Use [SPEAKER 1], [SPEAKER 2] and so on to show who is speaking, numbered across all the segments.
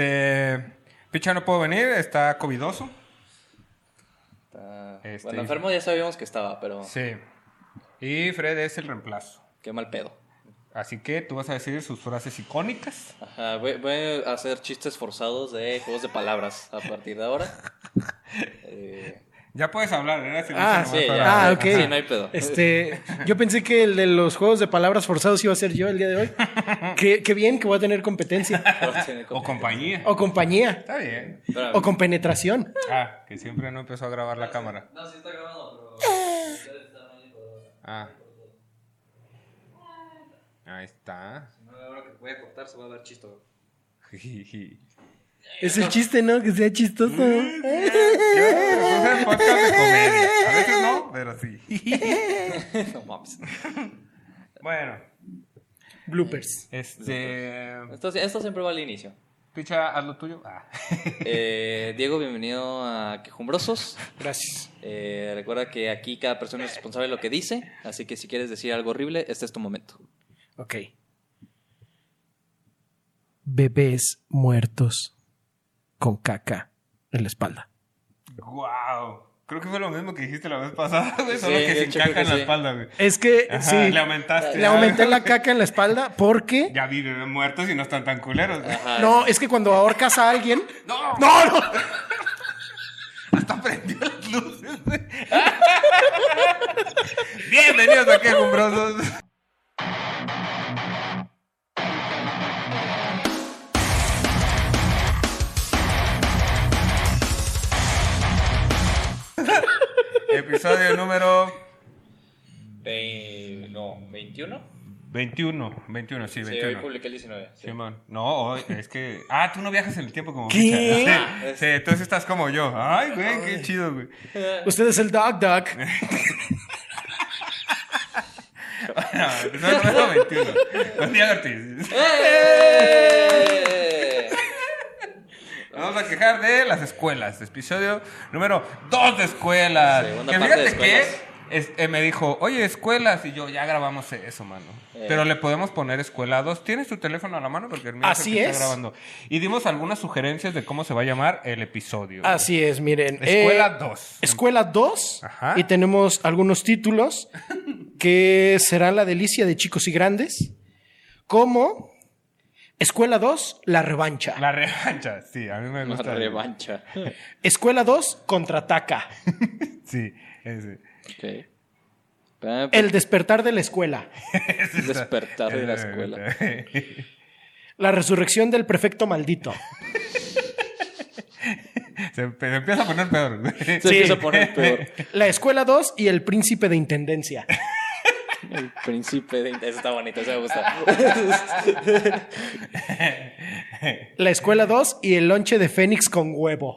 [SPEAKER 1] Este. Picha no puedo venir, está covidoso.
[SPEAKER 2] Está-
[SPEAKER 1] Este-
[SPEAKER 2] Bueno, enfermo ya sabíamos que estaba, pero
[SPEAKER 1] Sí. Y Fred es el reemplazo.
[SPEAKER 2] qué mal pedo.
[SPEAKER 1] Así que tú vas a decir sus frases icónicas.
[SPEAKER 2] Ajá, voy, voy a hacer chistes forzados de juegos de palabras a partir de ahora. Eh,
[SPEAKER 1] Ya puedes hablar, ¿verdad? Si no,
[SPEAKER 3] Ah,
[SPEAKER 1] se
[SPEAKER 2] sí,
[SPEAKER 1] lo vas a
[SPEAKER 2] ya.
[SPEAKER 3] Ah,
[SPEAKER 1] dar.
[SPEAKER 3] ok.
[SPEAKER 2] Sí, no hay pedo.
[SPEAKER 3] Este, yo pensé que el de los juegos de palabras forzados iba a ser yo el día de hoy. Qué, qué bien que voy a tener competencia.
[SPEAKER 2] voy a tener
[SPEAKER 1] O
[SPEAKER 2] competencia.
[SPEAKER 1] compañía.
[SPEAKER 3] O compañía.
[SPEAKER 1] Está bien.
[SPEAKER 2] Espérame.
[SPEAKER 3] O con penetración.
[SPEAKER 1] Ah, que siempre no empezó a grabar la cámara.
[SPEAKER 2] No, sí está grabado, pero.
[SPEAKER 1] Ah. Ahí está.
[SPEAKER 2] Ahora que voy a cortar, se va a dar chisto.
[SPEAKER 1] Ya,
[SPEAKER 3] Es el chiste, ¿no? Que sea chistoso.
[SPEAKER 1] pues, es podcast de comedia. A veces no, pero sí.
[SPEAKER 2] no mames.
[SPEAKER 1] Bueno,
[SPEAKER 3] Bloopers.
[SPEAKER 1] este.
[SPEAKER 2] Esto, esto siempre va al inicio.
[SPEAKER 1] Picha, haz lo tuyo. Ah.
[SPEAKER 2] Eh, Diego, bienvenido a Quejumbrosos.
[SPEAKER 3] Gracias.
[SPEAKER 2] Eh, recuerda que aquí cada persona es responsable de lo que dice, así que si quieres decir algo horrible, este es tu momento.
[SPEAKER 3] Ok. Bebés muertos con caca en la espalda.
[SPEAKER 1] Wow. Creo que fue lo mismo que dijiste la vez pasada, güey. Solo
[SPEAKER 2] Sí,
[SPEAKER 1] que
[SPEAKER 2] de
[SPEAKER 1] sin
[SPEAKER 2] hecho,
[SPEAKER 1] caca
[SPEAKER 2] creo que
[SPEAKER 1] en la
[SPEAKER 2] sí.
[SPEAKER 1] espalda, güey.
[SPEAKER 3] Es que
[SPEAKER 1] Ajá,
[SPEAKER 3] sí.
[SPEAKER 1] Le aumentaste.
[SPEAKER 3] Le aumenté la caca en la espalda porque.
[SPEAKER 1] Ya vi bebés muertos y no están tan culeros. güey.
[SPEAKER 2] Ajá.
[SPEAKER 3] No, es que cuando ahorcas a alguien.
[SPEAKER 1] No.
[SPEAKER 3] ¡No, no!
[SPEAKER 1] Hasta prendió las luces. güey. Bienvenidos a Quejumbrosos. Episodio número
[SPEAKER 2] Ve- no, ¿21?
[SPEAKER 1] 21. 21, sí,
[SPEAKER 2] Sí, hoy
[SPEAKER 1] 21.
[SPEAKER 2] publiqué el 19. sí.
[SPEAKER 1] Simón, no, hoy- es que. Ah, tú no viajas en el tiempo como
[SPEAKER 3] ¿Qué?
[SPEAKER 1] Micha. Sí,
[SPEAKER 2] Es-
[SPEAKER 1] sí, entonces estás como yo. Ay, güey, qué chido, güey.
[SPEAKER 3] Usted es el dog dog.
[SPEAKER 1] No, no, no, no, 21. Buen día, Ortiz.
[SPEAKER 2] ¡Eh!
[SPEAKER 1] Nos Vamos a quejar de las escuelas. Episodio número 2 de escuelas.
[SPEAKER 2] Segunda
[SPEAKER 1] que
[SPEAKER 2] parte de
[SPEAKER 1] fíjate que
[SPEAKER 2] escuelas.
[SPEAKER 1] es- eh, me dijo, oye, escuelas. Y yo, ya grabamos eso, mano.
[SPEAKER 2] Eh.
[SPEAKER 1] Pero le podemos poner escuela 2. ¿Tienes tu teléfono a la mano? Porque el mío
[SPEAKER 3] Así
[SPEAKER 1] el que
[SPEAKER 3] es.
[SPEAKER 1] está grabando. Y dimos algunas sugerencias de cómo se va a llamar el episodio.
[SPEAKER 3] Así es, miren. eh,
[SPEAKER 1] Escuela 2.
[SPEAKER 3] Escuela 2.
[SPEAKER 1] Ajá.
[SPEAKER 3] Y tenemos algunos títulos que serán la delicia de chicos y grandes. Como Escuela 2, la revancha.
[SPEAKER 1] La revancha, sí, a mí me
[SPEAKER 2] Una
[SPEAKER 1] gusta.
[SPEAKER 2] revancha.
[SPEAKER 3] Escuela 2, contraataca.
[SPEAKER 1] Sí, ese.
[SPEAKER 2] Ok. Espérame,
[SPEAKER 3] El despertar de la escuela.
[SPEAKER 1] Ese está-
[SPEAKER 2] Despertar de la escuela.
[SPEAKER 3] La resurrección del prefecto maldito.
[SPEAKER 1] Se empe- se empieza a poner peor. güey.
[SPEAKER 2] Se
[SPEAKER 3] Sí.
[SPEAKER 2] empieza a poner peor.
[SPEAKER 3] La escuela 2 y el príncipe de intendencia.
[SPEAKER 2] El príncipe de... Eso está bonito, eso me gusta.
[SPEAKER 3] La escuela 2 y el lonche de Fénix con huevo.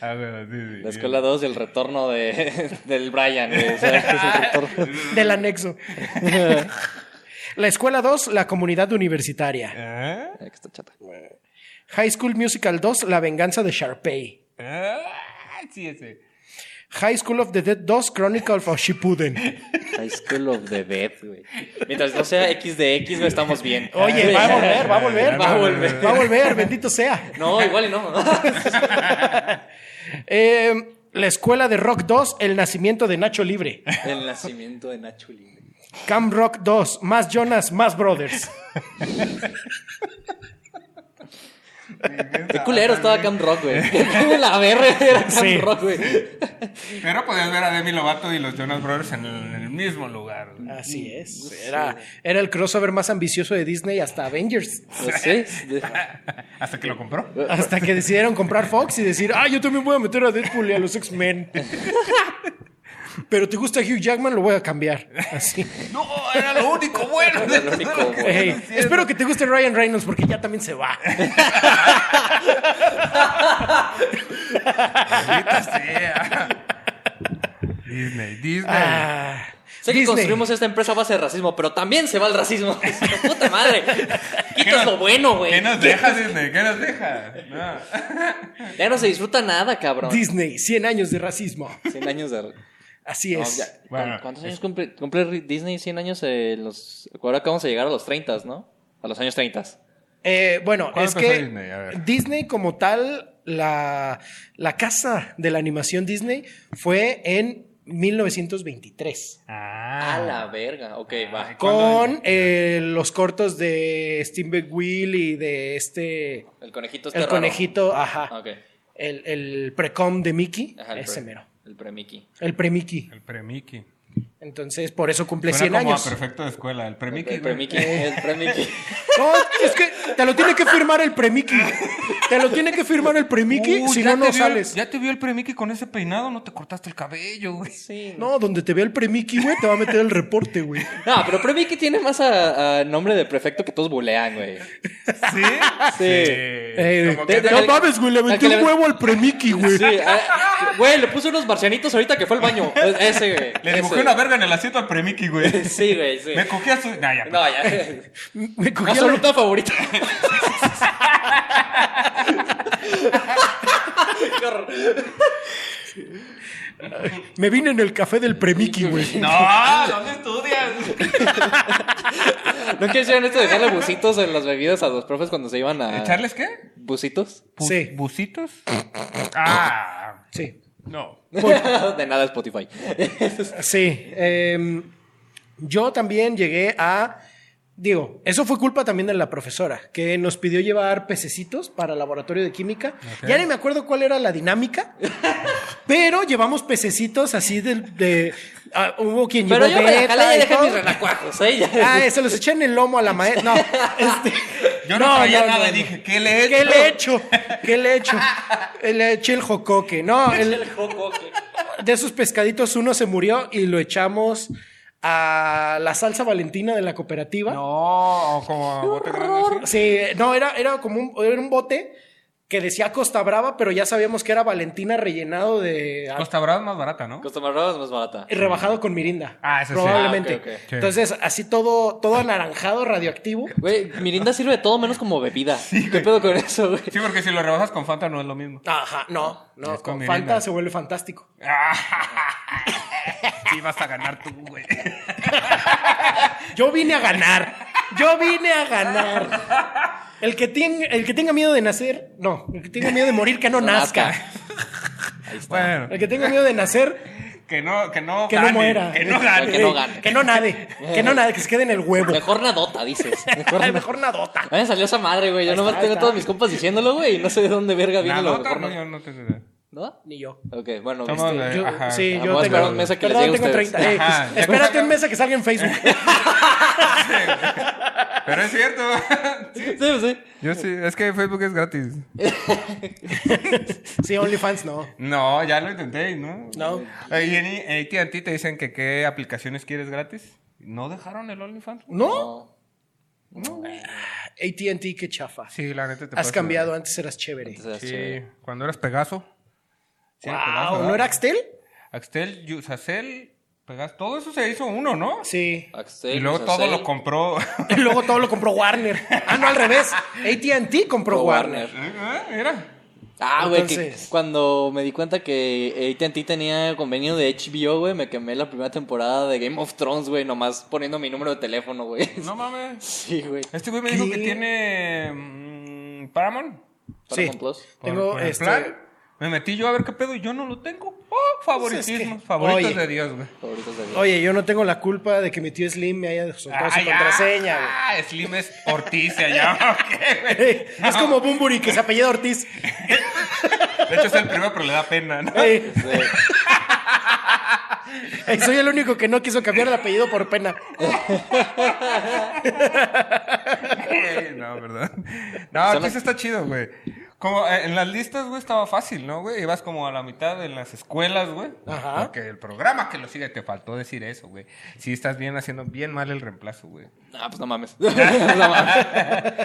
[SPEAKER 1] Ah, bueno, sí, sí.
[SPEAKER 2] La escuela 2 y el retorno de, del Brian. güey, o sea, es el retorno.
[SPEAKER 3] Del anexo. La escuela 2, la comunidad universitaria.
[SPEAKER 1] ¿Eh?
[SPEAKER 2] Ay, que está chata.
[SPEAKER 3] High School Musical 2, la venganza de Sharpay.
[SPEAKER 1] Ah, sí, ese.
[SPEAKER 3] High School of the Dead 2, Chronicle of Shippuden.
[SPEAKER 2] High School of the Dead, güey. Mientras no sea X de X, güey, estamos bien.
[SPEAKER 3] Oye, va a volver, va a volver.
[SPEAKER 2] Va a volver.
[SPEAKER 3] Va a volver, bendito sea.
[SPEAKER 2] No, igual y no.
[SPEAKER 3] Eh, la escuela de Rock 2, el nacimiento de Nacho Libre.
[SPEAKER 2] El nacimiento de Nacho Libre.
[SPEAKER 3] Cam Rock 2, más Jonas, más Brothers.
[SPEAKER 2] Qué culero estaba Camp Rock, güey. La verga era Camp
[SPEAKER 3] Sí.
[SPEAKER 2] Rock, güey.
[SPEAKER 1] Pero podías ver a Demi Lovato y los Jonas Brothers en el, en el mismo lugar. güey.
[SPEAKER 3] Así es. Era, era el crossover más ambicioso de Disney hasta Avengers.
[SPEAKER 2] No sé.
[SPEAKER 1] Hasta que lo compró.
[SPEAKER 3] Hasta que decidieron comprar Fox y decir, ah, yo también voy a meter a Deadpool y a los X-Men. Pero te gusta Hugh Jackman, lo voy a cambiar. Así.
[SPEAKER 1] No, era lo único bueno.
[SPEAKER 2] Era lo único bueno.
[SPEAKER 3] Ey,
[SPEAKER 1] Así es.
[SPEAKER 3] espero que te guste Ryan Reynolds porque ya también se va.
[SPEAKER 1] Maldita sea. Disney, Disney.
[SPEAKER 3] Ah,
[SPEAKER 2] Sé que
[SPEAKER 3] Disney.
[SPEAKER 2] construimos esta empresa a base de racismo, pero también se va el racismo. ¡Puta madre!
[SPEAKER 1] ¿Qué
[SPEAKER 2] Quitas
[SPEAKER 1] nos-
[SPEAKER 2] lo bueno,
[SPEAKER 1] ¿Qué
[SPEAKER 2] güey.
[SPEAKER 1] nos deja, Disney? ¿Qué nos deja? No.
[SPEAKER 2] Ya no se disfruta nada, cabrón.
[SPEAKER 3] Disney, 100 años de racismo.
[SPEAKER 2] 100 años de...
[SPEAKER 3] Así
[SPEAKER 2] No,
[SPEAKER 3] es.
[SPEAKER 2] ya. ¿Cu-
[SPEAKER 1] Bueno,
[SPEAKER 2] ¿Cuántos años cumple, cumple Disney 100 años? eh, los, ahora acabamos de llegar a los 30, ¿no? A los años 30.
[SPEAKER 3] Eh, bueno,
[SPEAKER 1] ¿Cuándo
[SPEAKER 3] es
[SPEAKER 1] empezó
[SPEAKER 3] que
[SPEAKER 1] Disney? A ver.
[SPEAKER 3] Disney como tal, la, la casa de la animación Disney fue en 1923.
[SPEAKER 1] Ah.
[SPEAKER 2] A la verga. Ok,
[SPEAKER 1] Ay,
[SPEAKER 2] va.
[SPEAKER 1] ¿Cuándo?
[SPEAKER 3] Con eh, los cortos de Steamboat Will y de este...
[SPEAKER 2] El conejito está
[SPEAKER 3] El
[SPEAKER 2] raro.
[SPEAKER 3] conejito,
[SPEAKER 2] Ah,
[SPEAKER 3] ajá.
[SPEAKER 2] Ok.
[SPEAKER 3] El, el precom de Mickey,
[SPEAKER 2] Ajá, el
[SPEAKER 3] ese
[SPEAKER 2] pre-
[SPEAKER 3] mero.
[SPEAKER 2] El premiki.
[SPEAKER 3] El pre-Mickey.
[SPEAKER 1] El premiki.
[SPEAKER 3] Entonces, por eso cumple
[SPEAKER 1] Suena
[SPEAKER 3] 100
[SPEAKER 1] como
[SPEAKER 3] años.
[SPEAKER 1] a perfecto de escuela. El premiki.
[SPEAKER 2] El
[SPEAKER 1] güey.
[SPEAKER 2] premiki.
[SPEAKER 3] Eh.
[SPEAKER 2] El premiki.
[SPEAKER 3] No, es que te lo tiene que firmar el pre-Mickey. Te lo tiene que firmar el pre-Mickey,
[SPEAKER 1] Uy,
[SPEAKER 3] si
[SPEAKER 1] ya
[SPEAKER 3] no, no
[SPEAKER 1] te vio el-
[SPEAKER 3] sales.
[SPEAKER 1] ya te vio el premiki con ese peinado, no te cortaste el cabello, güey.
[SPEAKER 2] Sí. No,
[SPEAKER 3] No, donde te vea el pre-Mickey, güey, te va a meter el reporte, güey.
[SPEAKER 2] pero premiki tiene más a, a nombre de prefecto que todos bulean, güey.
[SPEAKER 1] ¿Sí?
[SPEAKER 3] Eh,
[SPEAKER 1] Como
[SPEAKER 2] de-
[SPEAKER 1] que-
[SPEAKER 2] de-
[SPEAKER 3] no mames, güey, le
[SPEAKER 2] al
[SPEAKER 3] aventé
[SPEAKER 2] que
[SPEAKER 3] un
[SPEAKER 2] le-
[SPEAKER 3] huevo al pre-Mickey, güey.
[SPEAKER 2] Sí, ah, güey, le puse unos marcianitos ahorita que fue al baño. E- Ese, güey.
[SPEAKER 1] Le
[SPEAKER 2] ese.
[SPEAKER 1] dibujé una verga en el asiento al premiki, güey.
[SPEAKER 2] Sí, güey, sí.
[SPEAKER 1] Me cogí a su. Nah, ya. pues.
[SPEAKER 2] No, ya.
[SPEAKER 3] Me
[SPEAKER 2] No
[SPEAKER 3] cogí
[SPEAKER 2] son
[SPEAKER 3] la-
[SPEAKER 2] ruta favorita. Qué horror.
[SPEAKER 3] Me vine en el café del pre-Mickey, güey.
[SPEAKER 1] No, ¿dónde estudias?
[SPEAKER 2] ¿No quieres en esto de dejarle busitos en las bebidas a los profes cuando se iban a.
[SPEAKER 1] ¿Echarles qué?
[SPEAKER 2] ¿Busitos?
[SPEAKER 1] Bu-
[SPEAKER 3] Sí.
[SPEAKER 1] ¿Busitos? Ah.
[SPEAKER 3] Sí.
[SPEAKER 1] No.
[SPEAKER 2] de nada Spotify.
[SPEAKER 3] Sí. eh, yo también llegué a. Digo, eso fue culpa también de la profesora, que nos pidió llevar pececitos para laboratorio de química. Ya ni me acuerdo cuál era la dinámica, pero llevamos pececitos así del- de. ah, hubo quien llevó
[SPEAKER 2] Pero yo me dejé,
[SPEAKER 3] beta
[SPEAKER 2] ya
[SPEAKER 3] y
[SPEAKER 2] dejé
[SPEAKER 3] todo.
[SPEAKER 2] mis renacuajos, ¿eh? Ya.
[SPEAKER 3] Ah, eh, se los eché en el lomo a la maestra. No, este,
[SPEAKER 1] Yo no, traía nada y
[SPEAKER 3] no.
[SPEAKER 1] dije, ¿qué le he hecho?
[SPEAKER 3] ¿Qué le he hecho? ¿Qué le he hecho? Le eché el jocoque. No, el-
[SPEAKER 2] El joco que-
[SPEAKER 3] de esos pescaditos uno se murió y lo echamos a la salsa valentina de la cooperativa.
[SPEAKER 1] No, como bote grande, así.
[SPEAKER 3] Sí, no, era, era como un, era un bote que decía Costa Brava, pero ya sabíamos que era Valentina rellenado de...
[SPEAKER 1] Costa Brava es más barata, ¿no?
[SPEAKER 2] Costa Brava es más barata.
[SPEAKER 3] Rebajado con mirinda.
[SPEAKER 1] Ah, eso sí.
[SPEAKER 3] Probablemente.
[SPEAKER 2] Ah, ok, ok.
[SPEAKER 1] Sí.
[SPEAKER 3] Entonces, así todo, todo anaranjado, radioactivo.
[SPEAKER 2] Güey, Mirinda sirve de todo menos como bebida. ¿Qué pedo con eso, güey?
[SPEAKER 1] Sí, porque si lo rebajas con Fanta no es lo mismo.
[SPEAKER 3] Ajá, no, no,
[SPEAKER 1] Es con
[SPEAKER 3] con
[SPEAKER 1] mirinda.
[SPEAKER 3] Fanta se vuelve fantástico.
[SPEAKER 1] Sí, vas a ganar tú, güey.
[SPEAKER 3] Yo vine a ganar. Yo vine a ganar. El que, tiene, el que tenga miedo de nacer, no. El que tenga miedo de morir, que no, nazca.
[SPEAKER 2] Ahí está.
[SPEAKER 1] Bueno,
[SPEAKER 3] El que tenga miedo de nacer,
[SPEAKER 1] que no, que no
[SPEAKER 3] que
[SPEAKER 1] gane,
[SPEAKER 3] no muera.
[SPEAKER 1] Que no gane.
[SPEAKER 2] Que no gane.
[SPEAKER 3] Que no nade. Que no nade, que se quede en el huevo.
[SPEAKER 2] Mejor nadota, dices. Mejor
[SPEAKER 3] Ay,
[SPEAKER 2] nadota.
[SPEAKER 3] Mejor nadota.
[SPEAKER 2] A mí me salió esa madre, güey. Yo
[SPEAKER 3] Ahí
[SPEAKER 2] nomás
[SPEAKER 3] está, ahí
[SPEAKER 2] tengo
[SPEAKER 3] está.
[SPEAKER 2] todos mis compas diciéndolo, güey. Y no sé de dónde verga viene lo
[SPEAKER 1] Nada,
[SPEAKER 2] mejor.
[SPEAKER 1] no,
[SPEAKER 2] ¿No?
[SPEAKER 1] yo no te sé.
[SPEAKER 2] ¿No?
[SPEAKER 3] Ni yo.
[SPEAKER 2] Ok, bueno.
[SPEAKER 1] Somos
[SPEAKER 2] este,
[SPEAKER 1] de-
[SPEAKER 3] Yo-
[SPEAKER 1] ajá.
[SPEAKER 3] sí,
[SPEAKER 2] Ajá,
[SPEAKER 3] yo
[SPEAKER 2] voy a esperar
[SPEAKER 3] tengo,
[SPEAKER 2] un mes a que les
[SPEAKER 3] Perdón,
[SPEAKER 2] llegue a
[SPEAKER 3] tengo
[SPEAKER 2] ustedes.
[SPEAKER 3] 30. Eh,
[SPEAKER 1] Ajá,
[SPEAKER 3] pues,
[SPEAKER 1] ya
[SPEAKER 3] espérate
[SPEAKER 1] me
[SPEAKER 3] un mes a que salga en Facebook.
[SPEAKER 1] Pero es cierto.
[SPEAKER 2] Sí, sí. sí.
[SPEAKER 1] Yo sí, es que Facebook es gratis.
[SPEAKER 3] Sí, OnlyFans no.
[SPEAKER 1] No, ya lo intenté, y ¿no?
[SPEAKER 3] No.
[SPEAKER 1] Eh, Y en AT&T te dicen que qué aplicaciones quieres gratis. No dejaron el OnlyFans.
[SPEAKER 3] ¿No?
[SPEAKER 2] No.
[SPEAKER 3] ATT, qué chafa.
[SPEAKER 1] Sí, la neta te
[SPEAKER 3] Has
[SPEAKER 1] pasa.
[SPEAKER 3] cambiado, antes eras chévere.
[SPEAKER 2] o sea,
[SPEAKER 1] Sí,
[SPEAKER 2] sí.
[SPEAKER 1] cuando eras Pegaso. Sí, era Pegaso,
[SPEAKER 3] Wow,
[SPEAKER 1] ¿verdad?
[SPEAKER 3] ¿no era Axtel?
[SPEAKER 1] Axtel, Yusacel, Pegaso. Todo eso se hizo uno, ¿no?
[SPEAKER 3] Sí.
[SPEAKER 2] Axel,
[SPEAKER 1] Y luego
[SPEAKER 2] José,
[SPEAKER 1] todo lo compró. Eh,
[SPEAKER 3] Y luego todo lo compró Warner. Ah, no, al revés. ATT compró
[SPEAKER 2] Pro
[SPEAKER 3] Warner.
[SPEAKER 2] Warner.
[SPEAKER 1] Ah, Mira.
[SPEAKER 2] Ah, güey, que
[SPEAKER 3] Entonces-
[SPEAKER 2] cuando me di cuenta que AT&T tenía convenio de HBO, güey, me quemé la primera temporada de Game of Thrones, güey, nomás poniendo mi número de teléfono, güey.
[SPEAKER 1] No mames.
[SPEAKER 2] Sí, güey.
[SPEAKER 1] Este güey me
[SPEAKER 3] ¿Qué?
[SPEAKER 1] dijo que tiene mm, Paramount.
[SPEAKER 2] Paramount
[SPEAKER 3] Sí.
[SPEAKER 2] Plus.
[SPEAKER 1] Por-
[SPEAKER 3] Tengo,
[SPEAKER 1] por el
[SPEAKER 3] este-
[SPEAKER 1] plan. Me metí yo a ver qué pedo y yo no lo tengo. Oh, favoritismos.
[SPEAKER 3] Pues es que-
[SPEAKER 1] Favoritos
[SPEAKER 3] Oye.
[SPEAKER 1] de Dios, güey.
[SPEAKER 2] Favoritos de Dios.
[SPEAKER 3] Oye, yo no tengo la culpa de que mi tío Slim me haya soltado su contraseña, güey.
[SPEAKER 1] ah, Slim es Ortiz se llama. ¿ok, güey?
[SPEAKER 3] Es como Bumburi que se apellida Ortiz.
[SPEAKER 1] De hecho es el primero, pero le da pena, ¿no?
[SPEAKER 3] Ey,
[SPEAKER 2] Sí.
[SPEAKER 3] ey, soy el único que no quiso cambiar el apellido por pena.
[SPEAKER 1] Eh, no, ¿verdad? No, el chiste está chido, güey. Como eh, en las listas, güey, estaba fácil, ¿no, güey? Ibas como a la mitad en las escuelas, güey.
[SPEAKER 3] Ajá.
[SPEAKER 1] Porque el programa que lo sigue te faltó decir eso, güey. Si estás bien haciendo bien mal el reemplazo, güey.
[SPEAKER 2] Ah, pues no mames. No mames.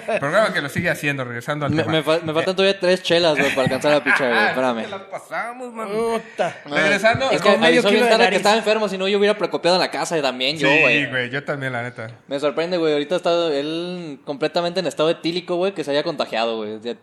[SPEAKER 1] El programa que lo sigue haciendo, regresando al
[SPEAKER 2] Me,
[SPEAKER 1] tema.
[SPEAKER 2] me fal- me faltan todavía tres chelas, güey, para alcanzar la picha, güey.
[SPEAKER 1] Ah,
[SPEAKER 2] Espérame. Uh,
[SPEAKER 1] te las pasamos, man.
[SPEAKER 3] Puta.
[SPEAKER 1] Regresando,
[SPEAKER 2] Es que
[SPEAKER 1] con
[SPEAKER 3] medio
[SPEAKER 2] avisó
[SPEAKER 3] kilo
[SPEAKER 2] bien
[SPEAKER 3] de
[SPEAKER 2] tarde que
[SPEAKER 3] nariz.
[SPEAKER 2] estaba enfermo, si no yo hubiera precopiado en la casa y también yo,
[SPEAKER 1] Sí,
[SPEAKER 2] güey.
[SPEAKER 1] güey, yo también, la neta.
[SPEAKER 2] Me sorprende, güey. Ahorita está él completamente en estado etílico, güey, que se haya contagiado, güey. Ya-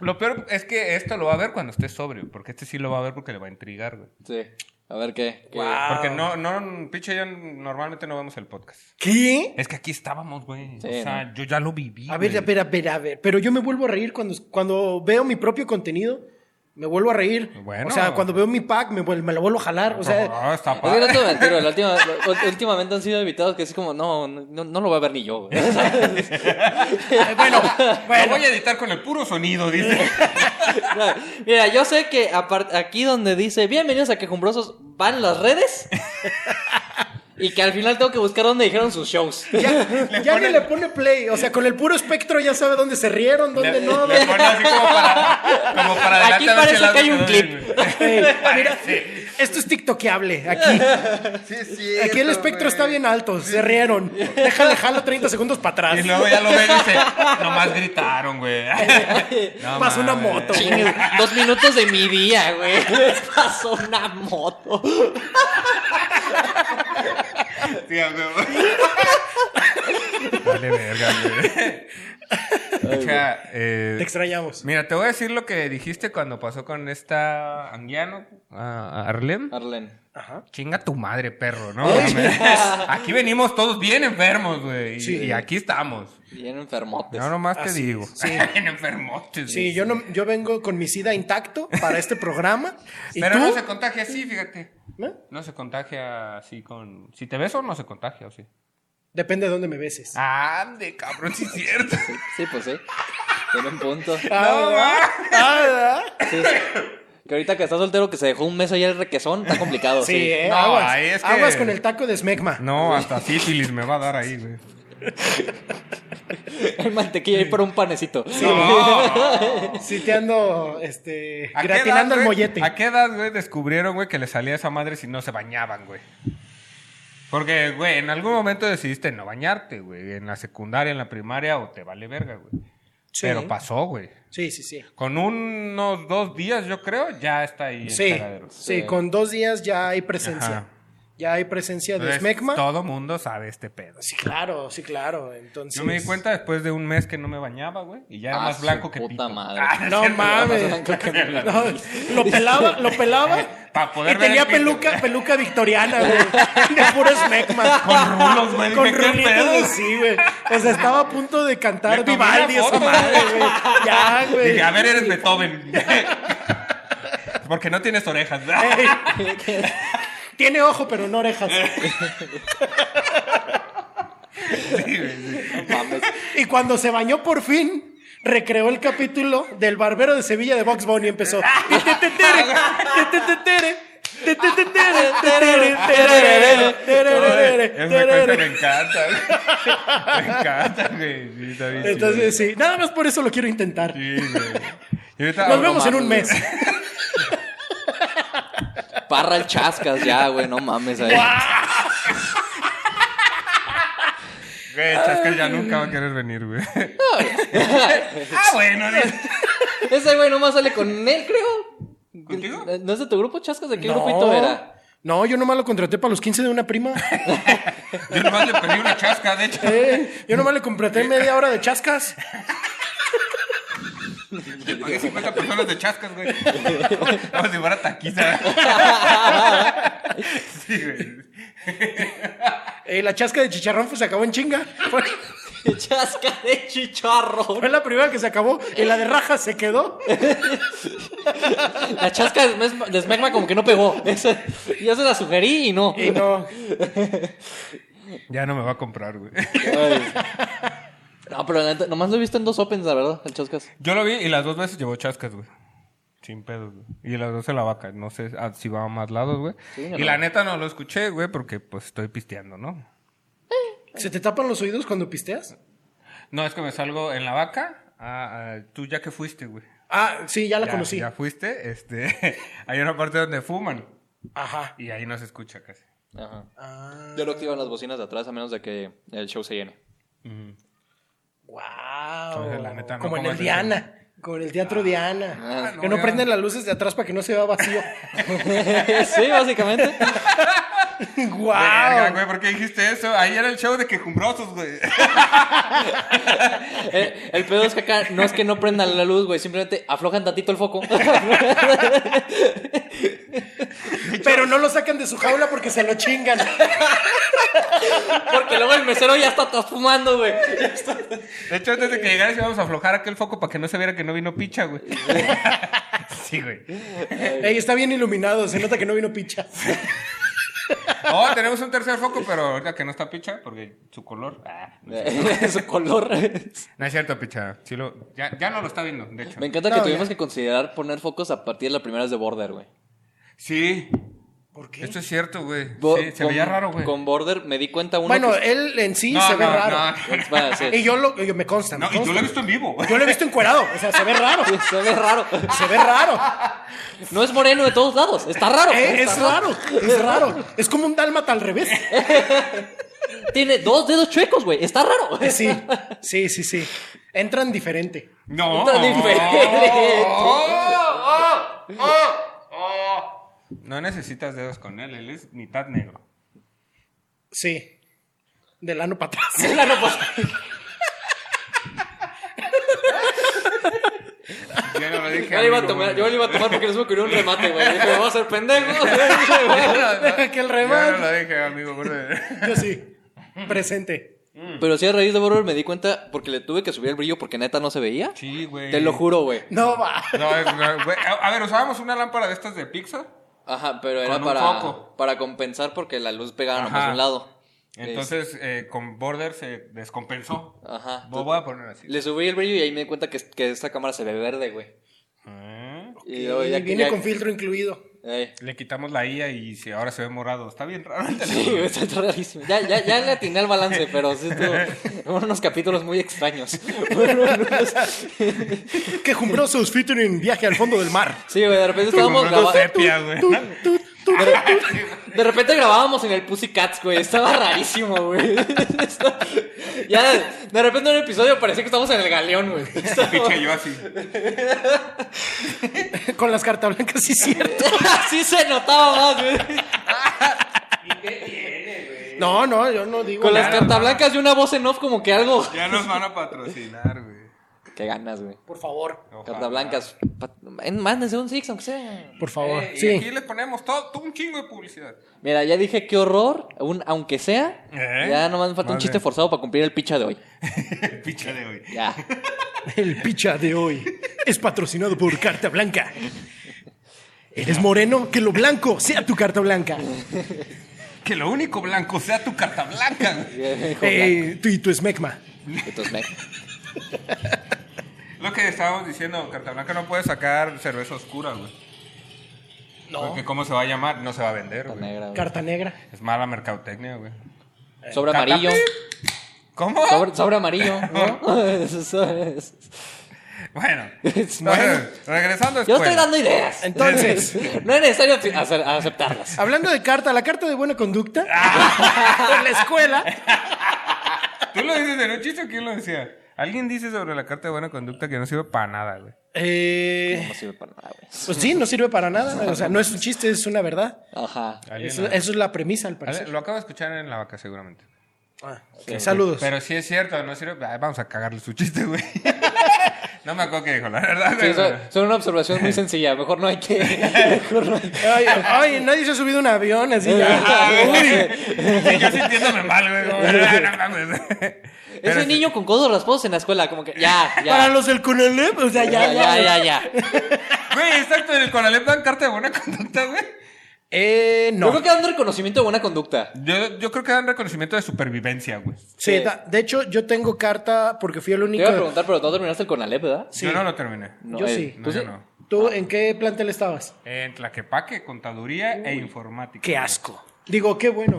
[SPEAKER 1] Lo peor es que esto lo va a ver cuando esté sobrio, porque este sí lo va a ver porque le va a intrigar, güey.
[SPEAKER 2] Sí. A ver qué. qué-
[SPEAKER 3] Guau.
[SPEAKER 1] Porque no, no, pinche yo normalmente no vemos el podcast.
[SPEAKER 3] ¿Qué?
[SPEAKER 1] Es que aquí estábamos, güey.
[SPEAKER 2] Sí,
[SPEAKER 1] o sea, yo ya lo viví.
[SPEAKER 3] A ver,
[SPEAKER 1] güey.
[SPEAKER 3] a ver, a ver, a ver. Pero yo me vuelvo a reír cuando, cuando veo mi propio contenido. Me vuelvo a reír.
[SPEAKER 1] Bueno.
[SPEAKER 3] O sea, cuando veo mi pack, me, vuel- me la vuelvo a jalar. O sea,
[SPEAKER 1] No, está
[SPEAKER 2] Es que no
[SPEAKER 1] padre.
[SPEAKER 2] te mentiro, la última- lo- últimamente han sido invitados que es como, no, no, no lo voy a ver ni yo, güey.
[SPEAKER 3] bueno,
[SPEAKER 1] Lo
[SPEAKER 3] bueno.
[SPEAKER 1] voy a editar con el puro sonido, dice.
[SPEAKER 2] Mira, yo sé que apart- aquí donde dice bienvenidos a Quejumbrosos van las redes y que al final tengo que buscar dónde dijeron sus shows.
[SPEAKER 3] Ya,
[SPEAKER 1] Le
[SPEAKER 3] ya ni
[SPEAKER 1] ponen-
[SPEAKER 3] le pone play. O sea, con el puro espectro ya sabe dónde se rieron, dónde
[SPEAKER 1] Le,
[SPEAKER 3] no.
[SPEAKER 1] le pone así como para, como para
[SPEAKER 2] Aquí
[SPEAKER 1] adelante,
[SPEAKER 2] parece
[SPEAKER 1] hacia el
[SPEAKER 2] que hay
[SPEAKER 1] lado,
[SPEAKER 2] un
[SPEAKER 1] güey.
[SPEAKER 3] Ey, Ah, mira, esto es tiktokeable. Aquí, aquí el espectro está bien alto. Se rieron. Déjale, jalo 30 segundos para
[SPEAKER 1] Y
[SPEAKER 3] atrás.
[SPEAKER 1] luego ya lo ve y dice, nomás gritaron, güey. No
[SPEAKER 3] Pasó una
[SPEAKER 1] mames.
[SPEAKER 3] moto.
[SPEAKER 2] Chingue, Dos minutos de mi día, güey. Pasó una moto.
[SPEAKER 1] Sí, a huevo. Vale, verga, güey. O sea, eh,
[SPEAKER 3] Te extrañamos.
[SPEAKER 1] mira, te voy a decir lo que dijiste cuando pasó con esta Anguiano, ah, Arlem.
[SPEAKER 2] Arlen.
[SPEAKER 3] Ajá.
[SPEAKER 1] Chinga tu madre, perro, ¿no? mames. Aquí venimos todos bien enfermos, güey. y-
[SPEAKER 3] Sí. Pues,
[SPEAKER 1] Y aquí estamos.
[SPEAKER 2] Bien enfermotes.
[SPEAKER 1] Yo nomás te
[SPEAKER 3] Así
[SPEAKER 1] digo.
[SPEAKER 3] es, sí.
[SPEAKER 1] bien enfermotes.
[SPEAKER 3] Sí,
[SPEAKER 1] güey.
[SPEAKER 3] yo, no, yo vengo con mi sida intacto para este programa. ¿Y
[SPEAKER 1] Pero
[SPEAKER 3] tú?
[SPEAKER 1] no se contagia así, fíjate.
[SPEAKER 3] ¿Eh?
[SPEAKER 1] No se contagia así con... Si te beso, no se contagia, ¿o sí?
[SPEAKER 3] Depende de dónde me beses.
[SPEAKER 1] Ah, Ande, cabrón, sí es cierto.
[SPEAKER 2] Sí, sí, pues sí. Tiene un punto. Sí,
[SPEAKER 3] Ah, ¿verdad? Ah, ¿verdad?
[SPEAKER 2] sí. Que ahorita que está soltero, que se dejó un mes allá el requesón, está complicado.
[SPEAKER 3] Sí,
[SPEAKER 2] Sí.
[SPEAKER 3] eh,
[SPEAKER 1] No,
[SPEAKER 3] aguas,
[SPEAKER 1] ahí es que-
[SPEAKER 3] aguas con el taco de smegma.
[SPEAKER 1] No, hasta sífilis me va a dar ahí, güey.
[SPEAKER 2] Hay mantequilla ahí para un panecito.
[SPEAKER 1] No.
[SPEAKER 3] Si te ando este,
[SPEAKER 1] ¿A qué
[SPEAKER 3] gratinando
[SPEAKER 1] edad,
[SPEAKER 3] el
[SPEAKER 1] güey-
[SPEAKER 3] mollete.
[SPEAKER 1] ¿A qué edad, güey, descubrieron, güey, que le salía esa madre si no se bañaban, güey? Porque, güey, en algún momento decidiste no bañarte, güey. En la secundaria, en la primaria, o te vale verga, güey.
[SPEAKER 3] Sí.
[SPEAKER 1] Pero pasó, güey.
[SPEAKER 3] Sí, sí, sí.
[SPEAKER 1] Con unos dos días, yo creo, ya está ahí. el
[SPEAKER 3] Sí,
[SPEAKER 1] cagadero.
[SPEAKER 3] sí, con dos días ya hay presencia.
[SPEAKER 1] Ajá.
[SPEAKER 3] Ya hay presencia de
[SPEAKER 1] Entonces,
[SPEAKER 3] smegma.
[SPEAKER 1] Todo mundo sabe este pedo.
[SPEAKER 3] Sí, claro, sí, claro. Entonces.
[SPEAKER 1] Yo me di cuenta después de un mes que no me bañaba, güey. Y ya era
[SPEAKER 2] Ah,
[SPEAKER 1] más
[SPEAKER 2] su
[SPEAKER 1] blanco que
[SPEAKER 2] puta
[SPEAKER 1] pito. Ah,
[SPEAKER 2] madre.
[SPEAKER 1] es
[SPEAKER 3] No
[SPEAKER 1] cierto.
[SPEAKER 3] mames. No, lo pelaba, lo pelaba.
[SPEAKER 1] Pa' poder
[SPEAKER 3] y
[SPEAKER 1] ver
[SPEAKER 3] tenía
[SPEAKER 1] el pito.
[SPEAKER 3] peluca, peluca victoriana, güey. De puro smegma.
[SPEAKER 1] Con rulos, güey.
[SPEAKER 3] Con
[SPEAKER 1] Dije, ¿qué
[SPEAKER 3] rulitos
[SPEAKER 1] pedo?
[SPEAKER 3] así, güey. O sea, estaba a punto de
[SPEAKER 1] Le
[SPEAKER 3] cantar
[SPEAKER 1] tomé
[SPEAKER 3] Vivaldi
[SPEAKER 1] una
[SPEAKER 3] esa
[SPEAKER 1] foto,
[SPEAKER 3] madre, güey. Ya, güey.
[SPEAKER 1] Dije, a ver, eres Beethoven. Porque no tienes orejas.
[SPEAKER 3] Ey. Tiene ojo, pero no orejas.
[SPEAKER 1] Sí, güey, sí.
[SPEAKER 2] No mames.
[SPEAKER 3] Y cuando se bañó por fin, recreó el capítulo del barbero de Sevilla de Box Bunny y empezó. "Tetetere, tetetere, tetetere, tetere, tererere, tererere,
[SPEAKER 1] Esa cosa me
[SPEAKER 3] tererere".
[SPEAKER 1] encanta. güey. Me encanta, güey. Sí, está bien chido.
[SPEAKER 3] Entonces, sí, nada más por eso lo quiero intentar.
[SPEAKER 1] Sí, güey. Y ahorita
[SPEAKER 3] Nos
[SPEAKER 1] hablo
[SPEAKER 3] vemos en
[SPEAKER 1] más,
[SPEAKER 3] un
[SPEAKER 1] güey.
[SPEAKER 3] mes.
[SPEAKER 2] Parra el chascas ya, güey. No mames ahí.
[SPEAKER 1] Güey, Chascal ya nunca va a querer venir, güey. ah, bueno. dice.
[SPEAKER 2] Ese güey nomás sale con él, creo. Eh,
[SPEAKER 1] ¿Contigo?
[SPEAKER 2] ¿No es de tu grupo, Chascas? ¿De qué grupito era?
[SPEAKER 3] No, yo nomás lo contraté para los 15 de una prima.
[SPEAKER 1] Yo nomás le pedí una chasca, de hecho.
[SPEAKER 3] Eh, yo nomás le contraté media hora de chascas.
[SPEAKER 1] Le pagué 50 personas de chascas, güey. Como si fuera taquiza. sí, güey.
[SPEAKER 3] Eh, la chasca de chicharrón pues, se acabó en chinga. Fue,
[SPEAKER 2] Chasca de chicharro.
[SPEAKER 3] fue la primera que se acabó y la de rajas se quedó.
[SPEAKER 2] La chasca de Smes- de Smegma como que no pegó. Ese- yo se la sugerí y no.
[SPEAKER 3] Y no.
[SPEAKER 1] Ya no me va a comprar, güey.
[SPEAKER 2] No, pero la neta, nomás lo he visto en dos opens, la verdad, el Chascas.
[SPEAKER 1] Yo lo vi y las dos veces llevó chascas, güey. Sin pedos, güey. Y las dos en la vaca. No sé ah, si va a más lados, güey.
[SPEAKER 2] Sí,
[SPEAKER 1] y
[SPEAKER 2] no.
[SPEAKER 1] la neta no lo escuché, güey, porque pues estoy pisteando, ¿no?
[SPEAKER 3] ¿Se te tapan los oídos cuando pisteas?
[SPEAKER 1] No, es que me salgo en la vaca. Ah, ah, tú ya que fuiste, güey.
[SPEAKER 3] Ah, sí, ya la
[SPEAKER 1] Ya-
[SPEAKER 3] conocí.
[SPEAKER 1] Ya fuiste, este. hay una parte donde fuman
[SPEAKER 3] Ajá.
[SPEAKER 1] y ahí no se escucha casi.
[SPEAKER 2] Ajá.
[SPEAKER 3] Ah,
[SPEAKER 2] Yo lo activo en las bocinas de atrás a menos de que el show se llene.
[SPEAKER 3] wow.
[SPEAKER 1] Entonces, la neta, no
[SPEAKER 3] como en el
[SPEAKER 1] pongas eso.
[SPEAKER 3] Diana. Como en el teatro Diana.
[SPEAKER 1] Ah,
[SPEAKER 3] que
[SPEAKER 1] no, ya.
[SPEAKER 3] no prenden las luces de atrás para que no se vea vacío.
[SPEAKER 2] sí, básicamente.
[SPEAKER 1] Verga,
[SPEAKER 3] ¡Guau!
[SPEAKER 1] güey, ¿por qué dijiste eso? Ahí era el show de quejumbrosos, güey.
[SPEAKER 2] Eh, el pedo es que acá no es que no prendan la luz, güey. Simplemente aflojan tantito el foco.
[SPEAKER 3] Pero no lo sacan de su jaula porque se lo chingan.
[SPEAKER 2] Porque luego el mesero ya está está fumando, güey.
[SPEAKER 1] De hecho, antes de que llegaras íbamos a aflojar aquel foco para que no se viera que no vino picha, güey. Sí, güey.
[SPEAKER 3] Ey, está bien iluminado, se nota que no vino picha.
[SPEAKER 1] Oh, tenemos un tercer foco, pero ahorita que no está picha, porque su color. Ah, no, es cierto.
[SPEAKER 2] Su color.
[SPEAKER 1] No es cierto, picha. Sí lo- ya, ya no lo está viendo, de hecho.
[SPEAKER 2] Me encanta
[SPEAKER 3] No,
[SPEAKER 2] que tuvimos
[SPEAKER 3] ya.
[SPEAKER 2] que considerar poner focos a partir de las primeras de Border, güey.
[SPEAKER 1] Sí,
[SPEAKER 3] ¿Por qué?
[SPEAKER 1] esto es cierto, güey.
[SPEAKER 2] Bo-
[SPEAKER 1] Sí, se
[SPEAKER 2] con-
[SPEAKER 1] veía raro, güey.
[SPEAKER 2] Con Border me di cuenta uno.
[SPEAKER 3] Bueno,
[SPEAKER 2] que-
[SPEAKER 3] él en sí
[SPEAKER 1] No,
[SPEAKER 3] se ve
[SPEAKER 1] no,
[SPEAKER 3] raro.
[SPEAKER 1] no.
[SPEAKER 2] Bueno, sí.
[SPEAKER 3] Y yo lo yo- me consta. me
[SPEAKER 1] No, y tú
[SPEAKER 3] consta.
[SPEAKER 1] lo he visto en vivo.
[SPEAKER 3] Yo lo he visto encuerado, o sea, se ve raro.
[SPEAKER 2] Se ve raro.
[SPEAKER 3] Se ve raro.
[SPEAKER 2] No es moreno de todos lados. Está raro. Está
[SPEAKER 3] Eh, es raro, es raro. Es como un dálmata al revés.
[SPEAKER 2] Tiene dos dedos chuecos, güey. Está raro.
[SPEAKER 3] Eh, Sí, sí, sí, sí. Entran diferente.
[SPEAKER 1] No.
[SPEAKER 2] Está diferente.
[SPEAKER 1] Oh, oh, oh, oh. No necesitas dedos con él, él es mitad negro.
[SPEAKER 3] Sí. Del ano para atrás.
[SPEAKER 2] Ah, no, pues,
[SPEAKER 1] Yo no lo dije.
[SPEAKER 2] yo, le iba a
[SPEAKER 1] amigo,
[SPEAKER 2] tomar,
[SPEAKER 1] güey.
[SPEAKER 2] yo le iba a tomar porque no se me ocurrió un remate, güey. Dije, me voy a hacer pendejo.
[SPEAKER 3] Que
[SPEAKER 1] Yo no
[SPEAKER 3] el remate.
[SPEAKER 1] lo dije, amigo. güey.
[SPEAKER 3] Yo sí. Presente.
[SPEAKER 2] Pero sí, a raíz de Border me di cuenta porque le tuve que subir el brillo porque neta no se veía.
[SPEAKER 1] Sí, güey.
[SPEAKER 2] Te lo juro, güey.
[SPEAKER 3] No va.
[SPEAKER 1] No, es- no, güey. A a ver, usábamos una lámpara de estas de Pixar.
[SPEAKER 2] Ajá, pero era
[SPEAKER 1] Con un
[SPEAKER 2] para,
[SPEAKER 1] foco.
[SPEAKER 2] para compensar porque la luz pegaba nomás
[SPEAKER 1] Ajá.
[SPEAKER 2] a un lado.
[SPEAKER 1] Entonces, eh, con Border se descompensó.
[SPEAKER 2] Es- ajá.
[SPEAKER 1] Lo voy a poner así.
[SPEAKER 2] Le subí el brillo y ahí me di cuenta que, que esta cámara se ve verde, güey.
[SPEAKER 1] Ah.
[SPEAKER 2] Y luego ya
[SPEAKER 3] Y
[SPEAKER 2] que-
[SPEAKER 3] viene
[SPEAKER 2] ya-
[SPEAKER 3] con filtro incluido.
[SPEAKER 2] Ey.
[SPEAKER 1] Le quitamos la IA y se- ahora se ve morado. Está bien raro. el
[SPEAKER 2] Sí,
[SPEAKER 1] teléfono.
[SPEAKER 2] güey, está rarísimo. Ya, ya, ya le atiné al balance, pero sí estuvo- fueron unos capítulos muy extraños. Fueron unos-
[SPEAKER 3] Quejumbrosos featuring viaje al fondo del mar.
[SPEAKER 2] Sí, güey, de repente estábamos
[SPEAKER 1] Comprando
[SPEAKER 2] grabando.
[SPEAKER 1] sepia, güey.
[SPEAKER 2] De repente grabábamos en el Pussycats, güey. Estaba rarísimo, güey. Ya, de repente en un episodio parecía que estábamos en el galeón, güey.
[SPEAKER 1] Se picha yo así.
[SPEAKER 3] Con las cartas blancas, sí, cierto.
[SPEAKER 2] Así se notaba más, güey.
[SPEAKER 3] No, no, yo no digo.
[SPEAKER 2] Con las
[SPEAKER 3] nada.
[SPEAKER 2] cartas blancas y una voz en off como que algo.
[SPEAKER 1] Ya nos van a patrocinar, güey.
[SPEAKER 2] Qué ganas, güey.
[SPEAKER 3] Por favor.
[SPEAKER 1] Ojalá.
[SPEAKER 2] Cartas blancas. Pa- Mándense un six, aunque sea.
[SPEAKER 3] Por favor.
[SPEAKER 1] Eh, y
[SPEAKER 3] sí.
[SPEAKER 1] aquí le ponemos todo, todo un chingo de publicidad.
[SPEAKER 2] Mira, ya dije qué horror, un, aunque sea.
[SPEAKER 1] ¿Eh?
[SPEAKER 2] Ya nomás me falta un
[SPEAKER 1] Vale.
[SPEAKER 2] chiste forzado para cumplir el picha de hoy.
[SPEAKER 1] El picha de hoy.
[SPEAKER 2] Ya.
[SPEAKER 3] El picha de hoy es patrocinado por Carta Blanca. ¿Eres moreno? Que lo blanco sea tu carta blanca.
[SPEAKER 1] Que lo único blanco sea tu carta blanca. güey.
[SPEAKER 3] Eh, tú y tu esmegma.
[SPEAKER 2] Entonces, me-
[SPEAKER 1] Lo que estábamos diciendo, carta blanca no puede sacar cerveza oscura, güey. Porque cómo se va a llamar, no se va a vender,
[SPEAKER 2] Carta
[SPEAKER 1] güey.
[SPEAKER 2] negra, güey.
[SPEAKER 3] Carta negra.
[SPEAKER 1] Es mala mercadotecnia, güey.
[SPEAKER 2] Sobre amarillo.
[SPEAKER 1] ¿Cómo?
[SPEAKER 2] Sobre, sobre amarillo, ¿no?
[SPEAKER 3] Ah.
[SPEAKER 2] Eso es.
[SPEAKER 1] Bueno,
[SPEAKER 3] Bueno.
[SPEAKER 1] entonces, regresando
[SPEAKER 2] Yo
[SPEAKER 1] después.
[SPEAKER 2] estoy dando ideas.
[SPEAKER 3] Entonces,
[SPEAKER 2] No es necesario ace- ace- aceptarlas.
[SPEAKER 3] hablando de carta, la carta de buena conducta
[SPEAKER 2] Ah.
[SPEAKER 3] en la escuela.
[SPEAKER 1] ¿Tú lo dices en un chiste o quién lo decía? Alguien dice sobre la carta de buena conducta que no sirve para nada, güey.
[SPEAKER 3] eh,
[SPEAKER 2] No sirve para nada, güey.
[SPEAKER 3] pues sí, no sirve para nada. O sea, no es un chiste, es una verdad.
[SPEAKER 2] Ajá.
[SPEAKER 1] Alguien
[SPEAKER 3] Eso,
[SPEAKER 1] lo-
[SPEAKER 3] eso es la premisa, al parecer.
[SPEAKER 1] Lo acabo de escuchar en la vaca, seguramente.
[SPEAKER 3] Ah, ok, Saludos.
[SPEAKER 1] Pero sí es cierto, no sirve. Ay, vamos a cagarle su chiste, güey. no me acuerdo qué dijo, la verdad,
[SPEAKER 2] Sí,
[SPEAKER 1] güey.
[SPEAKER 2] eso- son, una observación muy sencilla. Mejor no hay que. Mejor no hay-
[SPEAKER 3] Ay, ay, nadie se ha subido a un avión así.
[SPEAKER 1] Ah,
[SPEAKER 3] ya.
[SPEAKER 1] güey. Sí, yo sintiéndome mal, güey. como, "Ah, no mames". Pero
[SPEAKER 2] Ese
[SPEAKER 1] sí.
[SPEAKER 2] niño con codos raspados en la escuela, como que. Ya,
[SPEAKER 3] Para
[SPEAKER 2] ya.
[SPEAKER 3] los del Cunelep, o sea,
[SPEAKER 2] Ya,
[SPEAKER 3] ya,
[SPEAKER 2] ya, ya, ya.
[SPEAKER 1] Güey, exacto, en el Conalep dan carta de buena conducta, güey.
[SPEAKER 3] Eh,
[SPEAKER 2] Yo
[SPEAKER 3] no.
[SPEAKER 2] creo que dan reconocimiento de buena conducta.
[SPEAKER 1] Yo, yo creo que dan reconocimiento de supervivencia, güey.
[SPEAKER 3] Sí, da- de hecho, yo tengo carta porque fui el
[SPEAKER 2] Te
[SPEAKER 3] único.
[SPEAKER 2] iba a preguntar, pero no terminaste el Conalep, ¿verdad?
[SPEAKER 3] Sí.
[SPEAKER 1] Yo no lo terminé.
[SPEAKER 2] No,
[SPEAKER 3] Yo
[SPEAKER 2] eh,
[SPEAKER 3] sí.
[SPEAKER 1] No,
[SPEAKER 2] ¿tú
[SPEAKER 1] yo
[SPEAKER 2] sí?
[SPEAKER 1] no.
[SPEAKER 3] ¿Tú en qué plantel estabas?
[SPEAKER 1] En Tlaquepaque, contaduría e informática.
[SPEAKER 3] Qué asco. Digo, qué bueno.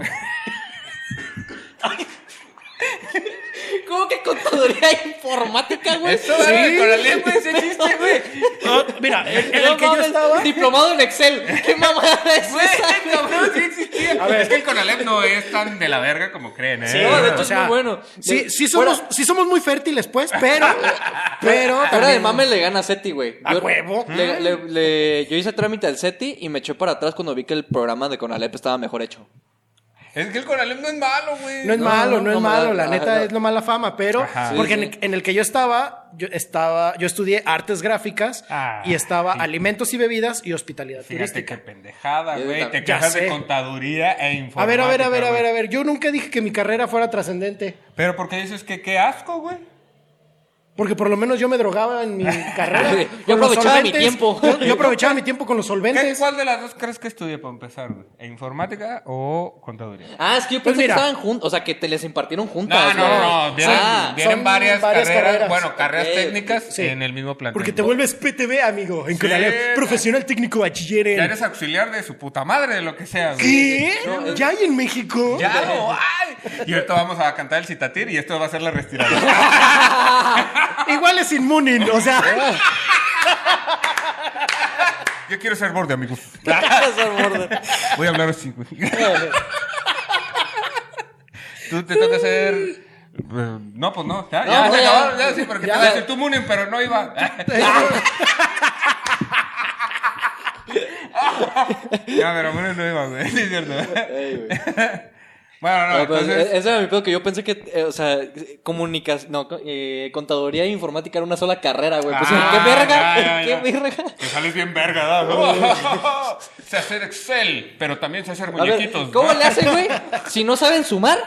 [SPEAKER 2] ¿Cómo que contaduría informática, güey?
[SPEAKER 1] Eso era el Conalep, güey, ese chiste, este, güey.
[SPEAKER 3] Ah, Mira, en en
[SPEAKER 2] No
[SPEAKER 3] el que yo
[SPEAKER 2] mames,
[SPEAKER 3] estaba.
[SPEAKER 2] Diplomado en Excel. ¿Qué mamada es
[SPEAKER 1] Güey,
[SPEAKER 2] esa?
[SPEAKER 1] cabrón, sí existía.
[SPEAKER 3] A ver.
[SPEAKER 1] Es que el Conalep no es tan de la verga como creen, ¿eh?
[SPEAKER 3] Sí,
[SPEAKER 2] No, de hecho
[SPEAKER 3] o
[SPEAKER 2] es
[SPEAKER 3] sea,
[SPEAKER 2] muy bueno.
[SPEAKER 3] Sí,
[SPEAKER 2] De-
[SPEAKER 3] sí
[SPEAKER 2] fuera-
[SPEAKER 3] somos, sí somos muy fértiles, pues, pero. pero
[SPEAKER 2] Fuera de
[SPEAKER 3] también-
[SPEAKER 2] mame le gana a SETI, güey.
[SPEAKER 3] ¿A
[SPEAKER 2] Yo-
[SPEAKER 3] huevo?
[SPEAKER 2] le- le- le- yo hice trámite al SETI y me eché para atrás cuando vi que el programa de Conalep estaba mejor hecho.
[SPEAKER 1] Es que el Conalep no es malo, güey.
[SPEAKER 3] No es
[SPEAKER 2] No,
[SPEAKER 3] malo, no,
[SPEAKER 2] no,
[SPEAKER 3] es
[SPEAKER 2] no,
[SPEAKER 3] malo, la
[SPEAKER 2] ajá,
[SPEAKER 3] neta
[SPEAKER 2] no.
[SPEAKER 3] es lo mala fama, pero
[SPEAKER 1] Ajá. Sí,
[SPEAKER 3] porque en,
[SPEAKER 2] sí.
[SPEAKER 3] el, en el que yo estaba, yo estaba, yo estudié artes gráficas
[SPEAKER 1] Ah,
[SPEAKER 3] y estaba
[SPEAKER 1] sí.
[SPEAKER 3] alimentos y bebidas y hospitalidad
[SPEAKER 1] Fíjate qué
[SPEAKER 3] turística.
[SPEAKER 1] pendejada,
[SPEAKER 2] Yo
[SPEAKER 1] güey. Te
[SPEAKER 2] también.
[SPEAKER 3] Ya
[SPEAKER 1] quejas de
[SPEAKER 3] sé.
[SPEAKER 1] contaduría e informática.
[SPEAKER 3] A ver, a ver, a ver, a
[SPEAKER 1] güey.
[SPEAKER 3] ver, a ver. Yo nunca dije que mi carrera fuera trascendente,
[SPEAKER 1] Pero porque dices que qué asco, güey.
[SPEAKER 3] porque por lo menos yo me drogaba en mi carrera.
[SPEAKER 2] Yo
[SPEAKER 3] con los
[SPEAKER 2] aprovechaba mi
[SPEAKER 3] solventes.
[SPEAKER 2] tiempo.
[SPEAKER 3] Yo, yo aprovechaba mi tiempo con
[SPEAKER 1] ¿Qué,
[SPEAKER 3] los solventes.
[SPEAKER 1] ¿Cuál de las dos crees que estudié para empezar, güey? ¿E ¿Informática o contaduría?
[SPEAKER 2] Ah, es que yo
[SPEAKER 3] Pues
[SPEAKER 2] pensé
[SPEAKER 3] mira.
[SPEAKER 2] que estaban juntos, o sea, que te les impartieron
[SPEAKER 1] No,
[SPEAKER 2] juntas.
[SPEAKER 1] no,
[SPEAKER 2] güey.
[SPEAKER 1] no, no. Vienen,
[SPEAKER 2] Ah,
[SPEAKER 1] vienen
[SPEAKER 3] son
[SPEAKER 1] varias,
[SPEAKER 3] varias
[SPEAKER 1] carreras,
[SPEAKER 3] carreras.
[SPEAKER 1] Bueno, carreras
[SPEAKER 2] Ok,
[SPEAKER 1] técnicas
[SPEAKER 3] sí.
[SPEAKER 1] en el mismo plantel.
[SPEAKER 3] Porque te vuelves PTB, amigo, en
[SPEAKER 1] Sí,
[SPEAKER 3] Conalep, profesional técnico bachiller. en-
[SPEAKER 1] Ya eres auxiliar de su puta madre, de lo que sea, güey.
[SPEAKER 3] ¿Qué?
[SPEAKER 1] No,
[SPEAKER 3] ¿Ya hay en México?
[SPEAKER 1] Ya no hay. Y ahorita vamos a cantar el citatir y esto va a ser la restiradora.
[SPEAKER 3] Igual es inmune, o sea.
[SPEAKER 1] Yo quiero ser borde, amigos.
[SPEAKER 2] Son bordes.
[SPEAKER 1] Voy a hablar así, güey. Tú te toca ser. eh, No, pues no. Ya, ya
[SPEAKER 2] no,
[SPEAKER 1] se
[SPEAKER 2] ya.
[SPEAKER 1] acabaron. Ya sí, porque
[SPEAKER 3] Ya.
[SPEAKER 1] te iba a decir tú Munin, pero no iba. ya, pero Munin no iba, güey. Sí, es cierto.
[SPEAKER 2] Ey, güey.
[SPEAKER 1] Bueno, no,
[SPEAKER 2] No, pues, eh, pero
[SPEAKER 1] entonces.
[SPEAKER 2] ese era mi pedo que yo pensé que, eh, o sea, comunicación, no, co- eh, contaduría e informática era una sola carrera, güey. Pues,
[SPEAKER 1] Ah,
[SPEAKER 2] ¿qué verga?
[SPEAKER 1] ya, ya, ya.
[SPEAKER 2] ¿Qué verga?
[SPEAKER 1] Te sales bien verga, ¿no? sé hacer Excel, pero también sé hacer
[SPEAKER 2] A ver,
[SPEAKER 1] muñequitos.
[SPEAKER 2] ¿cómo
[SPEAKER 1] ¿no?
[SPEAKER 2] le hacen, güey? Si no saben sumar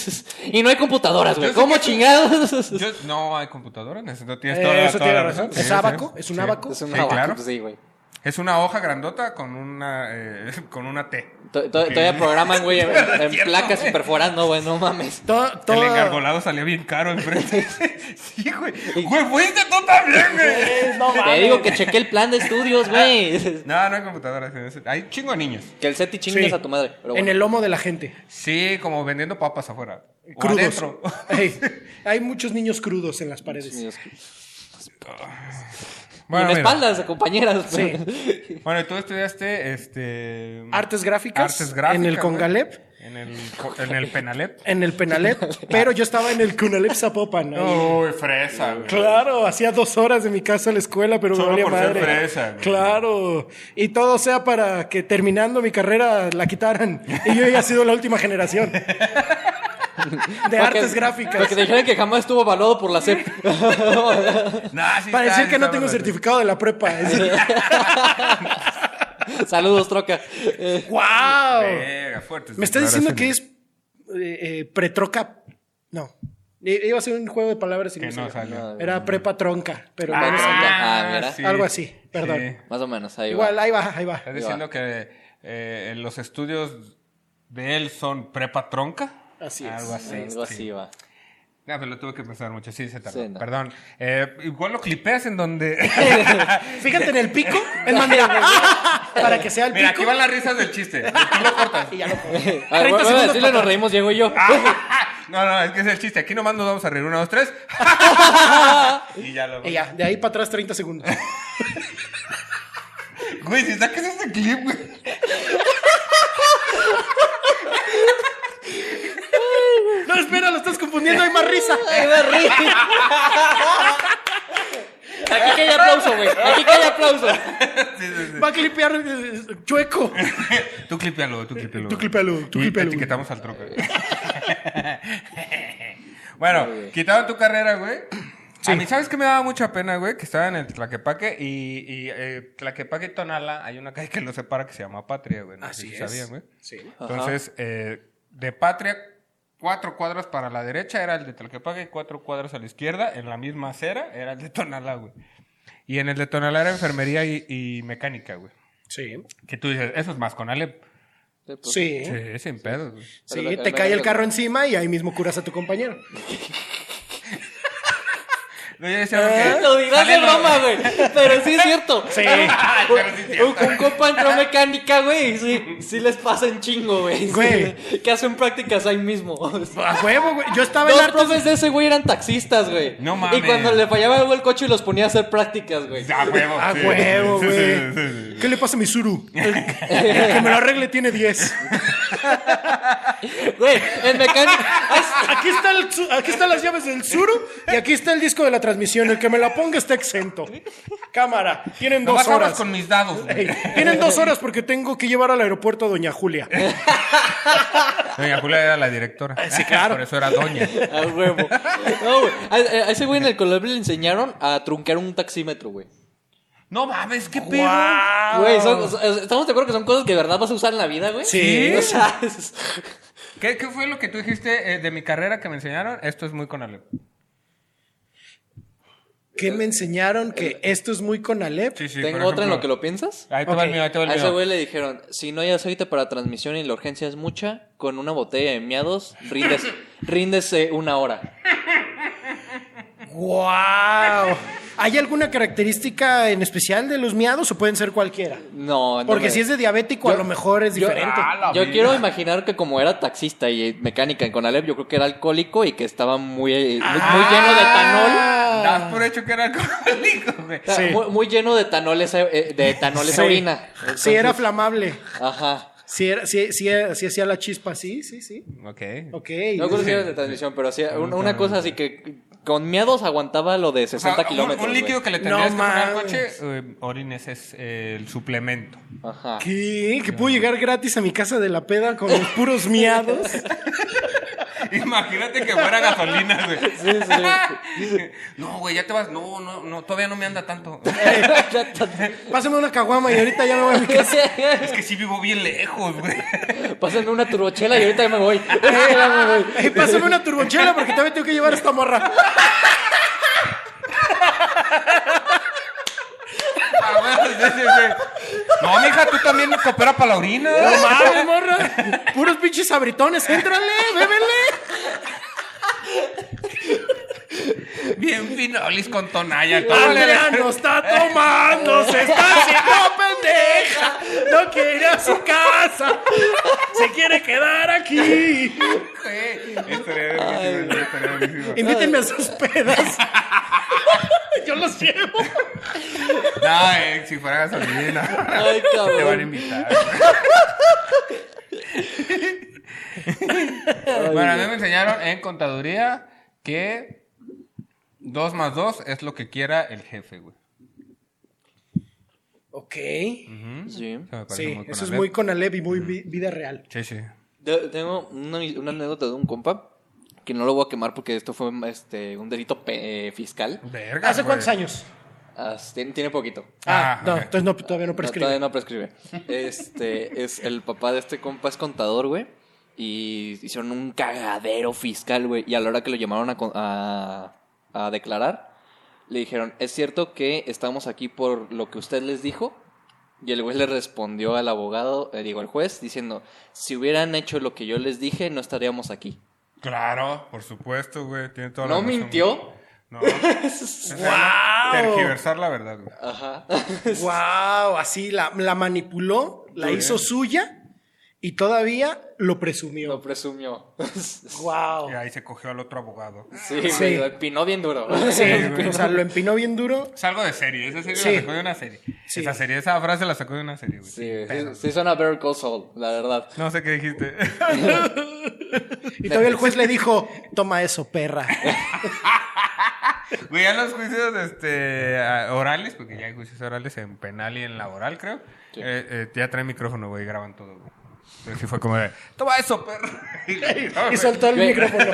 [SPEAKER 2] y no hay computadoras,
[SPEAKER 1] Yo
[SPEAKER 2] güey.
[SPEAKER 1] sé
[SPEAKER 2] ¿Cómo
[SPEAKER 1] que tú-
[SPEAKER 2] chingados?
[SPEAKER 1] Yo- no hay computadora, en eso no tienes
[SPEAKER 3] Eh,
[SPEAKER 1] toda,
[SPEAKER 3] eso
[SPEAKER 1] toda
[SPEAKER 3] tiene
[SPEAKER 1] la
[SPEAKER 3] razón.
[SPEAKER 1] razón.
[SPEAKER 3] ¿Es abaco? ¿Es un abaco?
[SPEAKER 2] Es un
[SPEAKER 1] Sí,
[SPEAKER 2] abaco,
[SPEAKER 1] claro.
[SPEAKER 2] pues sí, güey.
[SPEAKER 1] Es una hoja grandota con una eh, con una T.
[SPEAKER 2] To- to- Todavía programan, güey, en, en placas y perforando, güey, no mames.
[SPEAKER 3] Todo,
[SPEAKER 1] El
[SPEAKER 3] todo...
[SPEAKER 1] engargolado salía bien caro enfrente. sí, güey. Güey, fuiste tú también, güey.
[SPEAKER 3] No
[SPEAKER 2] Te
[SPEAKER 3] mames.
[SPEAKER 2] digo que chequé el plan de estudios, güey.
[SPEAKER 1] No, no hay computadora. Hay chingo de niños.
[SPEAKER 2] Que el SETI
[SPEAKER 3] Sí.
[SPEAKER 2] chingas a tu madre. Pero
[SPEAKER 3] En
[SPEAKER 2] bueno.
[SPEAKER 3] el lomo de la gente.
[SPEAKER 1] Sí, como vendiendo papas afuera. O
[SPEAKER 3] Crudos.
[SPEAKER 1] adentro.
[SPEAKER 3] Ey, hay muchos niños crudos en las paredes.
[SPEAKER 2] en
[SPEAKER 1] mira.
[SPEAKER 2] espaldas, compañeras.
[SPEAKER 3] Sí.
[SPEAKER 1] Bueno, y tú estudiaste este
[SPEAKER 3] Artes gráficas,
[SPEAKER 1] artes gráficas,
[SPEAKER 3] en el
[SPEAKER 1] güey.
[SPEAKER 3] Congalep,
[SPEAKER 1] En el, co- en el Penalep.
[SPEAKER 3] en el Penalep, pero yo estaba en el Conalep Zapopan. ahí.
[SPEAKER 1] Uy, fresa, güey.
[SPEAKER 3] Claro, hacía dos horas de mi casa a la escuela, pero
[SPEAKER 1] Solo
[SPEAKER 3] me valía
[SPEAKER 1] por ser
[SPEAKER 3] madre.
[SPEAKER 1] fresa, güey.
[SPEAKER 3] claro, y todo sea para que terminando mi carrera la quitaran y yo haya sido la última generación de artes
[SPEAKER 2] Lo
[SPEAKER 3] gráficas.
[SPEAKER 2] que te dijeron que jamás estuvo evaluado por la SEP.
[SPEAKER 1] Nah, sí
[SPEAKER 3] Para
[SPEAKER 1] está,
[SPEAKER 3] decir
[SPEAKER 1] sí
[SPEAKER 3] que no
[SPEAKER 1] está
[SPEAKER 3] tengo
[SPEAKER 1] bueno.
[SPEAKER 3] certificado de la prepa. Es-
[SPEAKER 2] Saludos, troca. Eh,
[SPEAKER 3] ¡Wow!
[SPEAKER 1] Verga, fuertes
[SPEAKER 3] Me está diciendo que
[SPEAKER 1] declaraciones.
[SPEAKER 3] es eh, eh, pretroca. No. I- Iba a ser un juego de palabras y
[SPEAKER 1] Que
[SPEAKER 3] no
[SPEAKER 1] no
[SPEAKER 3] salió.
[SPEAKER 1] salió.
[SPEAKER 3] Era prepa tronca, pero
[SPEAKER 2] Ah,
[SPEAKER 3] no salió.
[SPEAKER 2] Ah, mira.
[SPEAKER 3] Algo así, perdón.
[SPEAKER 2] Más o menos, ahí
[SPEAKER 3] Igual,
[SPEAKER 2] va.
[SPEAKER 3] ahí va, ahí va.
[SPEAKER 1] Está diciendo que eh, los estudios de él son prepa tronca.
[SPEAKER 3] Así es.
[SPEAKER 1] Algo así.
[SPEAKER 2] Algo
[SPEAKER 1] sí.
[SPEAKER 2] así va.
[SPEAKER 1] No, pero lo tuve que pensar mucho. Sí, se tardó.
[SPEAKER 2] Sí, no.
[SPEAKER 1] Perdón. Eh, igual lo clipeas en donde.
[SPEAKER 3] Fíjate en el pico. Es más, mira, para que sea el
[SPEAKER 1] Mira, aquí
[SPEAKER 3] pico.
[SPEAKER 1] van las risas del chiste. Tú lo cortas.
[SPEAKER 3] Y ya lo pongo.
[SPEAKER 2] A ver,
[SPEAKER 3] 30
[SPEAKER 2] vuelve a
[SPEAKER 3] segundos
[SPEAKER 2] decirle,
[SPEAKER 3] para-
[SPEAKER 2] nos reímos Diego y yo.
[SPEAKER 1] Ah, No, no, es que es el chiste. Aquí nomás nos vamos a reír. Una, dos, tres. y ya lo
[SPEAKER 3] Y ya, de ahí para atrás 30 segundos.
[SPEAKER 1] Güey, si saques este clip, güey.
[SPEAKER 3] No, espera, lo estás confundiendo, hay más risa.
[SPEAKER 2] Ahí va, ríe. Aquí que hay aplauso, güey. Aquí que hay aplauso.
[SPEAKER 1] Sí, sí, sí.
[SPEAKER 3] Va a clipear eh, chueco.
[SPEAKER 1] Tú clipealo, tú clipealo.
[SPEAKER 3] Tú clipealo, tú
[SPEAKER 1] Y
[SPEAKER 3] clipealo.
[SPEAKER 1] Etiquetamos al troca. bueno, quitaron tu carrera, güey. A mí, ¿sabes qué me daba mucha pena, güey? Que estaba en el Tlaquepaque y, y eh, Tlaquepaque y Tonala hay una calle que los separa que se llama Patria, güey. No sé si sabían, güey.
[SPEAKER 3] Sí.
[SPEAKER 1] Entonces, eh, de Patria, cuatro cuadras para la derecha era el de Tlaquepaque y cuatro cuadras a la izquierda, en la misma acera, era el de Tonala, güey. Y en el de Tonala era enfermería y, y mecánica, güey.
[SPEAKER 3] Sí.
[SPEAKER 1] Que tú dices, eso es más con Alep.
[SPEAKER 3] Sí.
[SPEAKER 1] Sí, sin pedos, güey.
[SPEAKER 2] Pero
[SPEAKER 3] Sí,
[SPEAKER 2] el-
[SPEAKER 3] te
[SPEAKER 2] el-
[SPEAKER 3] cae el
[SPEAKER 2] el-
[SPEAKER 3] carro encima y ahí mismo curas a tu compañero.
[SPEAKER 1] No, yo decía, porque
[SPEAKER 2] Eh, Lo dirás de
[SPEAKER 1] salen los-
[SPEAKER 2] broma, güey. Pero sí es cierto.
[SPEAKER 3] Sí.
[SPEAKER 1] Ay, pero Ah, sí es cierto.
[SPEAKER 2] Un, un compa entró a mecánica, güey. y Sí, sí les pasa en chingo, güey. Sí,
[SPEAKER 3] Güey.
[SPEAKER 2] que hacen prácticas ahí mismo.
[SPEAKER 3] A huevo, güey. Yo estaba en
[SPEAKER 2] Dos
[SPEAKER 3] hartos.
[SPEAKER 2] profes de ese güey eran taxistas, güey.
[SPEAKER 1] No mames.
[SPEAKER 2] Y cuando le fallaba algo el coche los ponía a hacer prácticas, güey.
[SPEAKER 1] A huevo.
[SPEAKER 3] A
[SPEAKER 1] sí.
[SPEAKER 3] huevo,
[SPEAKER 1] Sí, sí,
[SPEAKER 3] güey.
[SPEAKER 1] sí, sí, sí.
[SPEAKER 3] ¿Qué le pasa a mi Zuru? El, el que me lo arregle tiene 10.
[SPEAKER 2] Güey, en mecánica.
[SPEAKER 3] Aquí, está el Tsu- aquí están las llaves del Zuru y aquí está el disco de la transmisión. El que me la ponga está exento. Cámara, tienen
[SPEAKER 1] No
[SPEAKER 3] dos
[SPEAKER 1] vas
[SPEAKER 3] horas.
[SPEAKER 1] con mis dados, güey.
[SPEAKER 3] Ey, tienen dos horas porque tengo que llevar al aeropuerto a Doña Julia.
[SPEAKER 1] Doña Julia era la directora.
[SPEAKER 3] Sí, claro.
[SPEAKER 1] Por eso era doña.
[SPEAKER 2] A huevo. No, güey. A, a ese güey en el Colombia le enseñaron a truncar un taxímetro, güey.
[SPEAKER 1] No mames, qué pedo.
[SPEAKER 3] ¡Guau!
[SPEAKER 2] Güey, son- son- estamos de acuerdo que son cosas que de verdad vas a usar en la vida, güey.
[SPEAKER 3] Sí.
[SPEAKER 2] O sea, es-
[SPEAKER 1] ¿Qué, qué fue lo que tú dijiste eh, de mi carrera que me enseñaron? Esto es muy con Alep.
[SPEAKER 3] ¿Qué me enseñaron? Que esto es muy con Alep.
[SPEAKER 1] Sí, sí, por
[SPEAKER 2] tengo otra en
[SPEAKER 1] ejemplo.
[SPEAKER 2] lo que lo piensas.
[SPEAKER 1] Ahí te va el
[SPEAKER 3] Ok.
[SPEAKER 1] mío, ahí te va el
[SPEAKER 2] A ese
[SPEAKER 1] mío.
[SPEAKER 2] güey le dijeron, si no hay aceite para transmisión y la urgencia es mucha, con una botella de miados rindes, rindes eh, una hora.
[SPEAKER 3] ¡Wow! ¿Hay alguna característica en especial de los miados o pueden ser cualquiera?
[SPEAKER 2] No, no
[SPEAKER 3] Porque
[SPEAKER 2] me-
[SPEAKER 3] si es de diabético, a lo mejor es
[SPEAKER 2] yo-
[SPEAKER 3] diferente.
[SPEAKER 1] Ah, la
[SPEAKER 2] Yo
[SPEAKER 1] vida.
[SPEAKER 2] quiero imaginar que como era taxista y mecánica en Conalep, yo creo que era alcohólico y que estaba muy, eh, muy- muy lleno de etanol.
[SPEAKER 1] Das Ah. por hecho que era alcohólico, güey.
[SPEAKER 2] O sea,
[SPEAKER 3] Sí.
[SPEAKER 2] Muy, muy lleno de etanol esa, eh, de etanol esa
[SPEAKER 3] Sí.
[SPEAKER 2] orina.
[SPEAKER 3] Sí, era flamable.
[SPEAKER 2] Ajá.
[SPEAKER 3] Sí, era- sí, sí, era- sí hacía la chispa, sí, sí, sí.
[SPEAKER 1] Ok.
[SPEAKER 3] Ok.
[SPEAKER 2] No me acuerdo si era de transmisión, pero sí, un- una cosa así que con miedos aguantaba lo de
[SPEAKER 1] O sea,
[SPEAKER 2] 60
[SPEAKER 1] un-
[SPEAKER 2] kilómetros.
[SPEAKER 1] Un,
[SPEAKER 2] güey.
[SPEAKER 1] líquido que le
[SPEAKER 3] No
[SPEAKER 1] tenías que poner al
[SPEAKER 3] mames.
[SPEAKER 1] coche, eh, orines es eh, el suplemento.
[SPEAKER 2] Ajá.
[SPEAKER 3] ¿Qué? ¿Que puedo llegar gratis a mi casa de la peda con los puros miados?
[SPEAKER 1] Imagínate que fuera gasolina, güey.
[SPEAKER 2] Sí,
[SPEAKER 1] No, güey, ya te vas. No, no, no, todavía no me anda tanto.
[SPEAKER 3] Pásame una caguama y ahorita ya me voy a mi casa.
[SPEAKER 1] Es que sí vivo bien lejos, güey.
[SPEAKER 2] Pásame una turbochela y ahorita ya me voy. Ya me voy.
[SPEAKER 3] Ey, pásame una turbonchela porque también tengo que llevar esta morra.
[SPEAKER 1] A ver, sí, sí, sí. No, mija, tú también me coopera para la orina.
[SPEAKER 3] No mames, morra. Puros pinches abritones. Éntrale, bébele.
[SPEAKER 1] Bien finolis con tonalla.
[SPEAKER 3] Adrián no está tomando. Se está haciendo pendeja. No quiere ir a su casa. Se quiere quedar aquí. Invítenme a sus pedas. Yo los llevo.
[SPEAKER 1] No, eh, si fuera gasolina.
[SPEAKER 2] Ay,
[SPEAKER 1] Te van a
[SPEAKER 2] cabrón.
[SPEAKER 1] invitar. Bueno, a mí me enseñaron en contaduría que 2 más 2 es lo que quiera el jefe, güey.
[SPEAKER 3] Ok.
[SPEAKER 2] Sí.
[SPEAKER 1] Eso me parece
[SPEAKER 3] Sí,
[SPEAKER 1] muy
[SPEAKER 3] eso es
[SPEAKER 1] Conalep.
[SPEAKER 3] muy con Alev y muy vi- vida real.
[SPEAKER 1] Sí, sí.
[SPEAKER 2] Yo Tengo una, una anécdota de un compa que no lo voy a quemar porque esto fue este, un delito pe- fiscal.
[SPEAKER 1] Verga,
[SPEAKER 3] ¿Hace
[SPEAKER 1] güey.
[SPEAKER 3] cuántos años?
[SPEAKER 2] Ah, tiene- tiene poquito.
[SPEAKER 3] Ah,
[SPEAKER 1] Ah,
[SPEAKER 3] no,
[SPEAKER 1] ok.
[SPEAKER 3] entonces no, todavía no prescribe.
[SPEAKER 2] No, todavía no prescribe. Este, es el papá de este compa es contador, güey. Y hicieron un cagadero fiscal, güey. Y a la hora que lo llamaron a, con- a- a declarar, le dijeron, es cierto que estamos aquí por lo que usted les dijo. Y el güey le respondió al abogado, eh, digo, al juez, diciendo, si hubieran hecho lo que yo les dije, no estaríamos aquí.
[SPEAKER 1] Claro, por supuesto, güey. Tiene toda la
[SPEAKER 2] ¿No
[SPEAKER 1] razón, güey.
[SPEAKER 2] mintió?
[SPEAKER 1] No. ¡Wow! Tergiversar la verdad, güey.
[SPEAKER 2] Ajá.
[SPEAKER 3] Wow, así la, la manipuló, la
[SPEAKER 1] Muy
[SPEAKER 3] hizo
[SPEAKER 1] bien.
[SPEAKER 3] suya y todavía lo presumió.
[SPEAKER 2] Lo presumió. Sí,
[SPEAKER 3] Wow.
[SPEAKER 1] Y ahí se cogió al otro abogado.
[SPEAKER 2] güey,
[SPEAKER 3] Sí.
[SPEAKER 2] lo empinó bien duro.
[SPEAKER 3] Sí, o sea, lo empinó bien duro.
[SPEAKER 1] Es algo de serie. Esa serie
[SPEAKER 3] Sí.
[SPEAKER 1] la sacó de una serie.
[SPEAKER 3] Sí.
[SPEAKER 1] Esa serie, esa frase la sacó de una serie, güey.
[SPEAKER 2] Sí,
[SPEAKER 1] Sin
[SPEAKER 2] sí,
[SPEAKER 1] pedos.
[SPEAKER 2] sí suena a Better Call Saul, la verdad.
[SPEAKER 1] No sé qué dijiste.
[SPEAKER 3] Y todavía el juez le dijo, toma eso, perra.
[SPEAKER 1] Güey, ya los juicios este, ah, orales, porque ya hay juicios orales en penal y en laboral, creo.
[SPEAKER 2] Sí.
[SPEAKER 1] Eh, eh, ya traen micrófono, güey, y graban todo, güey. Pero sí fue como de, toma eso, perro. Y lo graban, güey.
[SPEAKER 3] Y soltó el
[SPEAKER 2] Güey.
[SPEAKER 3] micrófono.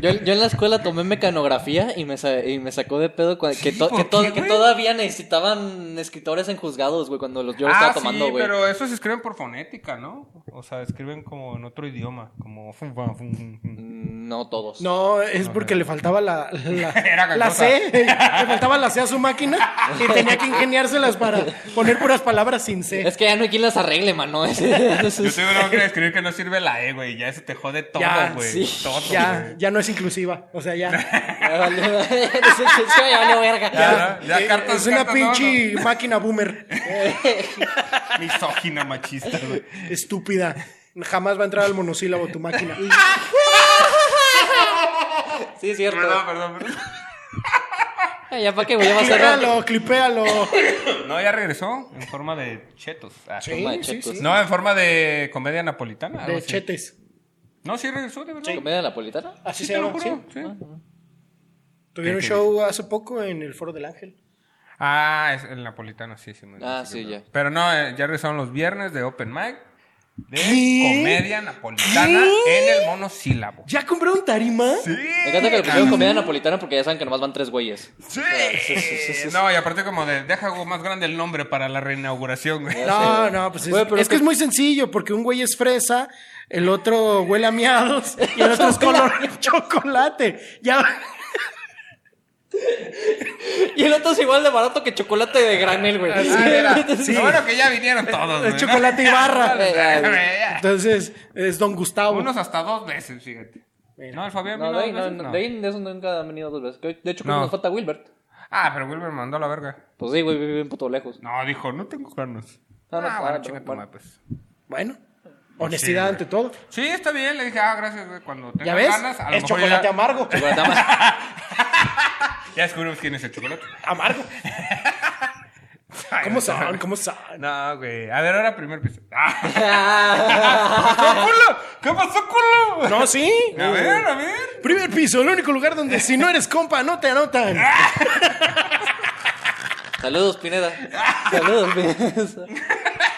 [SPEAKER 2] Yo, yo en la escuela tomé mecanografía y me, sa- y me sacó de pedo cua- que, to-
[SPEAKER 1] ¿por
[SPEAKER 2] que, to-
[SPEAKER 1] qué,
[SPEAKER 2] que
[SPEAKER 1] güey?
[SPEAKER 2] todavía necesitaban escritores en juzgados, güey, cuando los yo
[SPEAKER 1] ah,
[SPEAKER 2] estaba tomando,
[SPEAKER 1] sí,
[SPEAKER 2] güey.
[SPEAKER 1] pero esos escriben por fonética, ¿no? O sea, escriben como en otro idioma, como... fum, fum, fum, fum, fum.
[SPEAKER 2] Mm, No todos.
[SPEAKER 3] No, es porque le faltaba la,
[SPEAKER 1] Era gangosa.
[SPEAKER 3] la, la C. Le faltaba la C a su máquina y tenía que ingeniárselas para poner puras palabras sin C.
[SPEAKER 2] Es que ya no hay quien las arregle, mano. Es- es-
[SPEAKER 1] Yo tengo una máquina de escribir que no sirve la E, güey. Ya eso te jode todo,
[SPEAKER 3] Ya,
[SPEAKER 1] güey.
[SPEAKER 2] sí.
[SPEAKER 1] Todo,
[SPEAKER 3] Ya,
[SPEAKER 1] güey.
[SPEAKER 3] ya no es inclusiva. O sea, ya.
[SPEAKER 2] ya valió- ya valió verga.
[SPEAKER 1] Ya, ¿no? ya
[SPEAKER 3] Eh,
[SPEAKER 1] cartas,
[SPEAKER 3] es una
[SPEAKER 1] cartas, no,
[SPEAKER 3] pinche máquina boomer.
[SPEAKER 1] Misógina, machista, güey.
[SPEAKER 3] estúpida. Jamás va a entrar al monosílabo tu máquina.
[SPEAKER 2] Sí, es cierto.
[SPEAKER 1] Perdón, perdón, perdón.
[SPEAKER 2] Ay, ya para qué, güey, ya va a cerrar.
[SPEAKER 3] Clipéalo, clipéalo.
[SPEAKER 1] No, ya regresó en forma de chetos. Ah,
[SPEAKER 3] Sí,
[SPEAKER 2] Toma,
[SPEAKER 3] sí,
[SPEAKER 2] chetos.
[SPEAKER 3] sí.
[SPEAKER 1] No, en forma de comedia napolitana. algo
[SPEAKER 3] De
[SPEAKER 1] así.
[SPEAKER 3] chetes.
[SPEAKER 1] No, sí regresó, de verdad.
[SPEAKER 2] ¿Comedia napolitana?
[SPEAKER 3] Así
[SPEAKER 1] Sí,
[SPEAKER 3] se Ah.
[SPEAKER 1] te lo
[SPEAKER 3] llama.
[SPEAKER 1] juro.
[SPEAKER 3] sí.
[SPEAKER 1] sí.
[SPEAKER 3] Tuvieron
[SPEAKER 1] ¿Qué- qué
[SPEAKER 3] show hace poco en el Foro del Ángel.
[SPEAKER 1] Ah, es el napolitano, sí, sí. me-
[SPEAKER 2] Ah,
[SPEAKER 1] que
[SPEAKER 2] sí,
[SPEAKER 1] no.
[SPEAKER 2] ya.
[SPEAKER 1] Pero no, eh, ya regresaron los viernes de Open Mic de
[SPEAKER 3] ¿Qué?
[SPEAKER 1] comedia napolitana
[SPEAKER 3] ¿Qué?
[SPEAKER 1] en el monosílabo.
[SPEAKER 3] ¿Ya compraron tarima?
[SPEAKER 1] Sí.
[SPEAKER 2] Me encanta que le pusieron comedia napolitana porque ya saben que nomás van tres güeyes.
[SPEAKER 1] Ah, Sí.
[SPEAKER 2] Sí, sí, sí, sí.
[SPEAKER 1] No, y aparte como de, deja algo más grande el nombre para la reinauguración, güey.
[SPEAKER 3] No, no, pues es,
[SPEAKER 2] Güey, pero
[SPEAKER 3] es que es muy sencillo porque un güey es fresa, el otro huele a miados y el otro es color chocolate. Ya.
[SPEAKER 2] Y el otro es igual de barato que chocolate de granel, güey.
[SPEAKER 1] Ah, mira,
[SPEAKER 3] Sí.
[SPEAKER 1] Lo bueno que ya vinieron todos, güey,
[SPEAKER 3] Es
[SPEAKER 1] ¿no?
[SPEAKER 3] chocolate y barra.
[SPEAKER 2] Eh,
[SPEAKER 1] Ya.
[SPEAKER 3] Entonces, es Don Gustavo.
[SPEAKER 1] Unos hasta dos veces, fíjate. No, el Fabián
[SPEAKER 2] No,
[SPEAKER 1] vino
[SPEAKER 2] de ahí,
[SPEAKER 1] dos veces,
[SPEAKER 2] no, no,
[SPEAKER 1] no.
[SPEAKER 2] de ahí de eso nunca han venido dos veces. Que- De hecho, creo
[SPEAKER 1] No.
[SPEAKER 2] que nos falta Wilbert.
[SPEAKER 1] Ah, pero Wilber mandó a la verga.
[SPEAKER 2] Pues sí, güey, vive bien puto lejos.
[SPEAKER 1] No, dijo, no tengo ganas.
[SPEAKER 2] No, no,
[SPEAKER 1] ah,
[SPEAKER 2] para,
[SPEAKER 1] bueno,
[SPEAKER 2] no,
[SPEAKER 1] chinga tu
[SPEAKER 2] bueno.
[SPEAKER 1] madre, pues.
[SPEAKER 3] Bueno, honestidad
[SPEAKER 1] Sí,
[SPEAKER 3] ante todo.
[SPEAKER 1] Sí, está bien. Le dije, ah, gracias, güey. Cuando tengas
[SPEAKER 3] ¿Ya ves?
[SPEAKER 1] ganas, a lo
[SPEAKER 3] es
[SPEAKER 1] mejor
[SPEAKER 3] chocolate
[SPEAKER 1] ya-
[SPEAKER 3] amargo.
[SPEAKER 2] Chocolate amargo.
[SPEAKER 1] Ya descubrimos quién es el chocolate.
[SPEAKER 3] Amargo.
[SPEAKER 1] Ay,
[SPEAKER 3] ¿Cómo
[SPEAKER 1] no sé.
[SPEAKER 3] son? ¿Cómo son?
[SPEAKER 1] No, güey. A ver, ahora primer piso. Ah,
[SPEAKER 2] Ah,
[SPEAKER 1] ¿Qué pasó, culo? ¿Qué pasó, culo?
[SPEAKER 3] No, sí.
[SPEAKER 1] A ver, a ver.
[SPEAKER 3] Primer piso, el único lugar donde si no eres compa no te anotan.
[SPEAKER 2] Saludos, Pineda. Saludos, Pineda.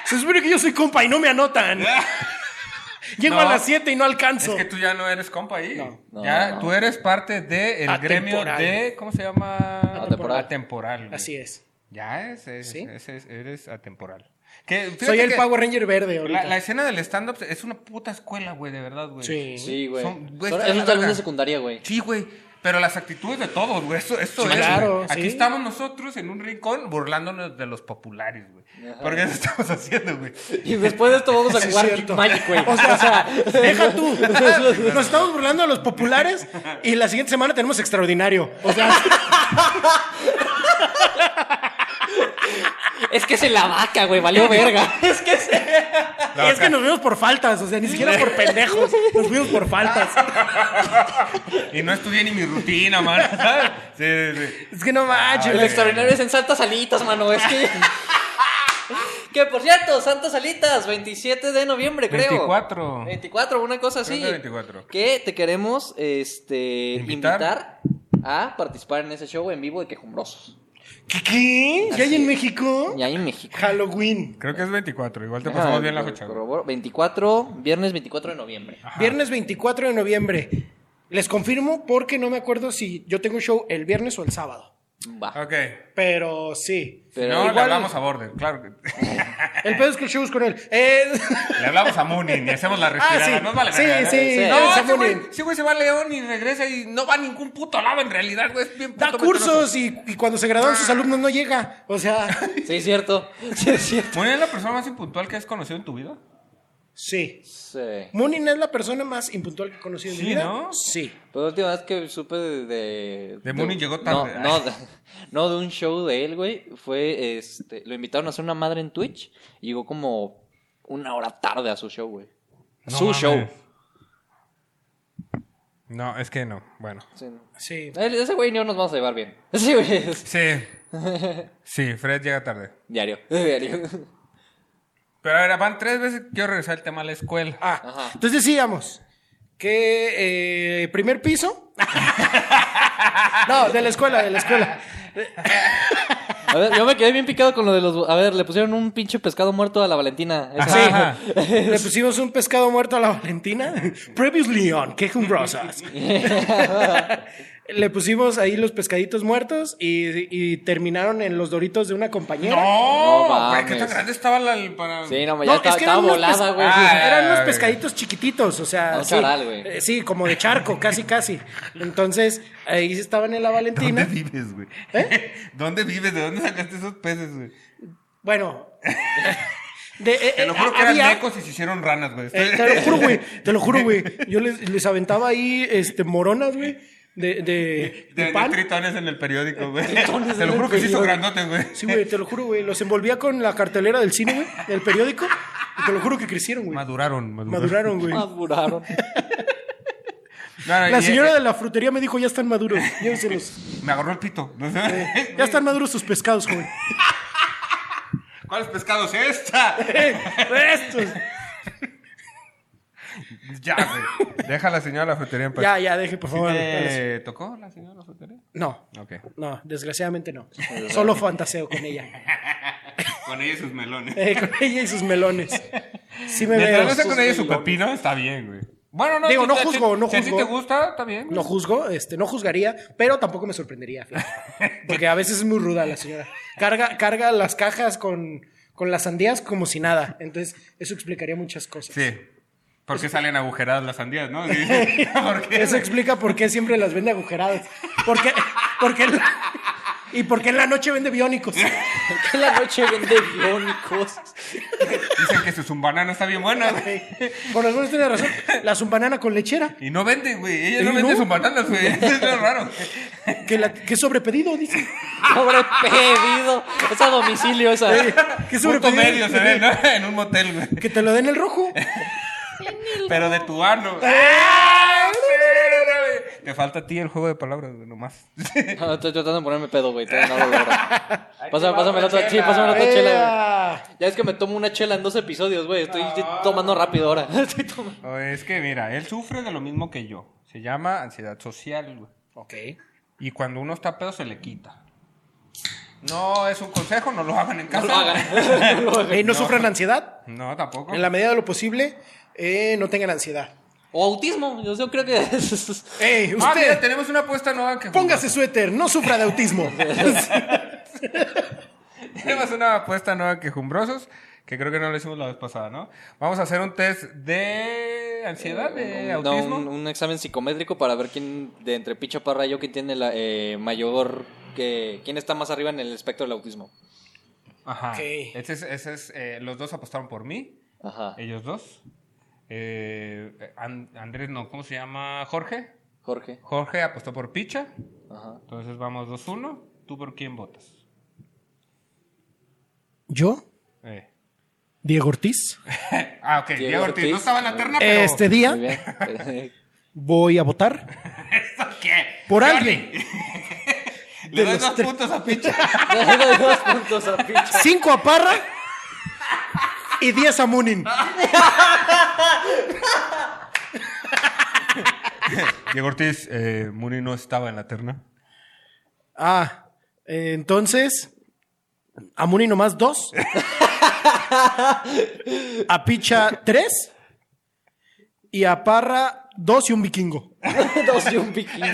[SPEAKER 3] Se supone que yo soy compa y no me anotan. Llego
[SPEAKER 1] No.
[SPEAKER 3] a las 7 y no alcanzo.
[SPEAKER 1] Es que tú ya no eres compa ahí.
[SPEAKER 2] No,
[SPEAKER 1] ya,
[SPEAKER 2] no.
[SPEAKER 1] tú eres parte del gremio
[SPEAKER 3] Atemporal.
[SPEAKER 1] de. ¿Cómo se llama?
[SPEAKER 2] Atemporal.
[SPEAKER 1] Atemporal. güey.
[SPEAKER 3] Así es.
[SPEAKER 1] Ya es, es-
[SPEAKER 3] ¿Sí?
[SPEAKER 1] es- es- eres atemporal. Que, fíjate
[SPEAKER 3] Soy el
[SPEAKER 1] que
[SPEAKER 3] Power Ranger verde ahorita.
[SPEAKER 1] La, la escena del stand-up es una puta escuela, güey, de verdad, güey.
[SPEAKER 3] Sí.
[SPEAKER 2] Sí, güey.
[SPEAKER 1] Son-
[SPEAKER 2] Son-
[SPEAKER 1] güey,
[SPEAKER 2] Es un
[SPEAKER 1] está la
[SPEAKER 2] salón
[SPEAKER 1] verga.
[SPEAKER 2] de secundaria, güey.
[SPEAKER 1] Sí, güey. Pero las actitudes de todos, güey. Eso, eso
[SPEAKER 3] Sí,
[SPEAKER 1] es.
[SPEAKER 3] claro,
[SPEAKER 1] güey. Aquí
[SPEAKER 3] sí.
[SPEAKER 1] estamos nosotros en un rincón burlándonos de los populares, güey. Porque eso estamos haciendo, güey.
[SPEAKER 2] Y después de esto vamos a
[SPEAKER 3] Sí, es
[SPEAKER 2] jugar
[SPEAKER 3] cierto.
[SPEAKER 2] Magic, güey.
[SPEAKER 3] O sea, deja tú. Nos estamos burlando de los populares y la siguiente semana tenemos extraordinario. O sea,
[SPEAKER 2] es que se la vaca, güey. Valió verga. Es que se...
[SPEAKER 3] es que nos vimos por faltas, o sea, ni siquiera por pendejos, nos vimos por faltas.
[SPEAKER 1] Y no estudié ni mi rutina, man. ¿sabes? Sí, sí, sí.
[SPEAKER 3] Es que no manches.
[SPEAKER 2] El extraordinario es en Santas Alitas, mano. Es que... Que por cierto, Santas Alitas, 27 de noviembre, creo.
[SPEAKER 1] 24.
[SPEAKER 2] 24, una cosa así.
[SPEAKER 1] Creo que 24.
[SPEAKER 2] Que te queremos este,
[SPEAKER 1] Invitar.
[SPEAKER 2] invitar. a participar en ese show en vivo de Quejumbrosos.
[SPEAKER 3] ¿Qué? qué? ¿Ya hay en México?
[SPEAKER 2] Y ahí en México.
[SPEAKER 3] Halloween.
[SPEAKER 1] Creo que es 24. Igual te pasamos bien la fecha. güey.
[SPEAKER 2] Corroboro. 24, viernes 24 de noviembre.
[SPEAKER 3] Viernes 24 de noviembre. Les confirmo porque no me acuerdo si yo tengo show el viernes o el sábado.
[SPEAKER 2] Va.
[SPEAKER 1] Ok.
[SPEAKER 3] Pero sí.
[SPEAKER 1] Si
[SPEAKER 2] Pero
[SPEAKER 1] no, le
[SPEAKER 2] igual-
[SPEAKER 1] hablamos a Borden, claro que.
[SPEAKER 3] El pedo es que el show es con él. Eh,
[SPEAKER 1] le hablamos a Moonin y hacemos la respirada.
[SPEAKER 3] Ah, sí.
[SPEAKER 1] Nos vale
[SPEAKER 3] Sí,
[SPEAKER 1] verga, ¿no?
[SPEAKER 3] sí,
[SPEAKER 2] Sí.
[SPEAKER 1] No,
[SPEAKER 3] no,
[SPEAKER 1] ese
[SPEAKER 3] Samuel.
[SPEAKER 1] güey, ese güey se va a León y regresa y no va a ningún puto lado en realidad, güey. Es bien
[SPEAKER 3] da
[SPEAKER 1] puto
[SPEAKER 3] cursos y, y cuando se gradúan sus alumnos no llega. O sea,
[SPEAKER 2] Sí, es cierto. Sí, es
[SPEAKER 1] mentiroso.
[SPEAKER 2] cierto.
[SPEAKER 1] ¿Moonin es la persona más impuntual que has conocido en tu vida?
[SPEAKER 3] sí.
[SPEAKER 2] Sí.
[SPEAKER 3] Moonin es la persona más impuntual que he conocido en
[SPEAKER 1] Sí,
[SPEAKER 3] mi vida.
[SPEAKER 1] ¿no?
[SPEAKER 3] Sí.
[SPEAKER 2] Pues la última vez que supe de. De,
[SPEAKER 1] De Moonin llegó
[SPEAKER 2] no,
[SPEAKER 1] tarde.
[SPEAKER 2] No, de- no, de un show de él, güey. Fue. Este, lo invitaron a hacer una madre en Twitch. Y llegó como una hora tarde a su show, güey. A
[SPEAKER 1] No
[SPEAKER 2] su
[SPEAKER 1] mames.
[SPEAKER 2] show.
[SPEAKER 1] No, es que no. Bueno.
[SPEAKER 2] Sí.
[SPEAKER 3] Sí.
[SPEAKER 2] Él- Ese güey y yo nos vamos a llevar bien. Ese güey es
[SPEAKER 1] Sí. Sí, Fred llega tarde.
[SPEAKER 2] diario. Diario.
[SPEAKER 1] Pero a ver, van tres veces que quiero regresar al tema de la escuela.
[SPEAKER 3] Ah,
[SPEAKER 2] Ajá.
[SPEAKER 3] entonces decíamos que eh, primer piso. no, de la escuela, de la escuela.
[SPEAKER 2] A ver, yo me quedé bien picado con lo de los. A ver, le pusieron un pinche pescado muerto a la Valentina. Esa-
[SPEAKER 3] Ah,
[SPEAKER 1] Ah, Sí. Ajá.
[SPEAKER 3] Le pusimos un pescado muerto a la Valentina. Previously on, quejumbrosas. Le pusimos ahí los pescaditos muertos y, y terminaron en los doritos de una compañera.
[SPEAKER 1] No,
[SPEAKER 2] No
[SPEAKER 1] güey, qué tan
[SPEAKER 2] mames.
[SPEAKER 1] grande estaba la, el para.
[SPEAKER 2] Sí, no,
[SPEAKER 3] No,
[SPEAKER 2] ya estaba, estaba
[SPEAKER 3] unos
[SPEAKER 2] volada,
[SPEAKER 3] pes-
[SPEAKER 2] güey.
[SPEAKER 1] Ah,
[SPEAKER 3] eran unos
[SPEAKER 1] güey.
[SPEAKER 3] pescaditos chiquititos, o sea,
[SPEAKER 2] Ah,
[SPEAKER 3] sí,
[SPEAKER 2] charal, güey.
[SPEAKER 3] eh, sí, como de charco, casi, casi. Entonces, ahí estaban en la Valentina.
[SPEAKER 1] ¿Dónde vives, güey?
[SPEAKER 3] ¿Eh?
[SPEAKER 1] ¿Dónde vives? ¿De dónde sacaste esos peces, güey?
[SPEAKER 3] Bueno. de- eh,
[SPEAKER 1] Te lo
[SPEAKER 3] eh,
[SPEAKER 1] juro que
[SPEAKER 3] había-
[SPEAKER 1] eran necos y se hicieron ranas, güey. Estoy-
[SPEAKER 3] eh, te lo juro, güey. Te lo juro, güey. Yo les, les aventaba ahí este, moronas, güey. De, de,
[SPEAKER 1] Te
[SPEAKER 3] de
[SPEAKER 1] vendí
[SPEAKER 3] pan.
[SPEAKER 1] tritones en el periódico, güey.
[SPEAKER 2] Tritones
[SPEAKER 1] Te
[SPEAKER 2] en
[SPEAKER 1] lo
[SPEAKER 2] el
[SPEAKER 1] juro que se hizo
[SPEAKER 2] periódico.
[SPEAKER 1] grandote, güey.
[SPEAKER 3] Sí, güey, te lo juro, güey. Los envolvía con la cartelera del cine, güey, del periódico. Y te lo juro que crecieron, güey.
[SPEAKER 1] Maduraron, maduraron.
[SPEAKER 3] Maduraron, güey.
[SPEAKER 2] Maduraron.
[SPEAKER 1] No, no,
[SPEAKER 3] La
[SPEAKER 1] y-
[SPEAKER 3] señora
[SPEAKER 1] eh,
[SPEAKER 3] de la frutería me dijo, ya están maduros. Llévenselos. Eh,
[SPEAKER 1] Me agarró el pito.
[SPEAKER 3] Ya están maduros sus pescados, güey.
[SPEAKER 1] ¿Cuáles pescados esta?
[SPEAKER 3] Estos.
[SPEAKER 1] ya, güey. Deja a la señora de la frutería en paz.
[SPEAKER 3] Ya, Eh, ya, deje, por
[SPEAKER 1] ¿Sí eh.
[SPEAKER 3] favor.
[SPEAKER 1] te tocó la señora de la frutería?
[SPEAKER 3] No,
[SPEAKER 1] Ok.
[SPEAKER 3] no, desgraciadamente no. Solo fantaseo con ella.
[SPEAKER 1] Con ella y sus melones.
[SPEAKER 3] Eh, con ella y sus melones. Sí me
[SPEAKER 1] Mientras
[SPEAKER 3] veo.
[SPEAKER 1] no sea
[SPEAKER 3] sus
[SPEAKER 1] con ella y su
[SPEAKER 3] melones.
[SPEAKER 1] pepino, está bien, güey. Bueno, no.
[SPEAKER 3] Digo,
[SPEAKER 1] si-
[SPEAKER 3] no
[SPEAKER 1] si-
[SPEAKER 3] juzgo, no
[SPEAKER 1] si a ti
[SPEAKER 3] juzgo.
[SPEAKER 1] te gusta, está bien. güey.
[SPEAKER 3] No juzgo, este, no juzgaría, pero tampoco me sorprendería. fíjate. Porque a veces es muy ruda la señora. Carga, carga las cajas con, con las sandías como si nada. Entonces, eso explicaría muchas cosas.
[SPEAKER 1] Sí. Porque salen agujeradas las sandías, ¿no? Sí. ¿Por qué?
[SPEAKER 3] Eso explica por qué siempre las vende agujeradas. Porque, porque en la- y porque en la noche vende biónicos.
[SPEAKER 2] en la noche vende biónicos.
[SPEAKER 1] Dicen que su zumbanana está bien buena, güey.
[SPEAKER 3] Con algunos tiene razón. La zumbanana con lechera.
[SPEAKER 1] Y no venden, güey. Ella
[SPEAKER 3] Sí,
[SPEAKER 1] no vende
[SPEAKER 3] no.
[SPEAKER 1] zumbananas, güey. Eso es lo raro.
[SPEAKER 3] Que, la, que es sobrepedido, dice.
[SPEAKER 2] Pobre pedido. Es a domicilio esa.
[SPEAKER 3] Que es
[SPEAKER 1] Punto
[SPEAKER 3] sobrepedido.
[SPEAKER 1] medio se ve, ¿no? En un motel, güey.
[SPEAKER 3] Que te lo den el rojo.
[SPEAKER 1] Pero de tu ano. ¡Ah, mira, güey! Te falta a ti el juego de palabras, güey, nomás.
[SPEAKER 2] No, estoy tratando de ponerme pedo, güey. todavía no lo logro. Pásame,
[SPEAKER 1] va
[SPEAKER 2] pásame
[SPEAKER 1] otra
[SPEAKER 2] la otra, sí,
[SPEAKER 1] chela.
[SPEAKER 2] pásame la otra Ah, chela, güey.
[SPEAKER 3] ¡Ea!
[SPEAKER 2] Ya es que me tomo una chela en dos episodios, güey. Estoy tomando rápido ahora. Estoy tomando.
[SPEAKER 1] O Eh, es que, mira, él sufre de lo mismo que yo. Se llama ansiedad social, güey.
[SPEAKER 3] Ok.
[SPEAKER 1] Y cuando uno está pedo, se le quita. No, es un consejo, no lo hagan en
[SPEAKER 2] No
[SPEAKER 1] casa.
[SPEAKER 2] lo hagan. No lo hagan.
[SPEAKER 3] Eh, no sufran ansiedad.
[SPEAKER 1] No, tampoco.
[SPEAKER 3] En la medida de lo posible, eh, no tengan ansiedad.
[SPEAKER 2] O autismo. Yo yo creo que. es-
[SPEAKER 3] ¡Ey,
[SPEAKER 1] Ah, mira,
[SPEAKER 3] usted!
[SPEAKER 1] tenemos una apuesta nueva que
[SPEAKER 3] Póngase suéter, no sufra de autismo.
[SPEAKER 1] Tenemos una apuesta nueva quejumbrosos, que creo que no lo hicimos la vez pasada, ¿no? Vamos a hacer un test de ansiedad, de
[SPEAKER 2] un- Eh, no,
[SPEAKER 1] autismo.
[SPEAKER 2] un, un examen psicométrico para ver quién de entre Picha Parra y yo quién tiene la eh, mayor que quién está más arriba en el espectro del autismo.
[SPEAKER 1] Ajá.
[SPEAKER 3] Ok.
[SPEAKER 1] Ese es, ese es, eh, los dos apostaron por mí,
[SPEAKER 2] Ajá.
[SPEAKER 1] ellos dos. Eh, An- Andrés, no, ¿cómo se llama? Jorge.
[SPEAKER 2] Jorge.
[SPEAKER 1] Jorge apostó por Picha.
[SPEAKER 2] Ajá.
[SPEAKER 1] Entonces vamos 2-1. ¿Tú por quién votas?
[SPEAKER 3] ¿Yo?
[SPEAKER 1] Eh.
[SPEAKER 3] Diego Ortiz.
[SPEAKER 1] Ah, ok. Diego,
[SPEAKER 2] Diego
[SPEAKER 1] Ortiz.
[SPEAKER 2] Ortiz.
[SPEAKER 1] No estaba en la terna, pero...
[SPEAKER 3] Este
[SPEAKER 2] Muy
[SPEAKER 3] día
[SPEAKER 2] bien. Eh,
[SPEAKER 3] voy a votar
[SPEAKER 1] ¿Esto qué?
[SPEAKER 3] por alguien.
[SPEAKER 1] Le
[SPEAKER 3] De
[SPEAKER 1] doy
[SPEAKER 3] los
[SPEAKER 1] dos
[SPEAKER 3] tres.
[SPEAKER 1] puntos a Picha.
[SPEAKER 2] le doy dos puntos ah, a Picha.
[SPEAKER 3] Cinco a Parra y diez a Munin.
[SPEAKER 1] Diego Ortiz, eh, Muni no estaba en la terna.
[SPEAKER 3] Ah, eh, entonces, a Munin nomás dos. A Picha tres. Y a Parra dos y un vikingo.
[SPEAKER 2] Dos y un vikingo.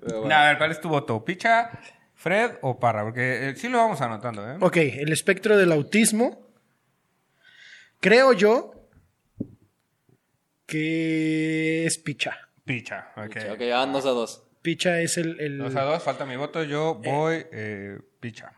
[SPEAKER 2] Pero bueno.
[SPEAKER 1] Nah, a ver, ¿cuál es tu voto? ¿Picha, Fred o Parra? Porque eh, sí lo vamos anotando, ¿eh?
[SPEAKER 3] Ok, el espectro del autismo. Creo yo que es Picha.
[SPEAKER 1] Picha, ok.
[SPEAKER 2] Picha, Ok, ya van dos a dos.
[SPEAKER 3] Picha es el... el-
[SPEAKER 1] Dos a dos, falta mi voto. Yo voy eh, Picha.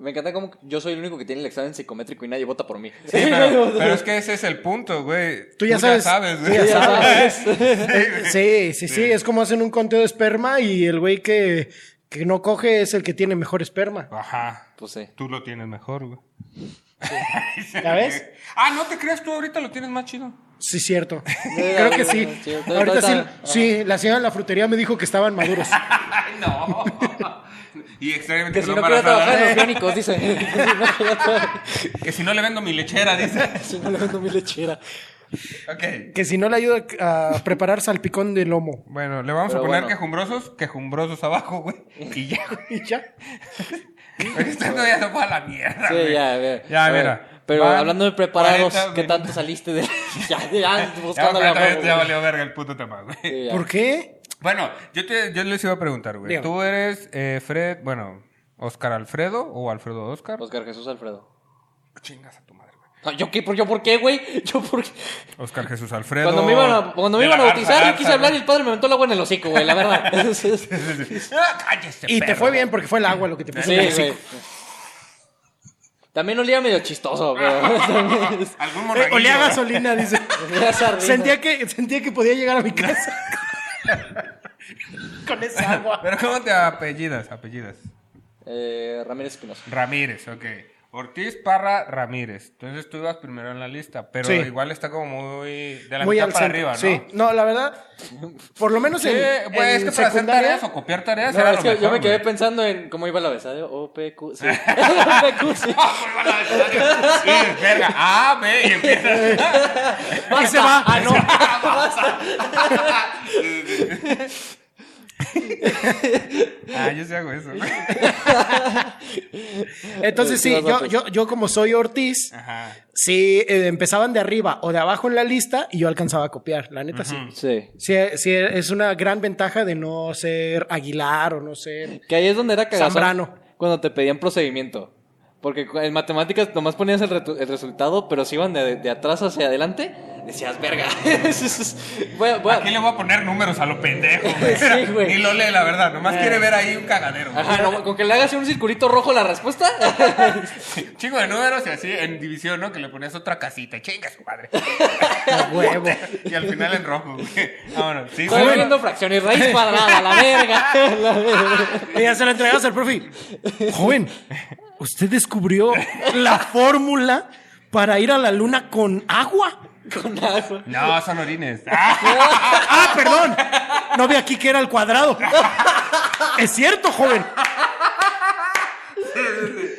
[SPEAKER 2] Me encanta como yo soy el único que tiene el examen psicométrico y nadie vota por mí.
[SPEAKER 1] Sí, pero, pero es que ese es el punto, güey.
[SPEAKER 3] Tú ya sabes.
[SPEAKER 1] güey.
[SPEAKER 3] Tú ya
[SPEAKER 2] Ya sabes.
[SPEAKER 3] Eh, sí, sí, sí, es como hacen un conteo de esperma y el güey que, que no coge es el que tiene mejor esperma.
[SPEAKER 1] Ajá.
[SPEAKER 2] Pues sí.
[SPEAKER 1] Tú lo tienes mejor, güey.
[SPEAKER 3] ¿Ya ves?
[SPEAKER 1] Ah, no te creas, tú ahorita lo tienes más chido.
[SPEAKER 3] Sí, cierto.
[SPEAKER 2] ya,
[SPEAKER 3] Creo
[SPEAKER 2] ya,
[SPEAKER 3] que
[SPEAKER 2] ya,
[SPEAKER 3] sí.
[SPEAKER 2] ya, sí, ahorita-
[SPEAKER 3] Ahorita sí.
[SPEAKER 2] ahorita-
[SPEAKER 3] Sí, la señora de la frutería me dijo que estaban maduros.
[SPEAKER 1] Ay, no. y extrañamente
[SPEAKER 2] Que
[SPEAKER 1] que
[SPEAKER 2] si
[SPEAKER 1] lo
[SPEAKER 2] no quiero
[SPEAKER 1] embarazada,
[SPEAKER 2] trabajar en los
[SPEAKER 1] ¿eh?
[SPEAKER 2] biónicos, dice. Que si no quiero trabajar-
[SPEAKER 1] Que si no le vendo mi lechera, dice.
[SPEAKER 2] si no le vendo mi lechera.
[SPEAKER 1] Ok.
[SPEAKER 3] que si no le ayuda a preparar salpicón de lomo.
[SPEAKER 1] Bueno, le vamos
[SPEAKER 2] Pero
[SPEAKER 1] a poner
[SPEAKER 2] bueno.
[SPEAKER 1] quejumbrosos, quejumbrosos abajo, güey. Y ya, güey.
[SPEAKER 3] Y ya.
[SPEAKER 1] Porque Esto todavía no va a la mierda,
[SPEAKER 2] Sí,
[SPEAKER 1] güey.
[SPEAKER 2] ya, mira.
[SPEAKER 1] Ya,
[SPEAKER 2] A ver,
[SPEAKER 1] mira.
[SPEAKER 2] Pero
[SPEAKER 1] Van
[SPEAKER 2] hablando de preparados,
[SPEAKER 1] 40
[SPEAKER 2] ¿qué tanto saliste de.? ya, ya,
[SPEAKER 1] Ya,
[SPEAKER 2] buscando
[SPEAKER 1] pero
[SPEAKER 2] la
[SPEAKER 1] también
[SPEAKER 2] huevo,
[SPEAKER 1] ya
[SPEAKER 2] güey.
[SPEAKER 1] valió verga el puto tema, güey.
[SPEAKER 2] Sí, ya.
[SPEAKER 3] ¿Por qué?
[SPEAKER 1] Bueno, yo, te, yo les iba a preguntar, güey.
[SPEAKER 3] Dígame.
[SPEAKER 1] ¿Tú eres eh, Fred, bueno, Oscar Alfredo o Alfredo Oscar?
[SPEAKER 2] Oscar Jesús Alfredo.
[SPEAKER 1] Chingas a tu madre, güey.
[SPEAKER 2] No, ¿Yo qué? ¿Por, yo por qué, güey? ¿Yo por qué?
[SPEAKER 1] Oscar Jesús Alfredo.
[SPEAKER 2] Cuando me iban a, cuando me
[SPEAKER 1] de la
[SPEAKER 2] iban a
[SPEAKER 1] Garza,
[SPEAKER 2] bautizar, yo
[SPEAKER 1] Garza,
[SPEAKER 2] quise hablar y
[SPEAKER 1] güey.
[SPEAKER 2] el padre me aventó el agua en el hocico, güey, la verdad. Entonces,
[SPEAKER 1] Ah, cállese,
[SPEAKER 3] Y te
[SPEAKER 1] perro.
[SPEAKER 3] fue bien porque fue el agua lo que te puso
[SPEAKER 2] sí,
[SPEAKER 3] en el hocico.
[SPEAKER 2] güey. También olía medio chistoso, pero.
[SPEAKER 1] Ah, Algún
[SPEAKER 3] Eh,
[SPEAKER 1] monaguillo,
[SPEAKER 3] olía a
[SPEAKER 1] güey.
[SPEAKER 3] gasolina, dice.
[SPEAKER 2] Olía a sardina.
[SPEAKER 3] sentía, que, sentía que podía llegar a mi casa. Con esa agua.
[SPEAKER 1] Pero ¿cómo te apellidas? Apellidas.
[SPEAKER 2] Eh, Ramírez Espinosa.
[SPEAKER 1] Ramírez, ok. Ortiz Parra Ramírez. Entonces tú ibas primero en la lista, pero
[SPEAKER 3] Sí.
[SPEAKER 1] igual está como muy de la
[SPEAKER 3] muy
[SPEAKER 1] mitad
[SPEAKER 3] al
[SPEAKER 1] para
[SPEAKER 3] centro,
[SPEAKER 1] arriba, ¿no?
[SPEAKER 3] Sí, no, la verdad, por lo menos
[SPEAKER 1] Sí,
[SPEAKER 3] en,
[SPEAKER 1] pues, es que
[SPEAKER 3] en
[SPEAKER 1] para hacer
[SPEAKER 3] secundaria-
[SPEAKER 1] tareas o copiar tareas
[SPEAKER 2] No,
[SPEAKER 1] era
[SPEAKER 2] es
[SPEAKER 1] lo
[SPEAKER 2] que
[SPEAKER 1] mejor,
[SPEAKER 2] yo me quedé
[SPEAKER 1] güey.
[SPEAKER 2] pensando en cómo iba la besada. OPQ, sí. OPQ, sí.
[SPEAKER 1] Ah, pues, Sí, verga. Ah, ve, y empiezas.
[SPEAKER 2] Basta.
[SPEAKER 3] se va.
[SPEAKER 2] Ah, no.
[SPEAKER 1] Ah, yo sí hago eso.
[SPEAKER 3] Entonces, sí, yo, yo, yo como soy Ortiz,
[SPEAKER 1] Ajá.
[SPEAKER 3] sí eh, empezaban de arriba o de abajo en la lista y yo alcanzaba a copiar, la neta sí.
[SPEAKER 2] Sí.
[SPEAKER 3] sí. sí, es una gran ventaja de no ser Aguilar o no ser...
[SPEAKER 2] Que ahí es donde era cagazón.
[SPEAKER 3] Zambrano.
[SPEAKER 2] Cuando te pedían procedimiento. Porque cu- en matemáticas nomás ponías el, retu- el resultado, pero si iban de, de atrás hacia adelante, decías, verga. voy a- voy a-
[SPEAKER 1] Aquí le voy a poner números a lo pendejo,
[SPEAKER 2] Sí, güey. Eh.
[SPEAKER 1] Ni lo lee, la verdad. Nomás quiere ver ahí un cagadero. güey.
[SPEAKER 2] Ajá, no, con que le hagas un circulito rojo la respuesta.
[SPEAKER 1] Chingo de números y así en división, ¿no? Que le ponías otra casita. Chinga su madre.
[SPEAKER 3] A huevo.
[SPEAKER 1] Y al final en rojo, güey. Vámonos. Sí,
[SPEAKER 2] Estoy
[SPEAKER 1] güey.
[SPEAKER 2] viendo fracciones, raíz cuadrada, la verga. La verga.
[SPEAKER 3] Y ya se lo entregabas al profe. Joven, usted descubrió la fórmula para ir a la luna con agua.
[SPEAKER 2] Con agua.
[SPEAKER 1] No, son orines. ¡Ah!
[SPEAKER 3] Ah, perdón. No vi aquí que era el cuadrado. Es cierto, joven.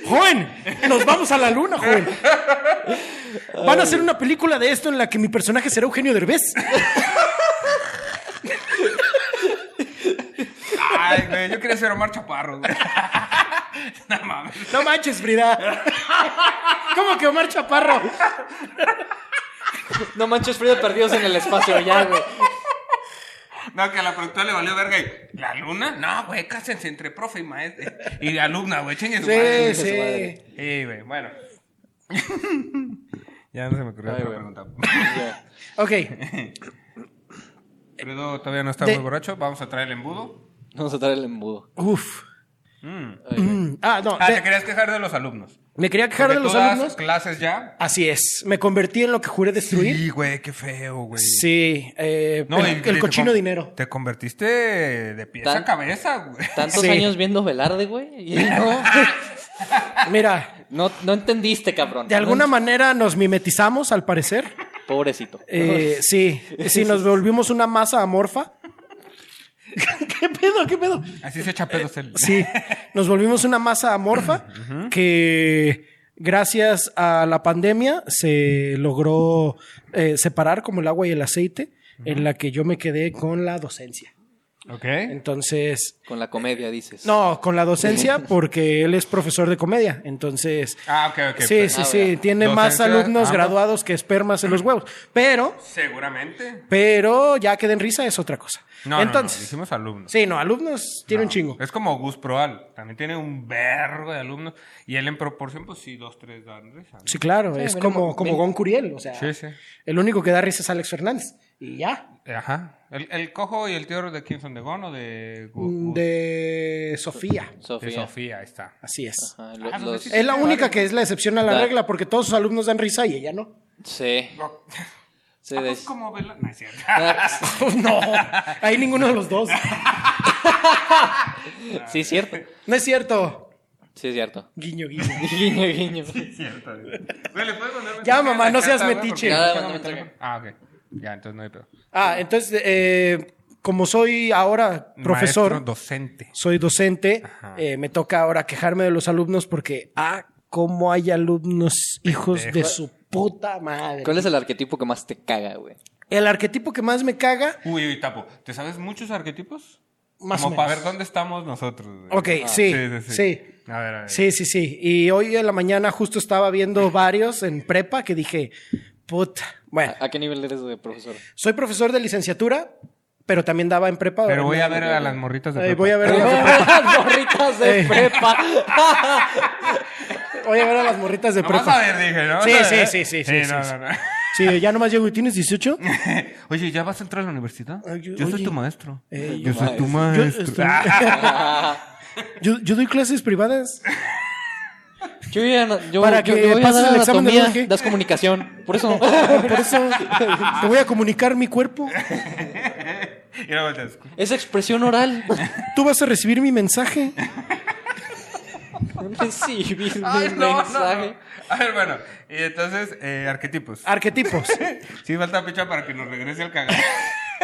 [SPEAKER 3] Joven, nos vamos a la luna, joven. Van a hacer una película de esto en la que mi personaje será Eugenio Derbez.
[SPEAKER 1] Ay, güey. Yo quería ser Omar Chaparro, güey. No mames.
[SPEAKER 3] No manches, Frida. ¿Cómo que Omar Chaparro?
[SPEAKER 2] No manches frío perdidos en el espacio ya, güey.
[SPEAKER 1] No, que a la productora le valió verga. Y, ¿La luna? No, güey. Cásense entre profe y maestro. Y alumna, güey. Chingue su madre.
[SPEAKER 3] Sí,
[SPEAKER 1] güey.
[SPEAKER 3] sí.
[SPEAKER 1] Sí, güey. Bueno. ya no se me ocurrió
[SPEAKER 2] Ay,
[SPEAKER 1] otra
[SPEAKER 2] güey.
[SPEAKER 1] pregunta.
[SPEAKER 3] Ok,
[SPEAKER 1] Fredo todavía no está
[SPEAKER 3] De-
[SPEAKER 1] muy borracho. Vamos a traer el embudo.
[SPEAKER 2] Vamos a traer el embudo.
[SPEAKER 3] uf.
[SPEAKER 1] Mm.
[SPEAKER 2] Ay, güey.
[SPEAKER 3] Mm, Ah, no.
[SPEAKER 1] Ah,
[SPEAKER 3] te-
[SPEAKER 1] te querías quejar de los alumnos.
[SPEAKER 3] me quería quejar de
[SPEAKER 1] Porque
[SPEAKER 3] los
[SPEAKER 1] tú das
[SPEAKER 3] alumnos.
[SPEAKER 1] clases ya?
[SPEAKER 3] Así es. Me convertí en lo que juré destruir.
[SPEAKER 1] Sí, güey, qué feo, güey.
[SPEAKER 3] Sí, eh,
[SPEAKER 1] No, y-
[SPEAKER 3] el,
[SPEAKER 1] y
[SPEAKER 3] el
[SPEAKER 1] te
[SPEAKER 3] cochino
[SPEAKER 1] con-
[SPEAKER 3] dinero.
[SPEAKER 1] Te convertiste de pies
[SPEAKER 2] Tan-
[SPEAKER 1] a cabeza, güey.
[SPEAKER 2] Tantos
[SPEAKER 3] Sí.
[SPEAKER 2] años viendo Velarde, güey. y no,
[SPEAKER 3] Mira,
[SPEAKER 2] no, no entendiste, cabrón.
[SPEAKER 3] de alguna manera nos mimetizamos, al parecer.
[SPEAKER 2] Pobrecito.
[SPEAKER 3] Eh, sí, sí, nos volvimos una masa amorfa. ¿Qué pedo? ¿Qué pedo?
[SPEAKER 1] Así se echa pedos el.
[SPEAKER 3] Sí, nos volvimos una masa amorfa que gracias a la pandemia se logró eh, separar como el agua y el aceite, en la que yo me quedé con la docencia.
[SPEAKER 1] Ok.
[SPEAKER 3] Entonces,
[SPEAKER 2] Con la comedia, dices.
[SPEAKER 3] no, con la docencia porque él es profesor de comedia, entonces...
[SPEAKER 1] Ah, ok, ok.
[SPEAKER 3] Sí,
[SPEAKER 1] pues,
[SPEAKER 3] sí,
[SPEAKER 2] Ah,
[SPEAKER 3] sí.
[SPEAKER 2] bueno.
[SPEAKER 3] Tiene más
[SPEAKER 1] Docencia, ah,
[SPEAKER 3] alumnos
[SPEAKER 1] ambas.
[SPEAKER 3] graduados que espermas en los huevos. Pero,
[SPEAKER 1] Seguramente.
[SPEAKER 3] pero ya que den risa es otra cosa.
[SPEAKER 1] No, Entonces, no,
[SPEAKER 3] Entonces,
[SPEAKER 1] Hicimos alumnos.
[SPEAKER 3] sí, no, alumnos tiene
[SPEAKER 1] No,
[SPEAKER 3] un chingo.
[SPEAKER 1] Es como Gus Proal. También tiene un vergo de alumnos. Y él en proporción, pues sí, dos, tres dan risa. ¿no?
[SPEAKER 3] Sí, claro,
[SPEAKER 2] Sí,
[SPEAKER 3] es
[SPEAKER 2] ven-
[SPEAKER 3] como, como
[SPEAKER 2] ven-
[SPEAKER 3] Gon Curiel. O sea,
[SPEAKER 1] Sí, sí.
[SPEAKER 3] el único que da risa es Alex Fernández. Y ya.
[SPEAKER 1] Ajá. El, el cojo y el tío de quién son de Gon o de
[SPEAKER 3] Mm,
[SPEAKER 1] Gu- Gus?
[SPEAKER 3] De Sofía.
[SPEAKER 1] de
[SPEAKER 2] Sofía.
[SPEAKER 1] Sofía, ahí está.
[SPEAKER 3] Así es.
[SPEAKER 2] Ajá, lo-
[SPEAKER 1] Ah, no sé
[SPEAKER 2] los-
[SPEAKER 1] si-
[SPEAKER 3] Es la única que es la excepción a la
[SPEAKER 2] Da-
[SPEAKER 3] regla porque todos sus alumnos dan risa y ella no.
[SPEAKER 2] Sí.
[SPEAKER 1] No.
[SPEAKER 2] Se
[SPEAKER 1] Ah, pues,
[SPEAKER 2] des-
[SPEAKER 1] como Vela- No, es cierto.
[SPEAKER 2] Ah,
[SPEAKER 3] Pues no, ahí ninguno de los dos.
[SPEAKER 2] Sí, es cierto.
[SPEAKER 3] No es cierto.
[SPEAKER 2] Sí, es cierto.
[SPEAKER 3] Guiño, guiño.
[SPEAKER 2] Guiño, guiño.
[SPEAKER 1] Cierto. Güey, ¿le puedes mandar mensaje
[SPEAKER 3] Ya, mamá,
[SPEAKER 1] a la
[SPEAKER 3] no seas
[SPEAKER 1] chata, güey?
[SPEAKER 3] metiche.
[SPEAKER 1] Porque no
[SPEAKER 2] Ya, mándame
[SPEAKER 1] tengo
[SPEAKER 2] mensaje.
[SPEAKER 1] teléfono. Ah, ok. Ya, entonces no hay pedo.
[SPEAKER 3] Ah, entonces, eh, como soy ahora profesor,
[SPEAKER 1] Maestro docente.
[SPEAKER 3] soy docente,
[SPEAKER 1] Ajá.
[SPEAKER 3] eh, me toca ahora quejarme de los alumnos porque, ah, cómo hay alumnos hijos de
[SPEAKER 1] Pendejos.
[SPEAKER 3] su puta madre.
[SPEAKER 2] ¿Cuál es el arquetipo que más te caga, güey?
[SPEAKER 3] El arquetipo que más me caga,
[SPEAKER 1] Uy, uy, Tapo, ¿te sabes muchos arquetipos?
[SPEAKER 3] más
[SPEAKER 1] Como
[SPEAKER 3] o menos.
[SPEAKER 1] para ver dónde estamos nosotros. güey. Ah,
[SPEAKER 3] Ok, sí, sí.
[SPEAKER 1] A ver, a ver.
[SPEAKER 3] Sí, sí, sí. Y hoy en la mañana justo estaba viendo varios en prepa que dije, puta. Bueno,
[SPEAKER 2] ¿A, a qué nivel eres de profesor?
[SPEAKER 3] soy profesor de licenciatura, pero también daba en prepa.
[SPEAKER 1] Pero voy a ver a
[SPEAKER 2] ok.
[SPEAKER 1] las morritas de
[SPEAKER 3] Ay,
[SPEAKER 1] prepa.
[SPEAKER 3] voy a ver a las-
[SPEAKER 2] Gorritas de
[SPEAKER 3] Eh.
[SPEAKER 2] prepa.
[SPEAKER 3] voy a ver a las morritas de
[SPEAKER 1] Nomás a
[SPEAKER 3] prepa.
[SPEAKER 1] ver, dije, ¿no?
[SPEAKER 3] Sí,
[SPEAKER 1] Vamos a
[SPEAKER 3] sí,
[SPEAKER 1] ver.
[SPEAKER 3] sí, sí, sí,
[SPEAKER 1] no,
[SPEAKER 3] sí, sí.
[SPEAKER 1] no, no.
[SPEAKER 3] Sí, ya nomás llego y tienes 18.
[SPEAKER 1] Oye, ¿ya vas a entrar a la universidad?
[SPEAKER 3] Ay, yo-
[SPEAKER 1] yo, soy
[SPEAKER 3] oye.
[SPEAKER 1] tu maestro.
[SPEAKER 3] Ey,
[SPEAKER 1] yo soy tu
[SPEAKER 3] Yo,
[SPEAKER 1] maestro.
[SPEAKER 3] este,
[SPEAKER 1] Ah,
[SPEAKER 3] yo- yo doy clases privadas.
[SPEAKER 2] Yo voy a, yo,
[SPEAKER 3] Para
[SPEAKER 2] yo-
[SPEAKER 3] que
[SPEAKER 2] yo voy a
[SPEAKER 3] pases
[SPEAKER 2] dar
[SPEAKER 3] el examen de
[SPEAKER 2] anatomía,
[SPEAKER 3] Jorge.
[SPEAKER 2] das comunicación. Por eso.
[SPEAKER 3] Por eso te voy a comunicar mi cuerpo.
[SPEAKER 1] y luego te escucho.
[SPEAKER 2] Es expresión oral.
[SPEAKER 3] Tú vas a recibir mi mensaje.
[SPEAKER 2] Recibir
[SPEAKER 1] Ay,
[SPEAKER 2] un
[SPEAKER 1] no, no,
[SPEAKER 2] mensaje.
[SPEAKER 1] no. A ver, bueno. Y entonces, eh, arquetipos.
[SPEAKER 3] Ah. Arquetipos.
[SPEAKER 1] Sí, falta picha para que nos regrese el cagado.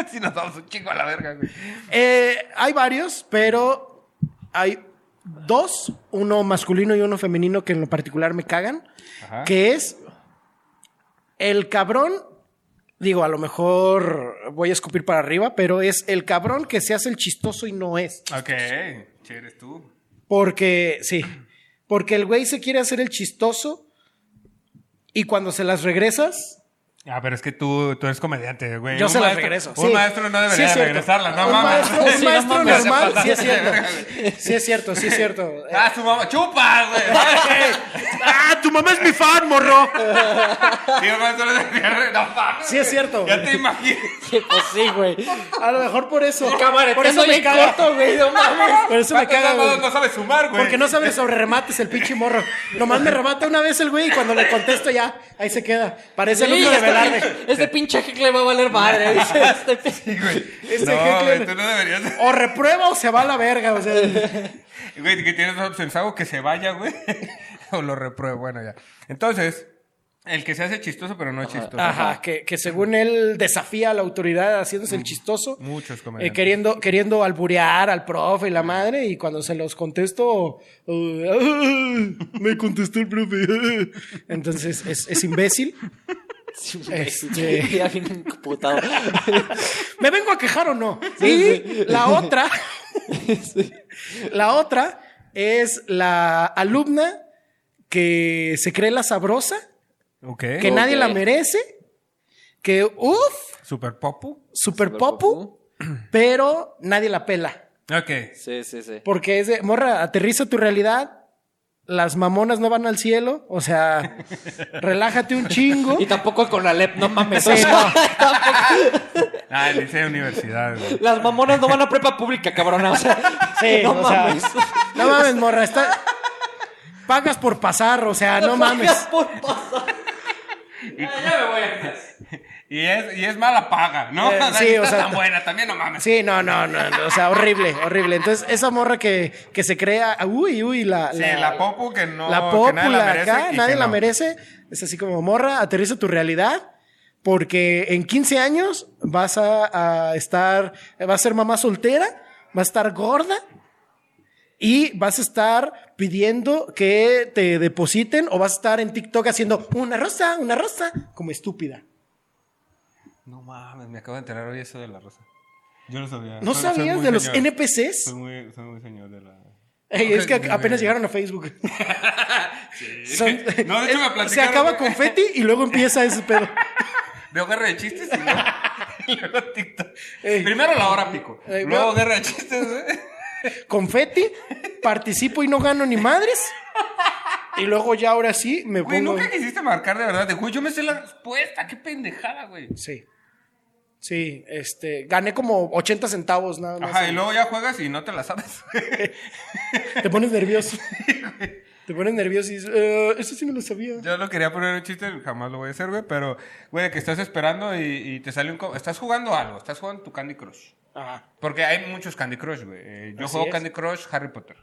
[SPEAKER 1] si nos damos un chingo a la verga, güey.
[SPEAKER 3] Eh, hay varios, pero hay dos, uno masculino y uno femenino que en lo particular me cagan,
[SPEAKER 1] Ajá.
[SPEAKER 3] que es el cabrón digo, a lo mejor voy a escupir para arriba, pero es el cabrón que se hace el chistoso y no es.
[SPEAKER 1] Ok, che, eres tú.
[SPEAKER 3] Porque, sí, porque el güey se quiere hacer el chistoso y cuando se las regresas,
[SPEAKER 1] Ah, pero es que tú, tú eres comediante, güey.
[SPEAKER 3] Yo
[SPEAKER 1] Un
[SPEAKER 3] se las
[SPEAKER 1] maestro-
[SPEAKER 3] regreso,
[SPEAKER 1] Un
[SPEAKER 3] sí.
[SPEAKER 1] maestro no
[SPEAKER 3] Sí,
[SPEAKER 1] debería
[SPEAKER 3] es
[SPEAKER 1] de
[SPEAKER 3] cierto.
[SPEAKER 1] regresarla, no
[SPEAKER 3] Un
[SPEAKER 1] mames.
[SPEAKER 3] maestro- un
[SPEAKER 1] Sí, no
[SPEAKER 3] maestro
[SPEAKER 1] mames,
[SPEAKER 3] normal,
[SPEAKER 1] te
[SPEAKER 3] sí es cierto.
[SPEAKER 1] pasaste de verga,
[SPEAKER 3] sí es cierto, sí es cierto. Eh,
[SPEAKER 1] güey. Ah, su mamá, chupa, güey.
[SPEAKER 3] ¡Ah, tu mamá es mi fan, morro!
[SPEAKER 1] Y el maestro le decía, no mames.
[SPEAKER 3] Sí es cierto.
[SPEAKER 1] Ya te imaginas.
[SPEAKER 2] pues sí, güey.
[SPEAKER 3] A lo mejor por eso. por
[SPEAKER 2] Cabareteando
[SPEAKER 3] eso me
[SPEAKER 2] bien
[SPEAKER 3] caga.
[SPEAKER 2] corto, güey. No mames.
[SPEAKER 3] Por eso me
[SPEAKER 1] Vato,
[SPEAKER 3] caga,
[SPEAKER 1] no,
[SPEAKER 3] güey.
[SPEAKER 1] No sabe sumar, güey.
[SPEAKER 3] Porque no sabe sobre remates el pinche morro. Nomás me remata una vez el güey y cuando le contesto ya, ahí se queda. Parece el
[SPEAKER 2] Sí,
[SPEAKER 3] alumno
[SPEAKER 2] este
[SPEAKER 3] de Velarde.
[SPEAKER 2] pinche- Este pinche heckle va a valer madre. dice este pinche-
[SPEAKER 3] Ese
[SPEAKER 1] No,
[SPEAKER 3] heckler.
[SPEAKER 1] güey, tú no deberías. de-
[SPEAKER 3] O reprueba o se va a la verga. O sea,
[SPEAKER 1] Güey, que tienes dos opciones. Hago que se vaya, güey. o lo repruebo. Bueno, ya. Entonces, el que se hace chistoso, pero no chistoso.
[SPEAKER 3] ajá, Ah. que, que según él desafía a la autoridad haciéndose el chistoso.
[SPEAKER 1] Muchos
[SPEAKER 3] eh,
[SPEAKER 1] comediantes.
[SPEAKER 3] queriendo, queriendo alburear al profe y la madre, y cuando se los contesto, uh, ah, me contestó el profe. Entonces es, es imbécil.
[SPEAKER 2] Sí,
[SPEAKER 3] Este-
[SPEAKER 2] güey. Ya bien emputado.
[SPEAKER 3] ¿Me vengo a quejar o no? y la otra, la otra es la alumna que se cree la sabrosa,
[SPEAKER 1] Ok.
[SPEAKER 3] que nadie
[SPEAKER 2] Ok.
[SPEAKER 3] la merece, que uff,
[SPEAKER 1] Super popu.
[SPEAKER 3] super popu, pero nadie la pela.
[SPEAKER 1] Ok.
[SPEAKER 2] Sí, sí, sí.
[SPEAKER 3] Porque es de, morra, aterriza tu realidad, las mamonas no van al cielo, o sea, relájate un chingo.
[SPEAKER 2] Y tampoco con Alep, no mames.
[SPEAKER 3] Sí,
[SPEAKER 2] o sea,
[SPEAKER 3] no.
[SPEAKER 1] Ah, el liceo universidad, güey.
[SPEAKER 2] Las mamonas no van a prepa pública, cabrona. O sea,
[SPEAKER 3] Sí,
[SPEAKER 2] no
[SPEAKER 3] o sea,
[SPEAKER 2] mames.
[SPEAKER 3] no mames, morra, está... Pagas por pasar, o sea, no mames.
[SPEAKER 2] Por pasar. Ya, ya me voy a
[SPEAKER 1] Y es, y es mala paga, ¿no?
[SPEAKER 3] Eh,
[SPEAKER 1] O sea,
[SPEAKER 3] sí,
[SPEAKER 1] ni
[SPEAKER 3] o
[SPEAKER 1] está
[SPEAKER 3] sea,
[SPEAKER 1] tan buena, también no mames.
[SPEAKER 3] Sí, no, no, no, no, o sea, horrible, horrible. Entonces, esa morra que, que se crea, uy, uy, la...
[SPEAKER 1] Sí, la popu que no-
[SPEAKER 3] La
[SPEAKER 1] que
[SPEAKER 3] popu,
[SPEAKER 1] nadie la
[SPEAKER 3] la
[SPEAKER 1] merece
[SPEAKER 3] acá,
[SPEAKER 1] y
[SPEAKER 3] nadie
[SPEAKER 1] que
[SPEAKER 3] la
[SPEAKER 1] no.
[SPEAKER 3] merece. Es así como, morra, aterriza tu realidad, porque en 15 años vas a, a estar, vas a ser mamá soltera, vas a estar gorda y vas a estar pidiendo que te depositen o vas a estar en TikTok haciendo una rosa, una rosa, como estúpida.
[SPEAKER 1] No mames, me acabo de enterar hoy eso de la rosa. Yo no sabía.
[SPEAKER 3] ¿No
[SPEAKER 1] Soy- soy
[SPEAKER 3] sabías
[SPEAKER 1] Ah, muy
[SPEAKER 3] de los
[SPEAKER 1] señor.
[SPEAKER 3] NPCs?
[SPEAKER 1] Soy muy, soy muy señor de la.
[SPEAKER 3] Ey, es que
[SPEAKER 1] Ok.
[SPEAKER 3] apenas llegaron a Facebook. Son-
[SPEAKER 1] No, de hecho me platicaron.
[SPEAKER 3] Se acaba
[SPEAKER 1] güey.
[SPEAKER 3] confeti y luego empieza ese pedo.
[SPEAKER 1] Veo guerra de chistes y luego, y luego TikTok.
[SPEAKER 3] Ey.
[SPEAKER 1] Primero la hora pico.
[SPEAKER 3] Ey,
[SPEAKER 1] luego
[SPEAKER 3] veo-
[SPEAKER 1] guerra de chistes, güey.
[SPEAKER 3] Confeti, participo y no gano ni madres. Y luego ya ahora sí me
[SPEAKER 1] Güey,
[SPEAKER 3] pongo.
[SPEAKER 1] nunca quisiste marcar de verdad. De, güey, yo me sé la respuesta. Qué pendejada, güey.
[SPEAKER 3] Sí. Sí, este, gané como 80 centavos nada más.
[SPEAKER 1] Ajá, y luego ya juegas y no te la sabes.
[SPEAKER 3] Te pones nervioso. Te pones nervioso y dices, "Eh, eso sí no lo sabía.
[SPEAKER 1] Yo lo quería poner en un chiste, jamás lo voy a hacer, güey, pero, güey, que estás esperando y, y te sale un... co- Estás jugando algo, estás jugando tu Candy Crush.
[SPEAKER 3] Ajá.
[SPEAKER 1] Porque hay muchos Candy Crush, güey. Eh, yo
[SPEAKER 3] Así
[SPEAKER 1] juego
[SPEAKER 3] es.
[SPEAKER 1] Candy Crush, Harry Potter.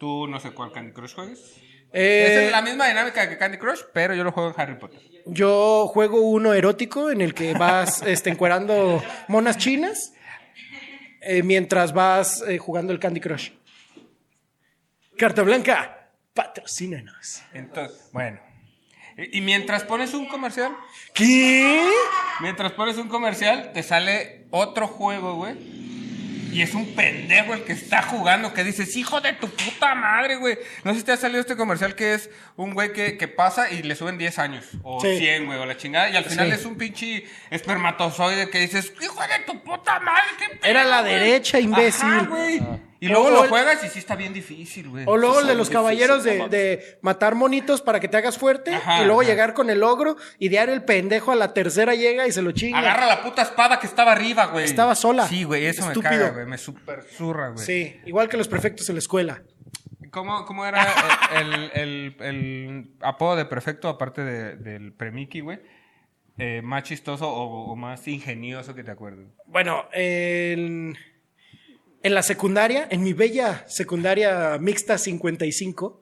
[SPEAKER 1] Tú no sé cuál Candy Crush juegues. Esa
[SPEAKER 3] Eh,
[SPEAKER 1] es la misma dinámica que Candy Crush, pero yo lo juego en Harry Potter.
[SPEAKER 3] Yo juego uno erótico en el que vas este, encuerando monas chinas eh, mientras vas eh, jugando el Candy Crush. Carta Blanca, patrocínanos.
[SPEAKER 1] Entonces, bueno. Y, y mientras pones un comercial,
[SPEAKER 3] ¿Qué?
[SPEAKER 1] mientras pones un comercial, te sale otro juego, güey. Y es un pendejo el que está jugando, que dices, hijo de tu puta madre, güey. No sé si te ha salido este comercial que es un güey que, que pasa y le suben 10 años, o
[SPEAKER 3] Sí.
[SPEAKER 1] 100, güey, o la chingada. Y al final
[SPEAKER 3] Sí.
[SPEAKER 1] es un pinche espermatozoide que dices, hijo de tu puta madre, qué pedo,
[SPEAKER 3] Era la
[SPEAKER 1] güey".
[SPEAKER 3] derecha, imbécil. Ah.
[SPEAKER 1] Ajá, güey. Y
[SPEAKER 3] O-
[SPEAKER 1] luego
[SPEAKER 3] o
[SPEAKER 1] lo
[SPEAKER 3] el-
[SPEAKER 1] juegas y sí está bien difícil, güey.
[SPEAKER 3] O luego el de
[SPEAKER 2] Sí,
[SPEAKER 3] los
[SPEAKER 2] sí,
[SPEAKER 3] caballeros
[SPEAKER 2] sí,
[SPEAKER 3] de,
[SPEAKER 2] no
[SPEAKER 3] de matar monitos para que te hagas fuerte
[SPEAKER 1] Ajá,
[SPEAKER 3] y luego
[SPEAKER 1] ajá.
[SPEAKER 3] llegar con el ogro y diario el pendejo a la tercera llega y se lo chinga.
[SPEAKER 1] Agarra la puta espada que estaba arriba, güey.
[SPEAKER 3] Estaba sola.
[SPEAKER 1] Sí, güey, eso
[SPEAKER 3] Estúpido.
[SPEAKER 1] me caga, güey. Me super zurra, güey.
[SPEAKER 3] Sí, igual que los prefectos en la escuela.
[SPEAKER 1] ¿Cómo, cómo era el, el- el apodo de prefecto, aparte de- del premiki, güey? Eh, más chistoso o, o más ingenioso que te acuerdes.
[SPEAKER 3] Bueno, en, en la secundaria, en mi bella secundaria mixta 55,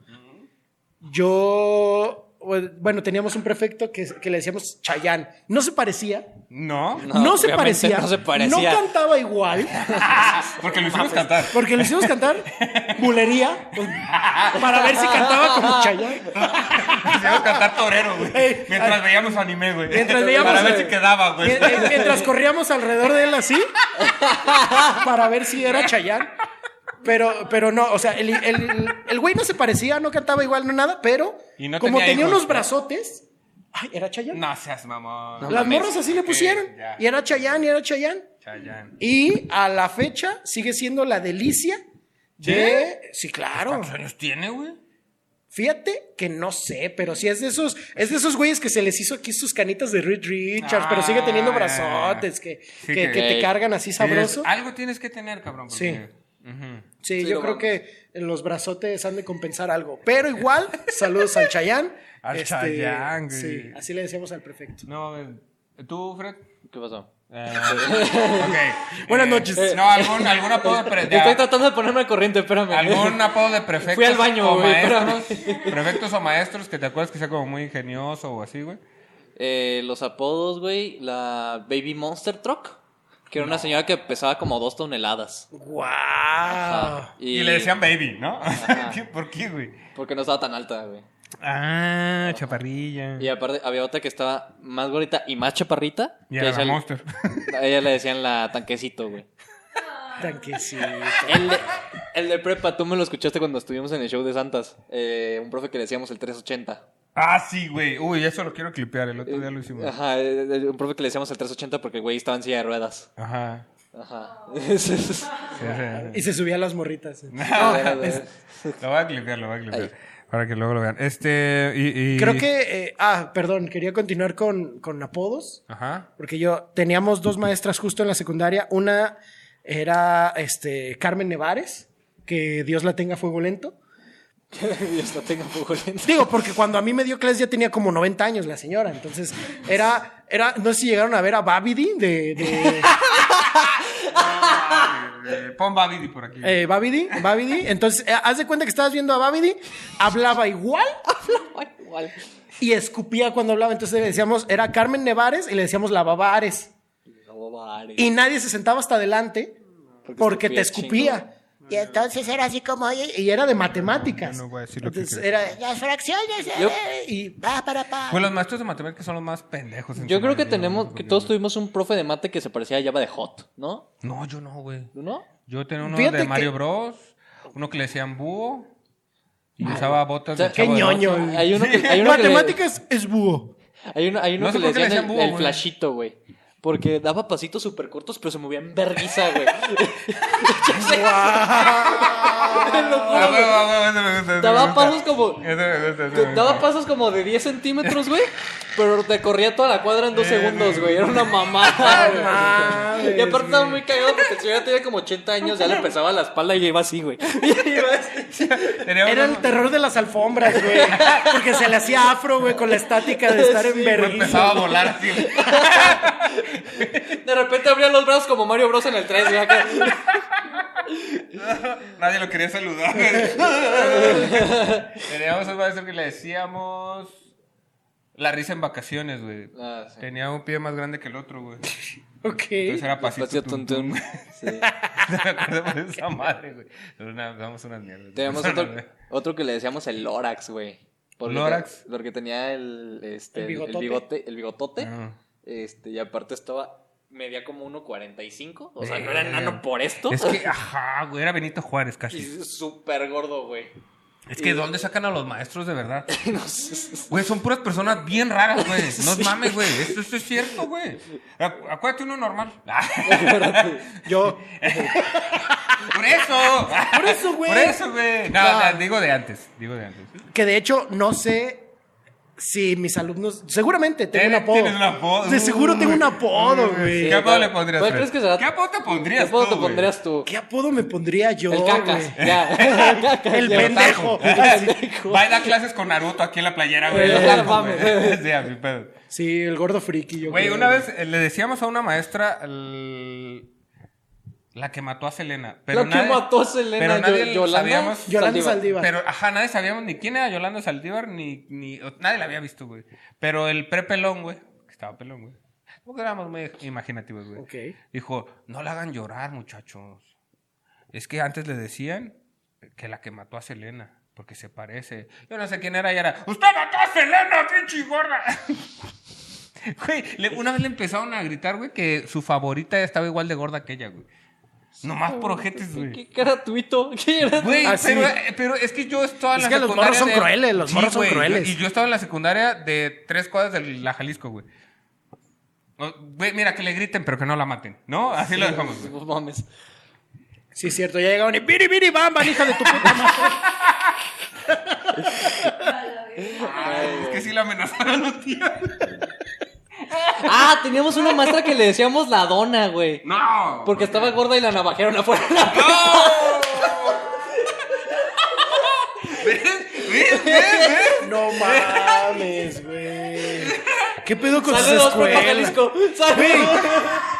[SPEAKER 3] yo pues, bueno, teníamos un prefecto que, que le decíamos Chayán. No se parecía,
[SPEAKER 1] No,
[SPEAKER 3] no, se
[SPEAKER 2] obviamente
[SPEAKER 3] parecía,
[SPEAKER 2] No se parecía.
[SPEAKER 3] no cantaba igual,
[SPEAKER 1] porque lo hicimos cantar.
[SPEAKER 3] porque le hicimos cantar bulería para ver si cantaba como Chayán.
[SPEAKER 1] Ah, Lo hicimos cantar torero, güey.
[SPEAKER 3] Ey,
[SPEAKER 1] Mientras
[SPEAKER 3] ay.
[SPEAKER 1] veíamos anime, güey.
[SPEAKER 3] Mientras veíamos,
[SPEAKER 1] Para ver si
[SPEAKER 3] eh,
[SPEAKER 1] quedaba, güey.
[SPEAKER 3] mien- eh, Mientras corríamos alrededor de él así para ver si era Chayán. Pero, pero no, o sea, el, el- el güey no se parecía, no cantaba igual, no nada, pero
[SPEAKER 1] Y no
[SPEAKER 3] como
[SPEAKER 1] tenía
[SPEAKER 3] tenía,
[SPEAKER 1] hijos,
[SPEAKER 3] unos
[SPEAKER 1] ¿no?
[SPEAKER 3] brazotes, ay, era Chayán.
[SPEAKER 1] No seas mamón.
[SPEAKER 2] No
[SPEAKER 3] eh, Las
[SPEAKER 2] mames.
[SPEAKER 3] morras así le
[SPEAKER 1] Ok,
[SPEAKER 3] pusieron.
[SPEAKER 1] ya.
[SPEAKER 3] Y era Chayán, y era Chayán.
[SPEAKER 1] Chayanne.
[SPEAKER 3] Y a la fecha sigue siendo la delicia de. Sí, claro.
[SPEAKER 1] ¿Cuántos años tiene, güey?
[SPEAKER 3] Fíjate que no sé, pero sí es de esos, es de esos güeyes que se les hizo aquí sus canitas de Reed Richards, pero sigue teniendo
[SPEAKER 1] Ah.
[SPEAKER 3] brazotes que,
[SPEAKER 1] Sí,
[SPEAKER 3] que,
[SPEAKER 1] que- ah,
[SPEAKER 3] que te
[SPEAKER 2] Ey.
[SPEAKER 3] cargan así sabroso.
[SPEAKER 1] Tienes- Algo tienes que tener, cabrón. porque- Ujú.
[SPEAKER 3] Sí,
[SPEAKER 2] Sí,
[SPEAKER 3] yo
[SPEAKER 2] lo
[SPEAKER 3] creo
[SPEAKER 2] vamos.
[SPEAKER 3] que los brazotes han de compensar algo. Pero igual, saludos al Chayán.
[SPEAKER 1] Al Chayán, güey.
[SPEAKER 3] Sí, así le decíamos al prefecto.
[SPEAKER 1] No, eh, tú, Fred.
[SPEAKER 2] ¿Qué pasó?
[SPEAKER 1] Eh, ok.
[SPEAKER 3] Buenas
[SPEAKER 1] Eh,
[SPEAKER 3] noches.
[SPEAKER 1] No, algún, algún apodo pre- de,
[SPEAKER 2] Estoy tratando de ponerme al corriente, espérame.
[SPEAKER 1] algún apodo de prefectos
[SPEAKER 2] Fui al baño,
[SPEAKER 1] o
[SPEAKER 2] güey,
[SPEAKER 1] maestros. Prefectos o maestros que te acuerdas que sea como muy ingenioso o así, güey.
[SPEAKER 2] Eh, los apodos, güey. La Baby Monster Truck. Que era una señora que pesaba como dos toneladas.
[SPEAKER 3] ¡Wow!
[SPEAKER 2] Ah,
[SPEAKER 1] Y... le decían baby, ¿no? ¿Qué- ¿Por qué, güey?
[SPEAKER 2] Porque no estaba tan alta, güey.
[SPEAKER 1] Ah, chaparrilla.
[SPEAKER 2] Y aparte había otra que estaba más gordita y más chaparrita.
[SPEAKER 1] Y
[SPEAKER 2] que
[SPEAKER 1] era
[SPEAKER 2] esa-
[SPEAKER 1] la monster.
[SPEAKER 2] A ella le decían la tanquecito, güey.
[SPEAKER 3] Tanquecito.
[SPEAKER 2] El de, el de prepa, tú me lo escuchaste cuando estuvimos en el show de Santas. Eh, un profe que le decíamos el 380.
[SPEAKER 1] ah, sí, güey. Uy, eso lo quiero clipear. El otro día lo hicimos.
[SPEAKER 2] Ajá, eh, eh, un profe que le decíamos el 380 porque el güey estaba en silla de ruedas.
[SPEAKER 1] Ajá.
[SPEAKER 2] Ajá. Ese es-
[SPEAKER 1] Sí, sí, sí.
[SPEAKER 3] Y se subía a las morritas.
[SPEAKER 2] era de-
[SPEAKER 1] Lo voy a clipear, lo voy a clipear. Para que luego lo vean. Este, y... y-
[SPEAKER 3] Creo que. eh, ah, perdón, quería continuar con, con apodos.
[SPEAKER 1] Ajá.
[SPEAKER 3] Porque yo teníamos dos maestras justo en la secundaria. Una era este, Carmen Nevares, que Dios la tenga a fuego lento.
[SPEAKER 2] Yo hasta tengo un poco lento.
[SPEAKER 3] Digo, porque cuando a mí me dio clases ya tenía como 90 años la señora. Entonces, era, era, no sé si llegaron a ver a Babidi de, de
[SPEAKER 1] Eh, Pon Babidi por aquí.
[SPEAKER 3] eh, Babidi, Babidi. Entonces, eh, haz de cuenta que estabas viendo a Babidi, hablaba igual
[SPEAKER 2] Ay, igual.
[SPEAKER 3] y escupía cuando hablaba. Entonces le decíamos, era Carmen Nevares y le decíamos la Bavares.
[SPEAKER 2] No, vale.
[SPEAKER 3] Y nadie se sentaba hasta adelante
[SPEAKER 2] Porque
[SPEAKER 3] porque te
[SPEAKER 2] escupía
[SPEAKER 3] escupía. Y entonces era así como, oye, y era de matemáticas.
[SPEAKER 1] no voy a decir lo que
[SPEAKER 3] Entonces,
[SPEAKER 1] quiero.
[SPEAKER 3] era las fracciones, eh,
[SPEAKER 2] Yo-
[SPEAKER 3] y va para pa.
[SPEAKER 1] Pues los maestros de matemáticas son los más pendejos. en
[SPEAKER 2] Yo
[SPEAKER 1] su
[SPEAKER 2] creo que
[SPEAKER 1] mayoría,
[SPEAKER 2] tenemos,
[SPEAKER 1] güey,
[SPEAKER 2] que
[SPEAKER 1] porque-
[SPEAKER 2] todos tuvimos un profe de mate que se parecía a Java de Hot, ¿no?
[SPEAKER 1] No, yo no, güey.
[SPEAKER 2] ¿Tú no?
[SPEAKER 1] Yo tenía uno
[SPEAKER 3] Fíjate
[SPEAKER 1] de
[SPEAKER 3] que-
[SPEAKER 1] Mario Bros, uno que le decían búho, y usaba botas
[SPEAKER 2] O sea,
[SPEAKER 1] de
[SPEAKER 3] Qué
[SPEAKER 1] chavo del
[SPEAKER 3] ñoño.
[SPEAKER 1] Ocho.
[SPEAKER 3] güey.
[SPEAKER 2] Hay uno que- hay uno que le-
[SPEAKER 3] matemáticas es búho.
[SPEAKER 2] Hay uno, hay uno
[SPEAKER 1] No sé
[SPEAKER 2] que le
[SPEAKER 1] por qué le ¿eh?
[SPEAKER 2] decían,
[SPEAKER 1] decían
[SPEAKER 2] el-
[SPEAKER 1] búho,
[SPEAKER 2] el,
[SPEAKER 1] güey.
[SPEAKER 2] flashito, güey. Porque daba pasitos súper cortos, pero se movía en verguiza, güey. Ya sé. Te lo juro,
[SPEAKER 1] Ah,
[SPEAKER 2] güey.
[SPEAKER 1] güey, ah, güey, ese me gusta, ese
[SPEAKER 2] Daba
[SPEAKER 1] me gusta.
[SPEAKER 2] pasos como-
[SPEAKER 1] Ese me gusta, ese me
[SPEAKER 2] Te-
[SPEAKER 1] gusta.
[SPEAKER 2] Daba pasos como de 10 centímetros, güey. Pero te corría toda la cuadra en dos segundos, güey. Era una mamada, güey.
[SPEAKER 3] mames,
[SPEAKER 2] Y aparte estaba muy cagado porque el señor ya tenía como 80 años, ya le pesaba la espalda y iba así, güey. Y iba así.
[SPEAKER 1] Tenía
[SPEAKER 3] Era
[SPEAKER 1] uno-
[SPEAKER 3] el terror de las alfombras, güey. Porque se le hacía afro, güey, con la estática de estar en
[SPEAKER 1] güey, empezaba a
[SPEAKER 3] vergüenza.
[SPEAKER 1] volar así. güey.
[SPEAKER 2] De repente abría los brazos como Mario Bros en el 3, güey. acá.
[SPEAKER 1] Nadie lo quería saludar. güey. Teníamos un maestro que le decíamos la risa en vacaciones, güey.
[SPEAKER 2] Ah, sí.
[SPEAKER 1] Tenía un pie más grande que el otro, güey.
[SPEAKER 3] Ok.
[SPEAKER 1] Entonces era pasito.
[SPEAKER 2] Hacía
[SPEAKER 1] tum,
[SPEAKER 2] tuntún.
[SPEAKER 1] tum.
[SPEAKER 2] Sí.
[SPEAKER 1] No me acuerdo por esa madre, güey. Pero nada, damos unas mierdas.
[SPEAKER 2] Teníamos
[SPEAKER 1] Damos
[SPEAKER 2] otro,
[SPEAKER 1] unas-
[SPEAKER 2] otro que le decíamos el Lorax, güey. Porque
[SPEAKER 1] ¿Lorax?
[SPEAKER 2] te- porque tenía el, este,
[SPEAKER 3] ¿El
[SPEAKER 2] el, el
[SPEAKER 3] bigotote?
[SPEAKER 2] bigote, el bigotote.
[SPEAKER 1] Ah.
[SPEAKER 2] Este, y aparte estaba, medía como 1.45. O sea, no era enano por esto.
[SPEAKER 1] Es que, ajá, güey, era Benito Juárez
[SPEAKER 2] Y
[SPEAKER 1] casi.
[SPEAKER 2] súper gordo, güey.
[SPEAKER 1] Es que, ¿dónde sacan a los maestros de verdad?
[SPEAKER 2] No sé.
[SPEAKER 1] Güey, son puras personas bien raras, güey. No mames, güey. Esto, esto es cierto, güey. Acu- Acuérdate uno normal. Ah,
[SPEAKER 3] Yo.
[SPEAKER 1] Por eso.
[SPEAKER 3] Por eso, güey.
[SPEAKER 1] Por eso, güey. No,
[SPEAKER 3] No.
[SPEAKER 1] no, digo de antes. Digo de antes.
[SPEAKER 3] Que de hecho, no sé si mis alumnos. Seguramente tengo un
[SPEAKER 1] Tienes-
[SPEAKER 3] apodo.
[SPEAKER 1] tienes un apodo.
[SPEAKER 3] De seguro tengo un
[SPEAKER 1] Uy.
[SPEAKER 3] apodo,
[SPEAKER 1] ¿Qué
[SPEAKER 3] güey.
[SPEAKER 1] apodo le pondrías?
[SPEAKER 2] ¿Cuál
[SPEAKER 1] Fred?
[SPEAKER 2] crees que será?
[SPEAKER 1] ¿Qué apodo te
[SPEAKER 2] ¿Qué
[SPEAKER 1] pondrías
[SPEAKER 2] apodo
[SPEAKER 1] tú,
[SPEAKER 2] te
[SPEAKER 1] güey?
[SPEAKER 2] pondrías tú?
[SPEAKER 3] ¿Qué apodo me pondría yo?
[SPEAKER 2] El cacas,
[SPEAKER 3] güey?
[SPEAKER 2] ya.
[SPEAKER 3] El
[SPEAKER 2] Ya.
[SPEAKER 3] pendejo.
[SPEAKER 1] Va a dar clases con Naruto aquí en la playera, güey.
[SPEAKER 2] Güey,
[SPEAKER 1] No tanto,
[SPEAKER 2] mames.
[SPEAKER 1] güey. Sí, a mi pedo.
[SPEAKER 3] Sí, el gordo friki, yo
[SPEAKER 1] Güey,
[SPEAKER 3] creo.
[SPEAKER 1] una vez eh, le decíamos a una maestra el- La que mató a Selena. Pero
[SPEAKER 2] la
[SPEAKER 1] nadie-
[SPEAKER 2] que mató a Selena.
[SPEAKER 1] pero nadie
[SPEAKER 2] Yo-
[SPEAKER 1] lo
[SPEAKER 2] Yolanda
[SPEAKER 1] sabíamos.
[SPEAKER 3] Yolanda Saldívar.
[SPEAKER 1] Pero, ajá, nadie sabíamos ni quién era Yolanda Saldívar, ni, ni o- nadie la había visto, güey. Pero el prepelón, güey, que estaba pelón, güey. Porque éramos muy imaginativos, güey.
[SPEAKER 3] Ok.
[SPEAKER 1] Dijo, no la hagan llorar, muchachos. Es que antes le decían que la que mató a Selena, porque se parece. Yo no sé quién era y era, ¡Usted mató a Selena, pinche gorda! Güey, le- una vez le empezaron a gritar, güey, que su favorita estaba igual de gorda que ella, güey. Nomás por ojetes, güey.
[SPEAKER 2] Qué gratuito. Qué gratuito.
[SPEAKER 1] Güey,
[SPEAKER 3] Ah, sí.
[SPEAKER 1] pero, eh, pero es que yo estaba en
[SPEAKER 3] Es
[SPEAKER 1] la
[SPEAKER 3] que los
[SPEAKER 1] secundaria
[SPEAKER 3] morros son
[SPEAKER 1] de-
[SPEAKER 3] crueles, los morros son
[SPEAKER 1] güey,
[SPEAKER 3] crueles.
[SPEAKER 1] yo- Y yo estaba en la secundaria de tres cuadras de la Jalisco, güey. O- Güey, mira, que le griten, pero que no la maten, ¿no? Así lo dejamos, güey.
[SPEAKER 2] No mames.
[SPEAKER 3] Sí, es cierto, ya llegaron y biri, biri, bam, bam, hija de tu puta madre.
[SPEAKER 1] Ay, es que sí la amenazaron un día.
[SPEAKER 2] Ah, teníamos una maestra que le decíamos la dona, güey.
[SPEAKER 1] ¡No!
[SPEAKER 2] Porque estaba gorda y la navajearon afuera. de la-
[SPEAKER 1] ¿Ves? ¿Ves?
[SPEAKER 3] No mames, güey. ¿Qué pedo con sus
[SPEAKER 2] Saludos, Puebla,
[SPEAKER 3] escuelas?
[SPEAKER 2] Jalisco.
[SPEAKER 3] Güey,
[SPEAKER 2] Saludos.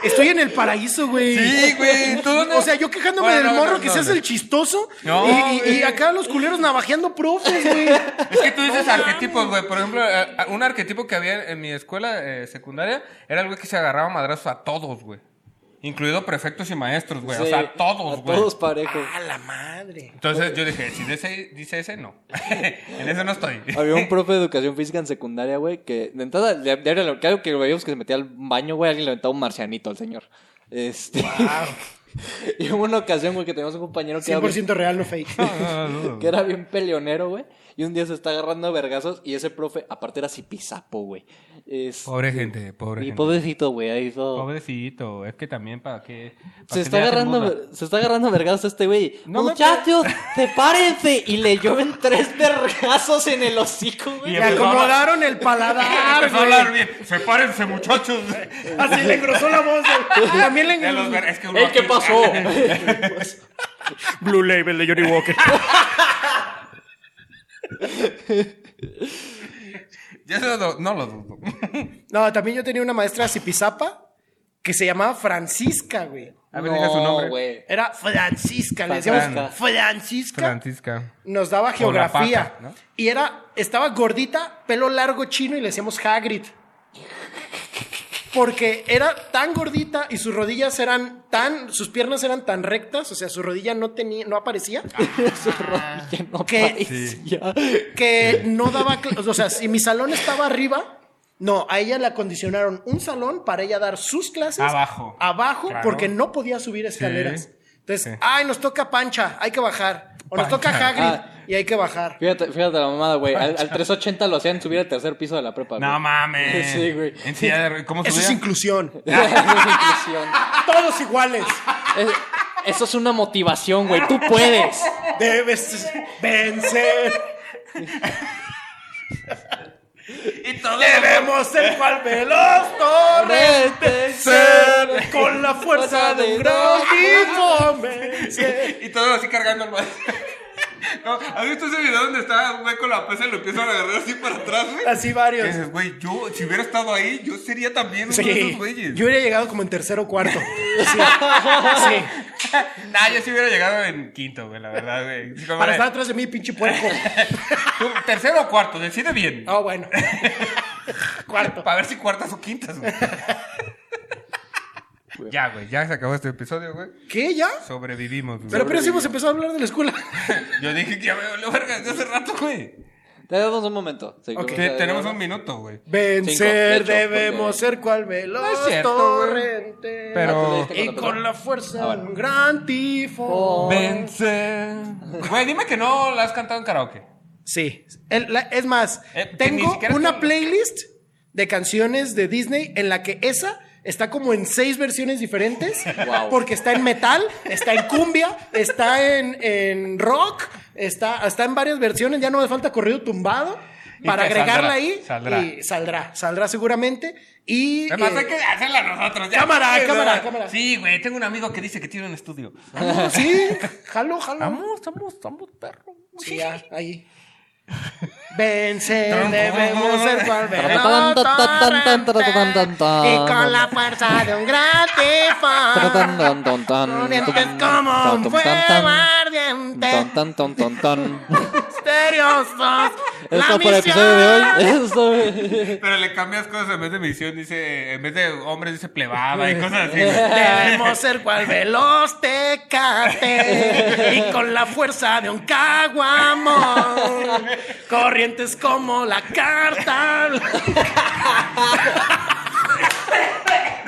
[SPEAKER 3] estoy en el paraíso, güey.
[SPEAKER 1] Sí, güey. ¿tú dónde-
[SPEAKER 3] O sea, yo quejándome
[SPEAKER 1] Bueno,
[SPEAKER 3] del
[SPEAKER 1] no,
[SPEAKER 3] morro
[SPEAKER 1] no,
[SPEAKER 3] que
[SPEAKER 1] no,
[SPEAKER 3] se hace
[SPEAKER 1] no.
[SPEAKER 3] el chistoso.
[SPEAKER 1] No,
[SPEAKER 3] y, y- y
[SPEAKER 1] güey.
[SPEAKER 3] acá los culeros navajeando profes, güey.
[SPEAKER 1] Es que tú dices arquetipos, güey. Por ejemplo, eh, un arquetipo que había en mi escuela eh, secundaria era el güey que se agarraba a madrazos a todos, güey. Incluido prefectos y maestros, güey. o sea, a todos,
[SPEAKER 2] A
[SPEAKER 1] güey. Ah.
[SPEAKER 2] todos parejo.
[SPEAKER 3] A la madre.
[SPEAKER 1] Entonces yo dije, si de ese- dice ese, no. en ese no estoy.
[SPEAKER 2] Había un profe de educación física en secundaria, güey, que de entrada, de, de, de- claro que lo veíamos que se metía al baño, güey, alguien le aventaba un marcianito al señor. Este. y hubo una ocasión, güey, que teníamos un compañero que era, bien,
[SPEAKER 3] 100% real, no fake.
[SPEAKER 2] que era bien peleonero, güey, y un día se está agarrando a vergazos y ese profe, aparte era cipizapo, güey. Es,
[SPEAKER 1] Pobre gente, pobre
[SPEAKER 2] y
[SPEAKER 1] gente.
[SPEAKER 2] pobrecito, güey, ahí hizo-
[SPEAKER 1] Pobrecito, es que también para que...
[SPEAKER 2] Se está, agarrando, ver- se está agarrando a vergazos este güey.
[SPEAKER 1] No me
[SPEAKER 2] Muchachos, sepárense. Y le lloven tres vergazos en el hocico, güey.
[SPEAKER 1] Y
[SPEAKER 3] Le
[SPEAKER 1] empezó a
[SPEAKER 3] acomodaron el paladar,
[SPEAKER 1] Empezó a hablar
[SPEAKER 3] güey.
[SPEAKER 1] bien. Sepárense, muchachos.
[SPEAKER 3] Así Ah, le engrosó la voz. güey. También le
[SPEAKER 1] Ya los ver-
[SPEAKER 3] engrosó.
[SPEAKER 1] es que uno
[SPEAKER 2] Ey, ¿qué
[SPEAKER 1] aquí-
[SPEAKER 2] pasó?
[SPEAKER 3] Blue Label de Johnny Walker.
[SPEAKER 1] Ya eso lo- no lo dudo.
[SPEAKER 3] No, también yo tenía una maestra Zipizapa que se llamaba Francisca, güey.
[SPEAKER 1] A ver, diga su nombre.
[SPEAKER 2] güey.
[SPEAKER 3] Era Francisca, le
[SPEAKER 2] Francisca.
[SPEAKER 3] decíamos Francisca.
[SPEAKER 1] Francisca.
[SPEAKER 3] Nos daba
[SPEAKER 1] Con la pata,
[SPEAKER 3] geografía.
[SPEAKER 1] ¿no?
[SPEAKER 3] Y era, estaba gordita, pelo largo chino y le decíamos Hagrid. Porque era tan gordita y sus rodillas eran tan, sus piernas eran tan rectas, o sea, su rodilla no tenía, no aparecía,
[SPEAKER 2] Ya no
[SPEAKER 3] ¿Qué?
[SPEAKER 2] parecía.
[SPEAKER 3] que no daba, cl- o sea, si mi salón estaba arriba, no, a ella le acondicionaron un salón para ella dar sus clases
[SPEAKER 1] Abajo.
[SPEAKER 3] abajo,
[SPEAKER 1] Claro.
[SPEAKER 3] porque no podía subir escaleras.
[SPEAKER 1] Sí.
[SPEAKER 3] Entonces,
[SPEAKER 1] Sí.
[SPEAKER 3] ay, nos toca Pancha, hay que bajar, o nos
[SPEAKER 1] Pancha.
[SPEAKER 3] toca Hagrid
[SPEAKER 2] Ah.
[SPEAKER 3] y hay que bajar.
[SPEAKER 2] Fíjate, fíjate la mamada, güey. Al, al 380 lo hacían subir al tercer piso de la prepa. güey.
[SPEAKER 1] No mames.
[SPEAKER 2] Sí, güey.
[SPEAKER 1] En silla de ruedas, ¿Cómo
[SPEAKER 3] Eso es
[SPEAKER 1] subía?
[SPEAKER 3] inclusión.
[SPEAKER 2] Eso es inclusión.
[SPEAKER 3] Todos iguales.
[SPEAKER 2] Es- eso es una motivación, güey. Tú puedes.
[SPEAKER 3] Debes vencer.
[SPEAKER 1] Y todos
[SPEAKER 3] Debemos ser cual veloz torres vencer con la fuerza de un gran hombre.
[SPEAKER 1] Y todos así cargando al maestro. No, ¿Has visto ese video donde está un güey con la pesa y lo empiezan a agarrar así para atrás, güey?
[SPEAKER 3] Así
[SPEAKER 1] Que
[SPEAKER 3] varios.
[SPEAKER 1] dices, güey, yo, si hubiera estado ahí, yo sería también uno de esos
[SPEAKER 3] Sí.
[SPEAKER 1] güeyes.
[SPEAKER 3] Yo hubiera llegado como en tercero o cuarto. Sí. Sí.
[SPEAKER 1] Nah, yo sí hubiera llegado en quinto, güey, la verdad, güey. Sí, como,
[SPEAKER 3] Para
[SPEAKER 1] güey,
[SPEAKER 3] estar atrás de mí, pinche puerco.
[SPEAKER 1] tú, tercero o cuarto, decide bien.
[SPEAKER 3] Ah, bueno. Cuarto.
[SPEAKER 1] Para ver si cuartas o quintas, güey. ya, güey, ya se acabó este episodio, güey.
[SPEAKER 3] ¿Qué? ¿Ya?
[SPEAKER 1] Sobrevivimos, güey.
[SPEAKER 3] Pero apenas hemos empezado a hablar de la escuela.
[SPEAKER 1] Yo dije que ya me valió verga desde hace rato, güey.
[SPEAKER 2] Tenemos un momento. Sí,
[SPEAKER 3] Ok.
[SPEAKER 2] güey.
[SPEAKER 1] Te- Tenemos un minuto, güey.
[SPEAKER 3] Vencer
[SPEAKER 2] Cinco, de hecho,
[SPEAKER 3] debemos
[SPEAKER 2] porque-
[SPEAKER 3] ser cual veloz
[SPEAKER 1] No es cierto,
[SPEAKER 3] torrente. Ah,
[SPEAKER 1] Pero- este
[SPEAKER 3] Y con la fuerza
[SPEAKER 2] Ah,
[SPEAKER 3] de
[SPEAKER 2] bueno.
[SPEAKER 3] un gran tifón.
[SPEAKER 1] Vence. Güey, dime que no la has cantado en karaoke.
[SPEAKER 3] Sí. El- la- es más,
[SPEAKER 1] Eh, que ni
[SPEAKER 3] tengo
[SPEAKER 1] siquiera
[SPEAKER 3] una
[SPEAKER 1] está-
[SPEAKER 3] playlist de canciones de Disney en la que esa está como en seis versiones diferentes.
[SPEAKER 2] Wow.
[SPEAKER 3] Porque está en metal, está en cumbia, está en, en rock, está, está en varias versiones. Ya no me falta corrido tumbado.
[SPEAKER 1] Y
[SPEAKER 3] Para
[SPEAKER 1] que
[SPEAKER 3] agregarla
[SPEAKER 1] saldrá,
[SPEAKER 3] ahí.
[SPEAKER 1] saldrá.
[SPEAKER 3] Y saldrá, saldrá seguramente. Y.
[SPEAKER 1] Además,
[SPEAKER 3] eh,
[SPEAKER 1] hay que hacerla nosotros. ya.
[SPEAKER 3] cámara,
[SPEAKER 1] Sí,
[SPEAKER 3] cámara,
[SPEAKER 1] ¿verdad?
[SPEAKER 3] cámara.
[SPEAKER 1] Sí, güey, tengo un amigo que dice que tiene un estudio.
[SPEAKER 3] ah, no, sí, jalo, jalo.
[SPEAKER 1] Estamos, estamos, estamos, perro.
[SPEAKER 3] Sí, ya, ahí. Vencer
[SPEAKER 1] Tron,
[SPEAKER 3] debemos
[SPEAKER 1] tron,
[SPEAKER 3] ser cual
[SPEAKER 1] tron,
[SPEAKER 3] velón
[SPEAKER 2] tron, tron, tron, tron, tron, tron, tron.
[SPEAKER 3] torrente, Y con la fuerza de un gran tifón Corrientes como un fuego ardiente Misteriosos
[SPEAKER 2] Esto
[SPEAKER 3] La
[SPEAKER 2] por el episodio de hoy.
[SPEAKER 3] misión
[SPEAKER 2] Esto. güey.
[SPEAKER 1] Pero le cambias cosas en vez de misión, dice, en vez de hombres dice plebaba y cosas así. güey.
[SPEAKER 3] Debemos ser cual veloz tecate y con la fuerza de un caguamón. Corrientes como la carta.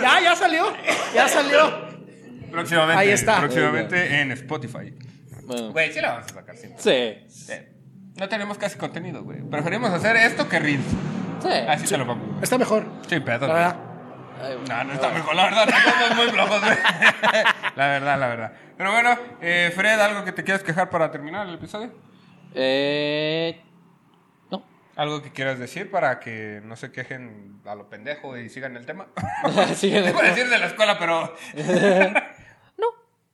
[SPEAKER 3] ya, ya salió. Ya salió.
[SPEAKER 1] Próximamente,
[SPEAKER 3] Ahí está.
[SPEAKER 1] próximamente en Spotify.
[SPEAKER 2] Bueno,
[SPEAKER 1] Güey, sí la vamos a sacar siempre.
[SPEAKER 2] Sí.
[SPEAKER 1] Sí. No tenemos casi contenido, güey. Preferimos hacer esto que Reels.
[SPEAKER 2] Sí.
[SPEAKER 1] Así te lo pongo. güey.
[SPEAKER 3] Está mejor.
[SPEAKER 1] Sí, perdón.
[SPEAKER 3] La verdad.
[SPEAKER 1] No, no está mejor, la verdad, no estamos muy flojos, güey. La verdad, la verdad. Pero bueno, eh, Fred, ¿algo que te quieras quejar para terminar el episodio?
[SPEAKER 2] Eh. No.
[SPEAKER 1] ¿Algo que quieras decir para que no se quejen a lo pendejo y sigan el tema?
[SPEAKER 2] Sí,
[SPEAKER 1] Te iba a decir de la escuela, pero...
[SPEAKER 2] No.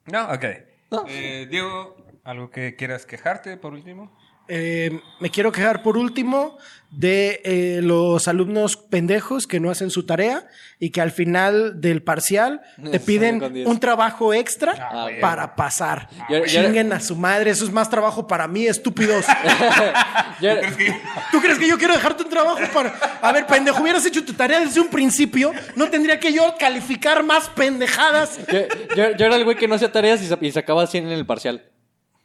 [SPEAKER 1] No, ok.
[SPEAKER 2] No.
[SPEAKER 1] Eh, Diego, ¿algo que quieras quejarte por último?
[SPEAKER 3] Eh, me quiero quejar por último de eh, los alumnos pendejos que no hacen su tarea y que al final del parcial te
[SPEAKER 2] Salen
[SPEAKER 3] piden
[SPEAKER 2] con diez. Ah,
[SPEAKER 3] un trabajo extra
[SPEAKER 1] Ah, güey.
[SPEAKER 3] para pasar.
[SPEAKER 2] Yo- yo-
[SPEAKER 3] Chinguen a su madre, eso es más trabajo para mí, estúpidos.
[SPEAKER 2] Yo,
[SPEAKER 1] ¿Tú crees que yo-
[SPEAKER 3] ¿Tú crees que yo quiero dejarte un trabajo para... A ver, pendejo, hubieras hecho tu tarea desde un principio, no tendría que yo calificar más pendejadas.
[SPEAKER 2] yo, yo- yo era el güey que no hacía tareas y, sa- y sacaba 100 en el parcial.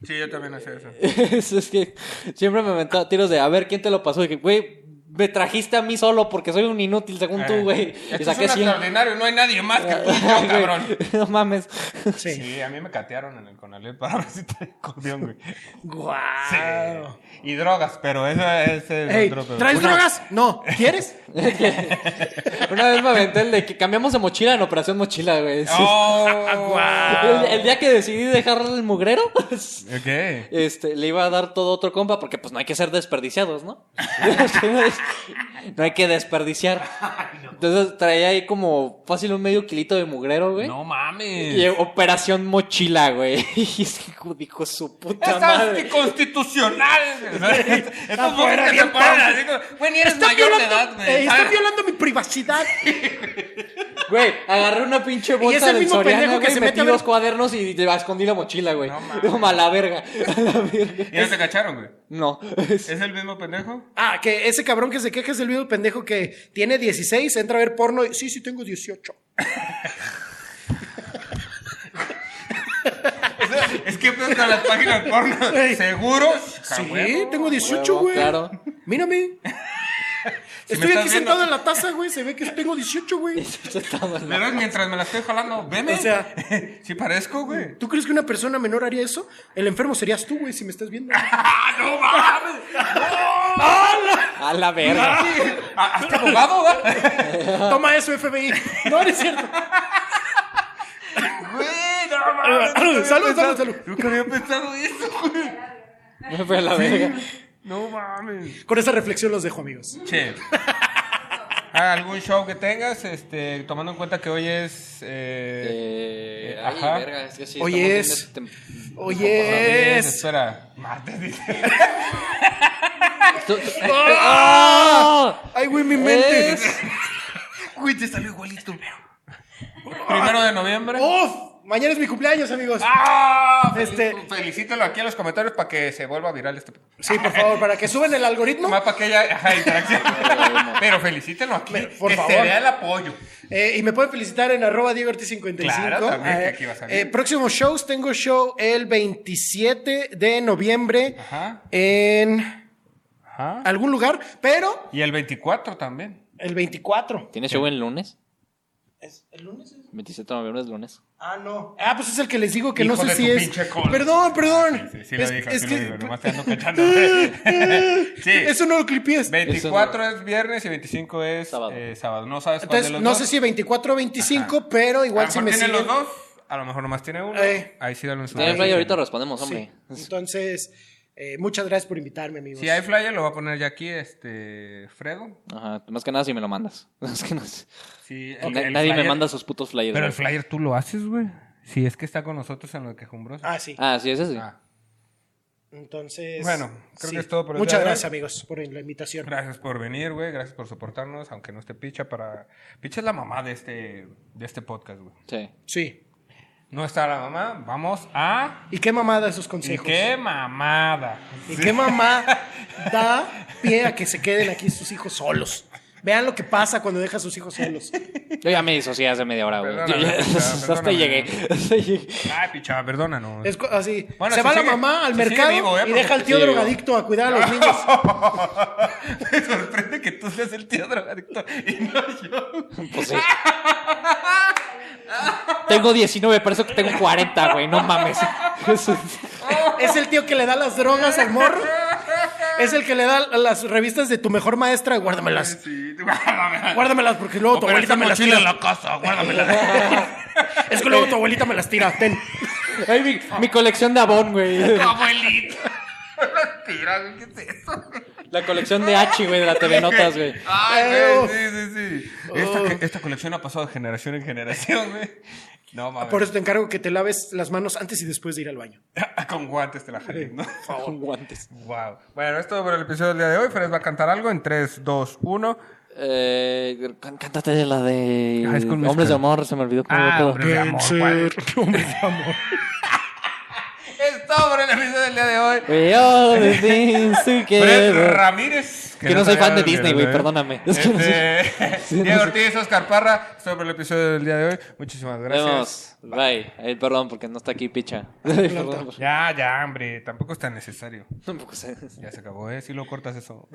[SPEAKER 1] Sí, yo también hacía eso.
[SPEAKER 2] es, es que siempre me aventaba tiros de a ver quién te lo pasó. Y que, güey, me trajiste a mí solo porque soy un inútil según tú, güey.
[SPEAKER 1] Eh,
[SPEAKER 2] Y
[SPEAKER 1] esto
[SPEAKER 2] saqué
[SPEAKER 1] es un
[SPEAKER 2] 100.
[SPEAKER 1] extraordinario, no hay nadie más que tú, yo, cabrón.
[SPEAKER 2] no mames.
[SPEAKER 3] Sí.
[SPEAKER 1] Sí, a mí me catearon en el Conalep para ver si te acordeón, güey.
[SPEAKER 3] Guau.
[SPEAKER 1] Sí. Y drogas, pero eso es el
[SPEAKER 3] Ah. Ey,
[SPEAKER 1] otro pedo.
[SPEAKER 3] ¿Traes
[SPEAKER 1] Una-
[SPEAKER 3] drogas? No. ¿Quieres?
[SPEAKER 2] Una vez me aventé el de que cambiamos de mochila en Operación Mochila, güey. Sí.
[SPEAKER 1] ¡Oh!
[SPEAKER 2] El, el día que decidí dejar el mugrero, pues,
[SPEAKER 1] ok.
[SPEAKER 2] este, le iba a dar todo a otro compa porque pues no hay que ser desperdiciados, ¿no? no hay que desperdiciar. Entonces traía ahí como fácil un medio kilito de mugrero, güey.
[SPEAKER 1] No
[SPEAKER 2] Y
[SPEAKER 1] mames.
[SPEAKER 2] operación mochila, güey. Y ese hijo dijo su puta
[SPEAKER 1] Es
[SPEAKER 2] madre.
[SPEAKER 1] anticonstitucional. Estos
[SPEAKER 3] fuera
[SPEAKER 1] güeyes que
[SPEAKER 3] bien
[SPEAKER 1] se paran
[SPEAKER 3] pausa.
[SPEAKER 1] así como, güey, ni eres
[SPEAKER 3] Estás
[SPEAKER 1] mayor de
[SPEAKER 3] violando,
[SPEAKER 1] edad, güey. Ah.
[SPEAKER 3] eh, estás
[SPEAKER 1] ¿sabes?
[SPEAKER 3] violando mi privacidad.
[SPEAKER 2] Güey, agarré una pinche
[SPEAKER 3] Y es
[SPEAKER 2] bolsa
[SPEAKER 3] el
[SPEAKER 2] del
[SPEAKER 3] mismo pendejo
[SPEAKER 2] Soriana,
[SPEAKER 3] que
[SPEAKER 2] güey,
[SPEAKER 3] se
[SPEAKER 2] metí
[SPEAKER 3] mete a ver-
[SPEAKER 2] los cuadernos y le escondí la mochila, güey.
[SPEAKER 1] No mames.
[SPEAKER 2] No, a la verga. A la verga.
[SPEAKER 1] Y no te cacharon, güey.
[SPEAKER 2] No.
[SPEAKER 1] ¿Es el mismo pendejo?
[SPEAKER 3] Ah, que ese cabrón que se queja es el mismo pendejo que tiene 16, entra a ver porno y sí, sí tengo 18.
[SPEAKER 1] O sea, es que pues, con las páginas porno.
[SPEAKER 3] Ey.
[SPEAKER 1] ¿Seguro? Ah,
[SPEAKER 3] Sí,
[SPEAKER 1] Jabuevo.
[SPEAKER 3] tengo 18,
[SPEAKER 2] huevo,
[SPEAKER 3] güey.
[SPEAKER 2] claro.
[SPEAKER 3] Mírame.
[SPEAKER 1] Si me
[SPEAKER 3] Estoy
[SPEAKER 1] estás
[SPEAKER 3] aquí
[SPEAKER 1] viendo-
[SPEAKER 3] sentado en la taza, güey. Se ve que tengo 18, güey.
[SPEAKER 1] Verás, mientras me la estoy jalando, veme.
[SPEAKER 3] O sea-
[SPEAKER 1] sí parezco, güey.
[SPEAKER 3] ¿Tú crees que una persona menor haría eso? El enfermo serías tú, güey, si me estás viendo.
[SPEAKER 1] ¡Ah, no mames!
[SPEAKER 2] A la verga.
[SPEAKER 1] Ah, ¡Hasta abogado, ¿verdad?
[SPEAKER 3] Toma eso, FBI. No, no es cierto.
[SPEAKER 1] Güey, no mames. nunca había
[SPEAKER 3] Ah, Salud,
[SPEAKER 1] pensado-
[SPEAKER 3] salud, salud.
[SPEAKER 1] Nunca había pensado eso, güey.
[SPEAKER 2] Fue a la verga.
[SPEAKER 1] No mames.
[SPEAKER 3] Con esa reflexión los dejo, amigos.
[SPEAKER 1] Che. Ah, ¿Algún show que tengas? Este, tomando en cuenta que hoy es. Eh,
[SPEAKER 2] Eh, ay,
[SPEAKER 1] Ajá.
[SPEAKER 2] verga, es que sí,
[SPEAKER 3] Hoy
[SPEAKER 2] estamos
[SPEAKER 3] es-
[SPEAKER 2] en este-
[SPEAKER 3] Oye, es.
[SPEAKER 1] Espera. Martes, dice.
[SPEAKER 2] Tú- ¡Ah!
[SPEAKER 3] Ay, güey, mi mente.
[SPEAKER 2] Es-
[SPEAKER 1] Güey, te salió igualito. Primero de noviembre.
[SPEAKER 3] ¡Uf! Mañana es mi cumpleaños, amigos.
[SPEAKER 1] ¡Ah!
[SPEAKER 3] Oh. Este-
[SPEAKER 1] Felicito- Felicítalo aquí en los comentarios para que se vuelva viral este.
[SPEAKER 3] Sí, por favor, para que suben el algoritmo.
[SPEAKER 1] Más para que haya ajá, interacción. Pero felicítelo aquí.
[SPEAKER 3] Me- por
[SPEAKER 1] que se
[SPEAKER 3] favor.
[SPEAKER 1] vea el apoyo.
[SPEAKER 3] Eh, y me pueden felicitar en arroba Diego Ortiz 55.
[SPEAKER 1] Claro, también, que aquí va a salir.
[SPEAKER 3] eh, próximos shows, tengo show el 27 de noviembre
[SPEAKER 1] Ajá.
[SPEAKER 3] en
[SPEAKER 1] Ajá.
[SPEAKER 3] algún lugar, pero
[SPEAKER 1] Y el 24 también.
[SPEAKER 3] el 24.
[SPEAKER 2] ¿Tienes show el lunes?
[SPEAKER 3] ¿Es el lunes?
[SPEAKER 2] 27 de noviembre es lunes.
[SPEAKER 3] Ah, no. Ah, pues es el que les digo que
[SPEAKER 1] Hijo
[SPEAKER 3] no
[SPEAKER 1] de
[SPEAKER 3] sé
[SPEAKER 1] tu
[SPEAKER 3] si es.
[SPEAKER 1] pinche cola. Ah,
[SPEAKER 3] Perdón, perdón.
[SPEAKER 1] Sí, sí lo
[SPEAKER 3] Es-
[SPEAKER 1] dijo,
[SPEAKER 3] es
[SPEAKER 1] sí
[SPEAKER 3] que-
[SPEAKER 1] lo dijo. Nomás te ando cachando. sí.
[SPEAKER 3] Eso no lo clipies.
[SPEAKER 1] 24 es viernes y 25 es eh, sábado.
[SPEAKER 2] Sábado.
[SPEAKER 1] No sabes cuál de
[SPEAKER 3] Entonces,
[SPEAKER 1] los
[SPEAKER 3] no
[SPEAKER 1] dos.
[SPEAKER 3] sé si 24 o 25, pero
[SPEAKER 1] a lo
[SPEAKER 3] igual si
[SPEAKER 1] mejor
[SPEAKER 3] me
[SPEAKER 1] tiene
[SPEAKER 3] siguen.
[SPEAKER 1] los dos, a lo mejor nomás tiene uno.
[SPEAKER 3] Eh.
[SPEAKER 1] Ahí sí dale un
[SPEAKER 2] Tienes
[SPEAKER 1] suave.
[SPEAKER 2] rayo, ahorita respondemos,
[SPEAKER 3] Sí.
[SPEAKER 2] hombre.
[SPEAKER 3] Entonces, eh, muchas gracias por invitarme, amigos.
[SPEAKER 1] Si hay flyer, lo voy a poner ya aquí, este, Fredo.
[SPEAKER 2] Ajá, más que nada si me lo mandas. Más que nada.
[SPEAKER 1] Sí, el-
[SPEAKER 2] Na-
[SPEAKER 1] el
[SPEAKER 2] Nadie me
[SPEAKER 1] flyer-
[SPEAKER 2] manda sus putos flyers.
[SPEAKER 1] Pero el
[SPEAKER 2] güey.
[SPEAKER 1] flyer tú lo haces, güey. Si es que está con nosotros en lo de quejumbroso.
[SPEAKER 3] Ah, sí.
[SPEAKER 2] Ah, sí, ese sí.
[SPEAKER 1] Ah.
[SPEAKER 3] Entonces.
[SPEAKER 1] Bueno, creo que es todo por el
[SPEAKER 3] Muchas
[SPEAKER 1] día de hoy.
[SPEAKER 3] gracias, amigos, por la invitación.
[SPEAKER 1] Gracias por venir, güey. Gracias por soportarnos, aunque no esté Picha para... Picha es la mamá de este, de este podcast, güey.
[SPEAKER 2] Sí.
[SPEAKER 3] Sí.
[SPEAKER 1] No está la mamá. Vamos a...
[SPEAKER 3] ¿Y qué mamada esos
[SPEAKER 1] ¿Y
[SPEAKER 3] consejos?
[SPEAKER 1] qué mamada?
[SPEAKER 3] ¿Y qué mamá da pie a que se queden aquí sus hijos solos? Vean lo que pasa cuando deja a sus hijos solos.
[SPEAKER 2] Yo ya me disocié hace media hora, güey. Yo
[SPEAKER 1] Perdóname,
[SPEAKER 2] ya-
[SPEAKER 1] perdóname.
[SPEAKER 2] Hasta llegué. Hasta llegué.
[SPEAKER 1] Ay, Picha, perdónanos.
[SPEAKER 3] Es cu- así.
[SPEAKER 1] Bueno,
[SPEAKER 3] se
[SPEAKER 1] si
[SPEAKER 3] va
[SPEAKER 1] sigue-
[SPEAKER 3] la mamá al
[SPEAKER 1] si sigue
[SPEAKER 3] mercado
[SPEAKER 1] vivo, ¿eh?
[SPEAKER 3] y deja al tío
[SPEAKER 2] Porque-
[SPEAKER 3] drogadicto a cuidar a los niños.
[SPEAKER 1] Me sorprende que tú seas el tío drogadicto y no yo.
[SPEAKER 2] Pues sí. Tengo 19, parece que tengo 40, güey. No mames.
[SPEAKER 3] Es el tío que le da las drogas al morro. Es el que le da las revistas de tu mejor maestra. Guárdamelas.
[SPEAKER 1] Sí, tú- guárdame.
[SPEAKER 3] Guárdamelas porque luego tu
[SPEAKER 1] Pero esa
[SPEAKER 3] abuelita me las
[SPEAKER 1] mochila
[SPEAKER 3] tira.
[SPEAKER 1] en Eh. la casa, guárdamela.
[SPEAKER 3] Es que luego tu abuelita me las tira. Ten.
[SPEAKER 2] Ay, mi, mi colección de Avon, güey.
[SPEAKER 1] Tu abuelita. Tira, güey, ¿qué es eso? Ah.
[SPEAKER 2] La colección de H, güey, de la TV Notas, güey.
[SPEAKER 1] Ay,
[SPEAKER 3] Oh.
[SPEAKER 1] güey, sí, sí, sí. Oh. Esta, que- esta colección ha pasado de generación en generación, güey. No mames.
[SPEAKER 3] Por eso te encargo que te laves las manos antes y después de ir al baño.
[SPEAKER 1] Con guantes te la jalen, ¿no?
[SPEAKER 2] Con guantes.
[SPEAKER 1] Wow. Bueno, esto por el episodio del día de hoy. Fred va a cantar algo en 3, 2, 1.
[SPEAKER 2] Eh, can- cántate de la de
[SPEAKER 1] High School Musical.
[SPEAKER 2] Hombres de Amor, se me olvidó cómo
[SPEAKER 1] Ah,
[SPEAKER 2] era todo.
[SPEAKER 1] hombre. de amor,
[SPEAKER 3] Vencer, hombre de amor.
[SPEAKER 1] Es todo por el episodio del día de hoy.
[SPEAKER 2] We all the things
[SPEAKER 1] Fred
[SPEAKER 2] together.
[SPEAKER 1] Ramírez.
[SPEAKER 2] Que no soy
[SPEAKER 1] sabía
[SPEAKER 2] fan de
[SPEAKER 1] dónde
[SPEAKER 2] Disney,
[SPEAKER 1] era,
[SPEAKER 2] güey,
[SPEAKER 1] ¿eh?
[SPEAKER 2] perdóname. Es que no
[SPEAKER 1] Este,
[SPEAKER 2] Sí, no
[SPEAKER 1] Diego
[SPEAKER 2] sé.
[SPEAKER 1] Ortiz, Oscar Parra, esto por el episodio del día de hoy. Muchísimas gracias. Ah,
[SPEAKER 2] Vemos. Bye. Ay, perdón, porque no está aquí picha. Perdón.
[SPEAKER 1] Ya, ya, hombre, tampoco es tan necesario.
[SPEAKER 2] Tampoco sé.
[SPEAKER 1] Ya se acabó, ¿eh? Si lo cortas eso.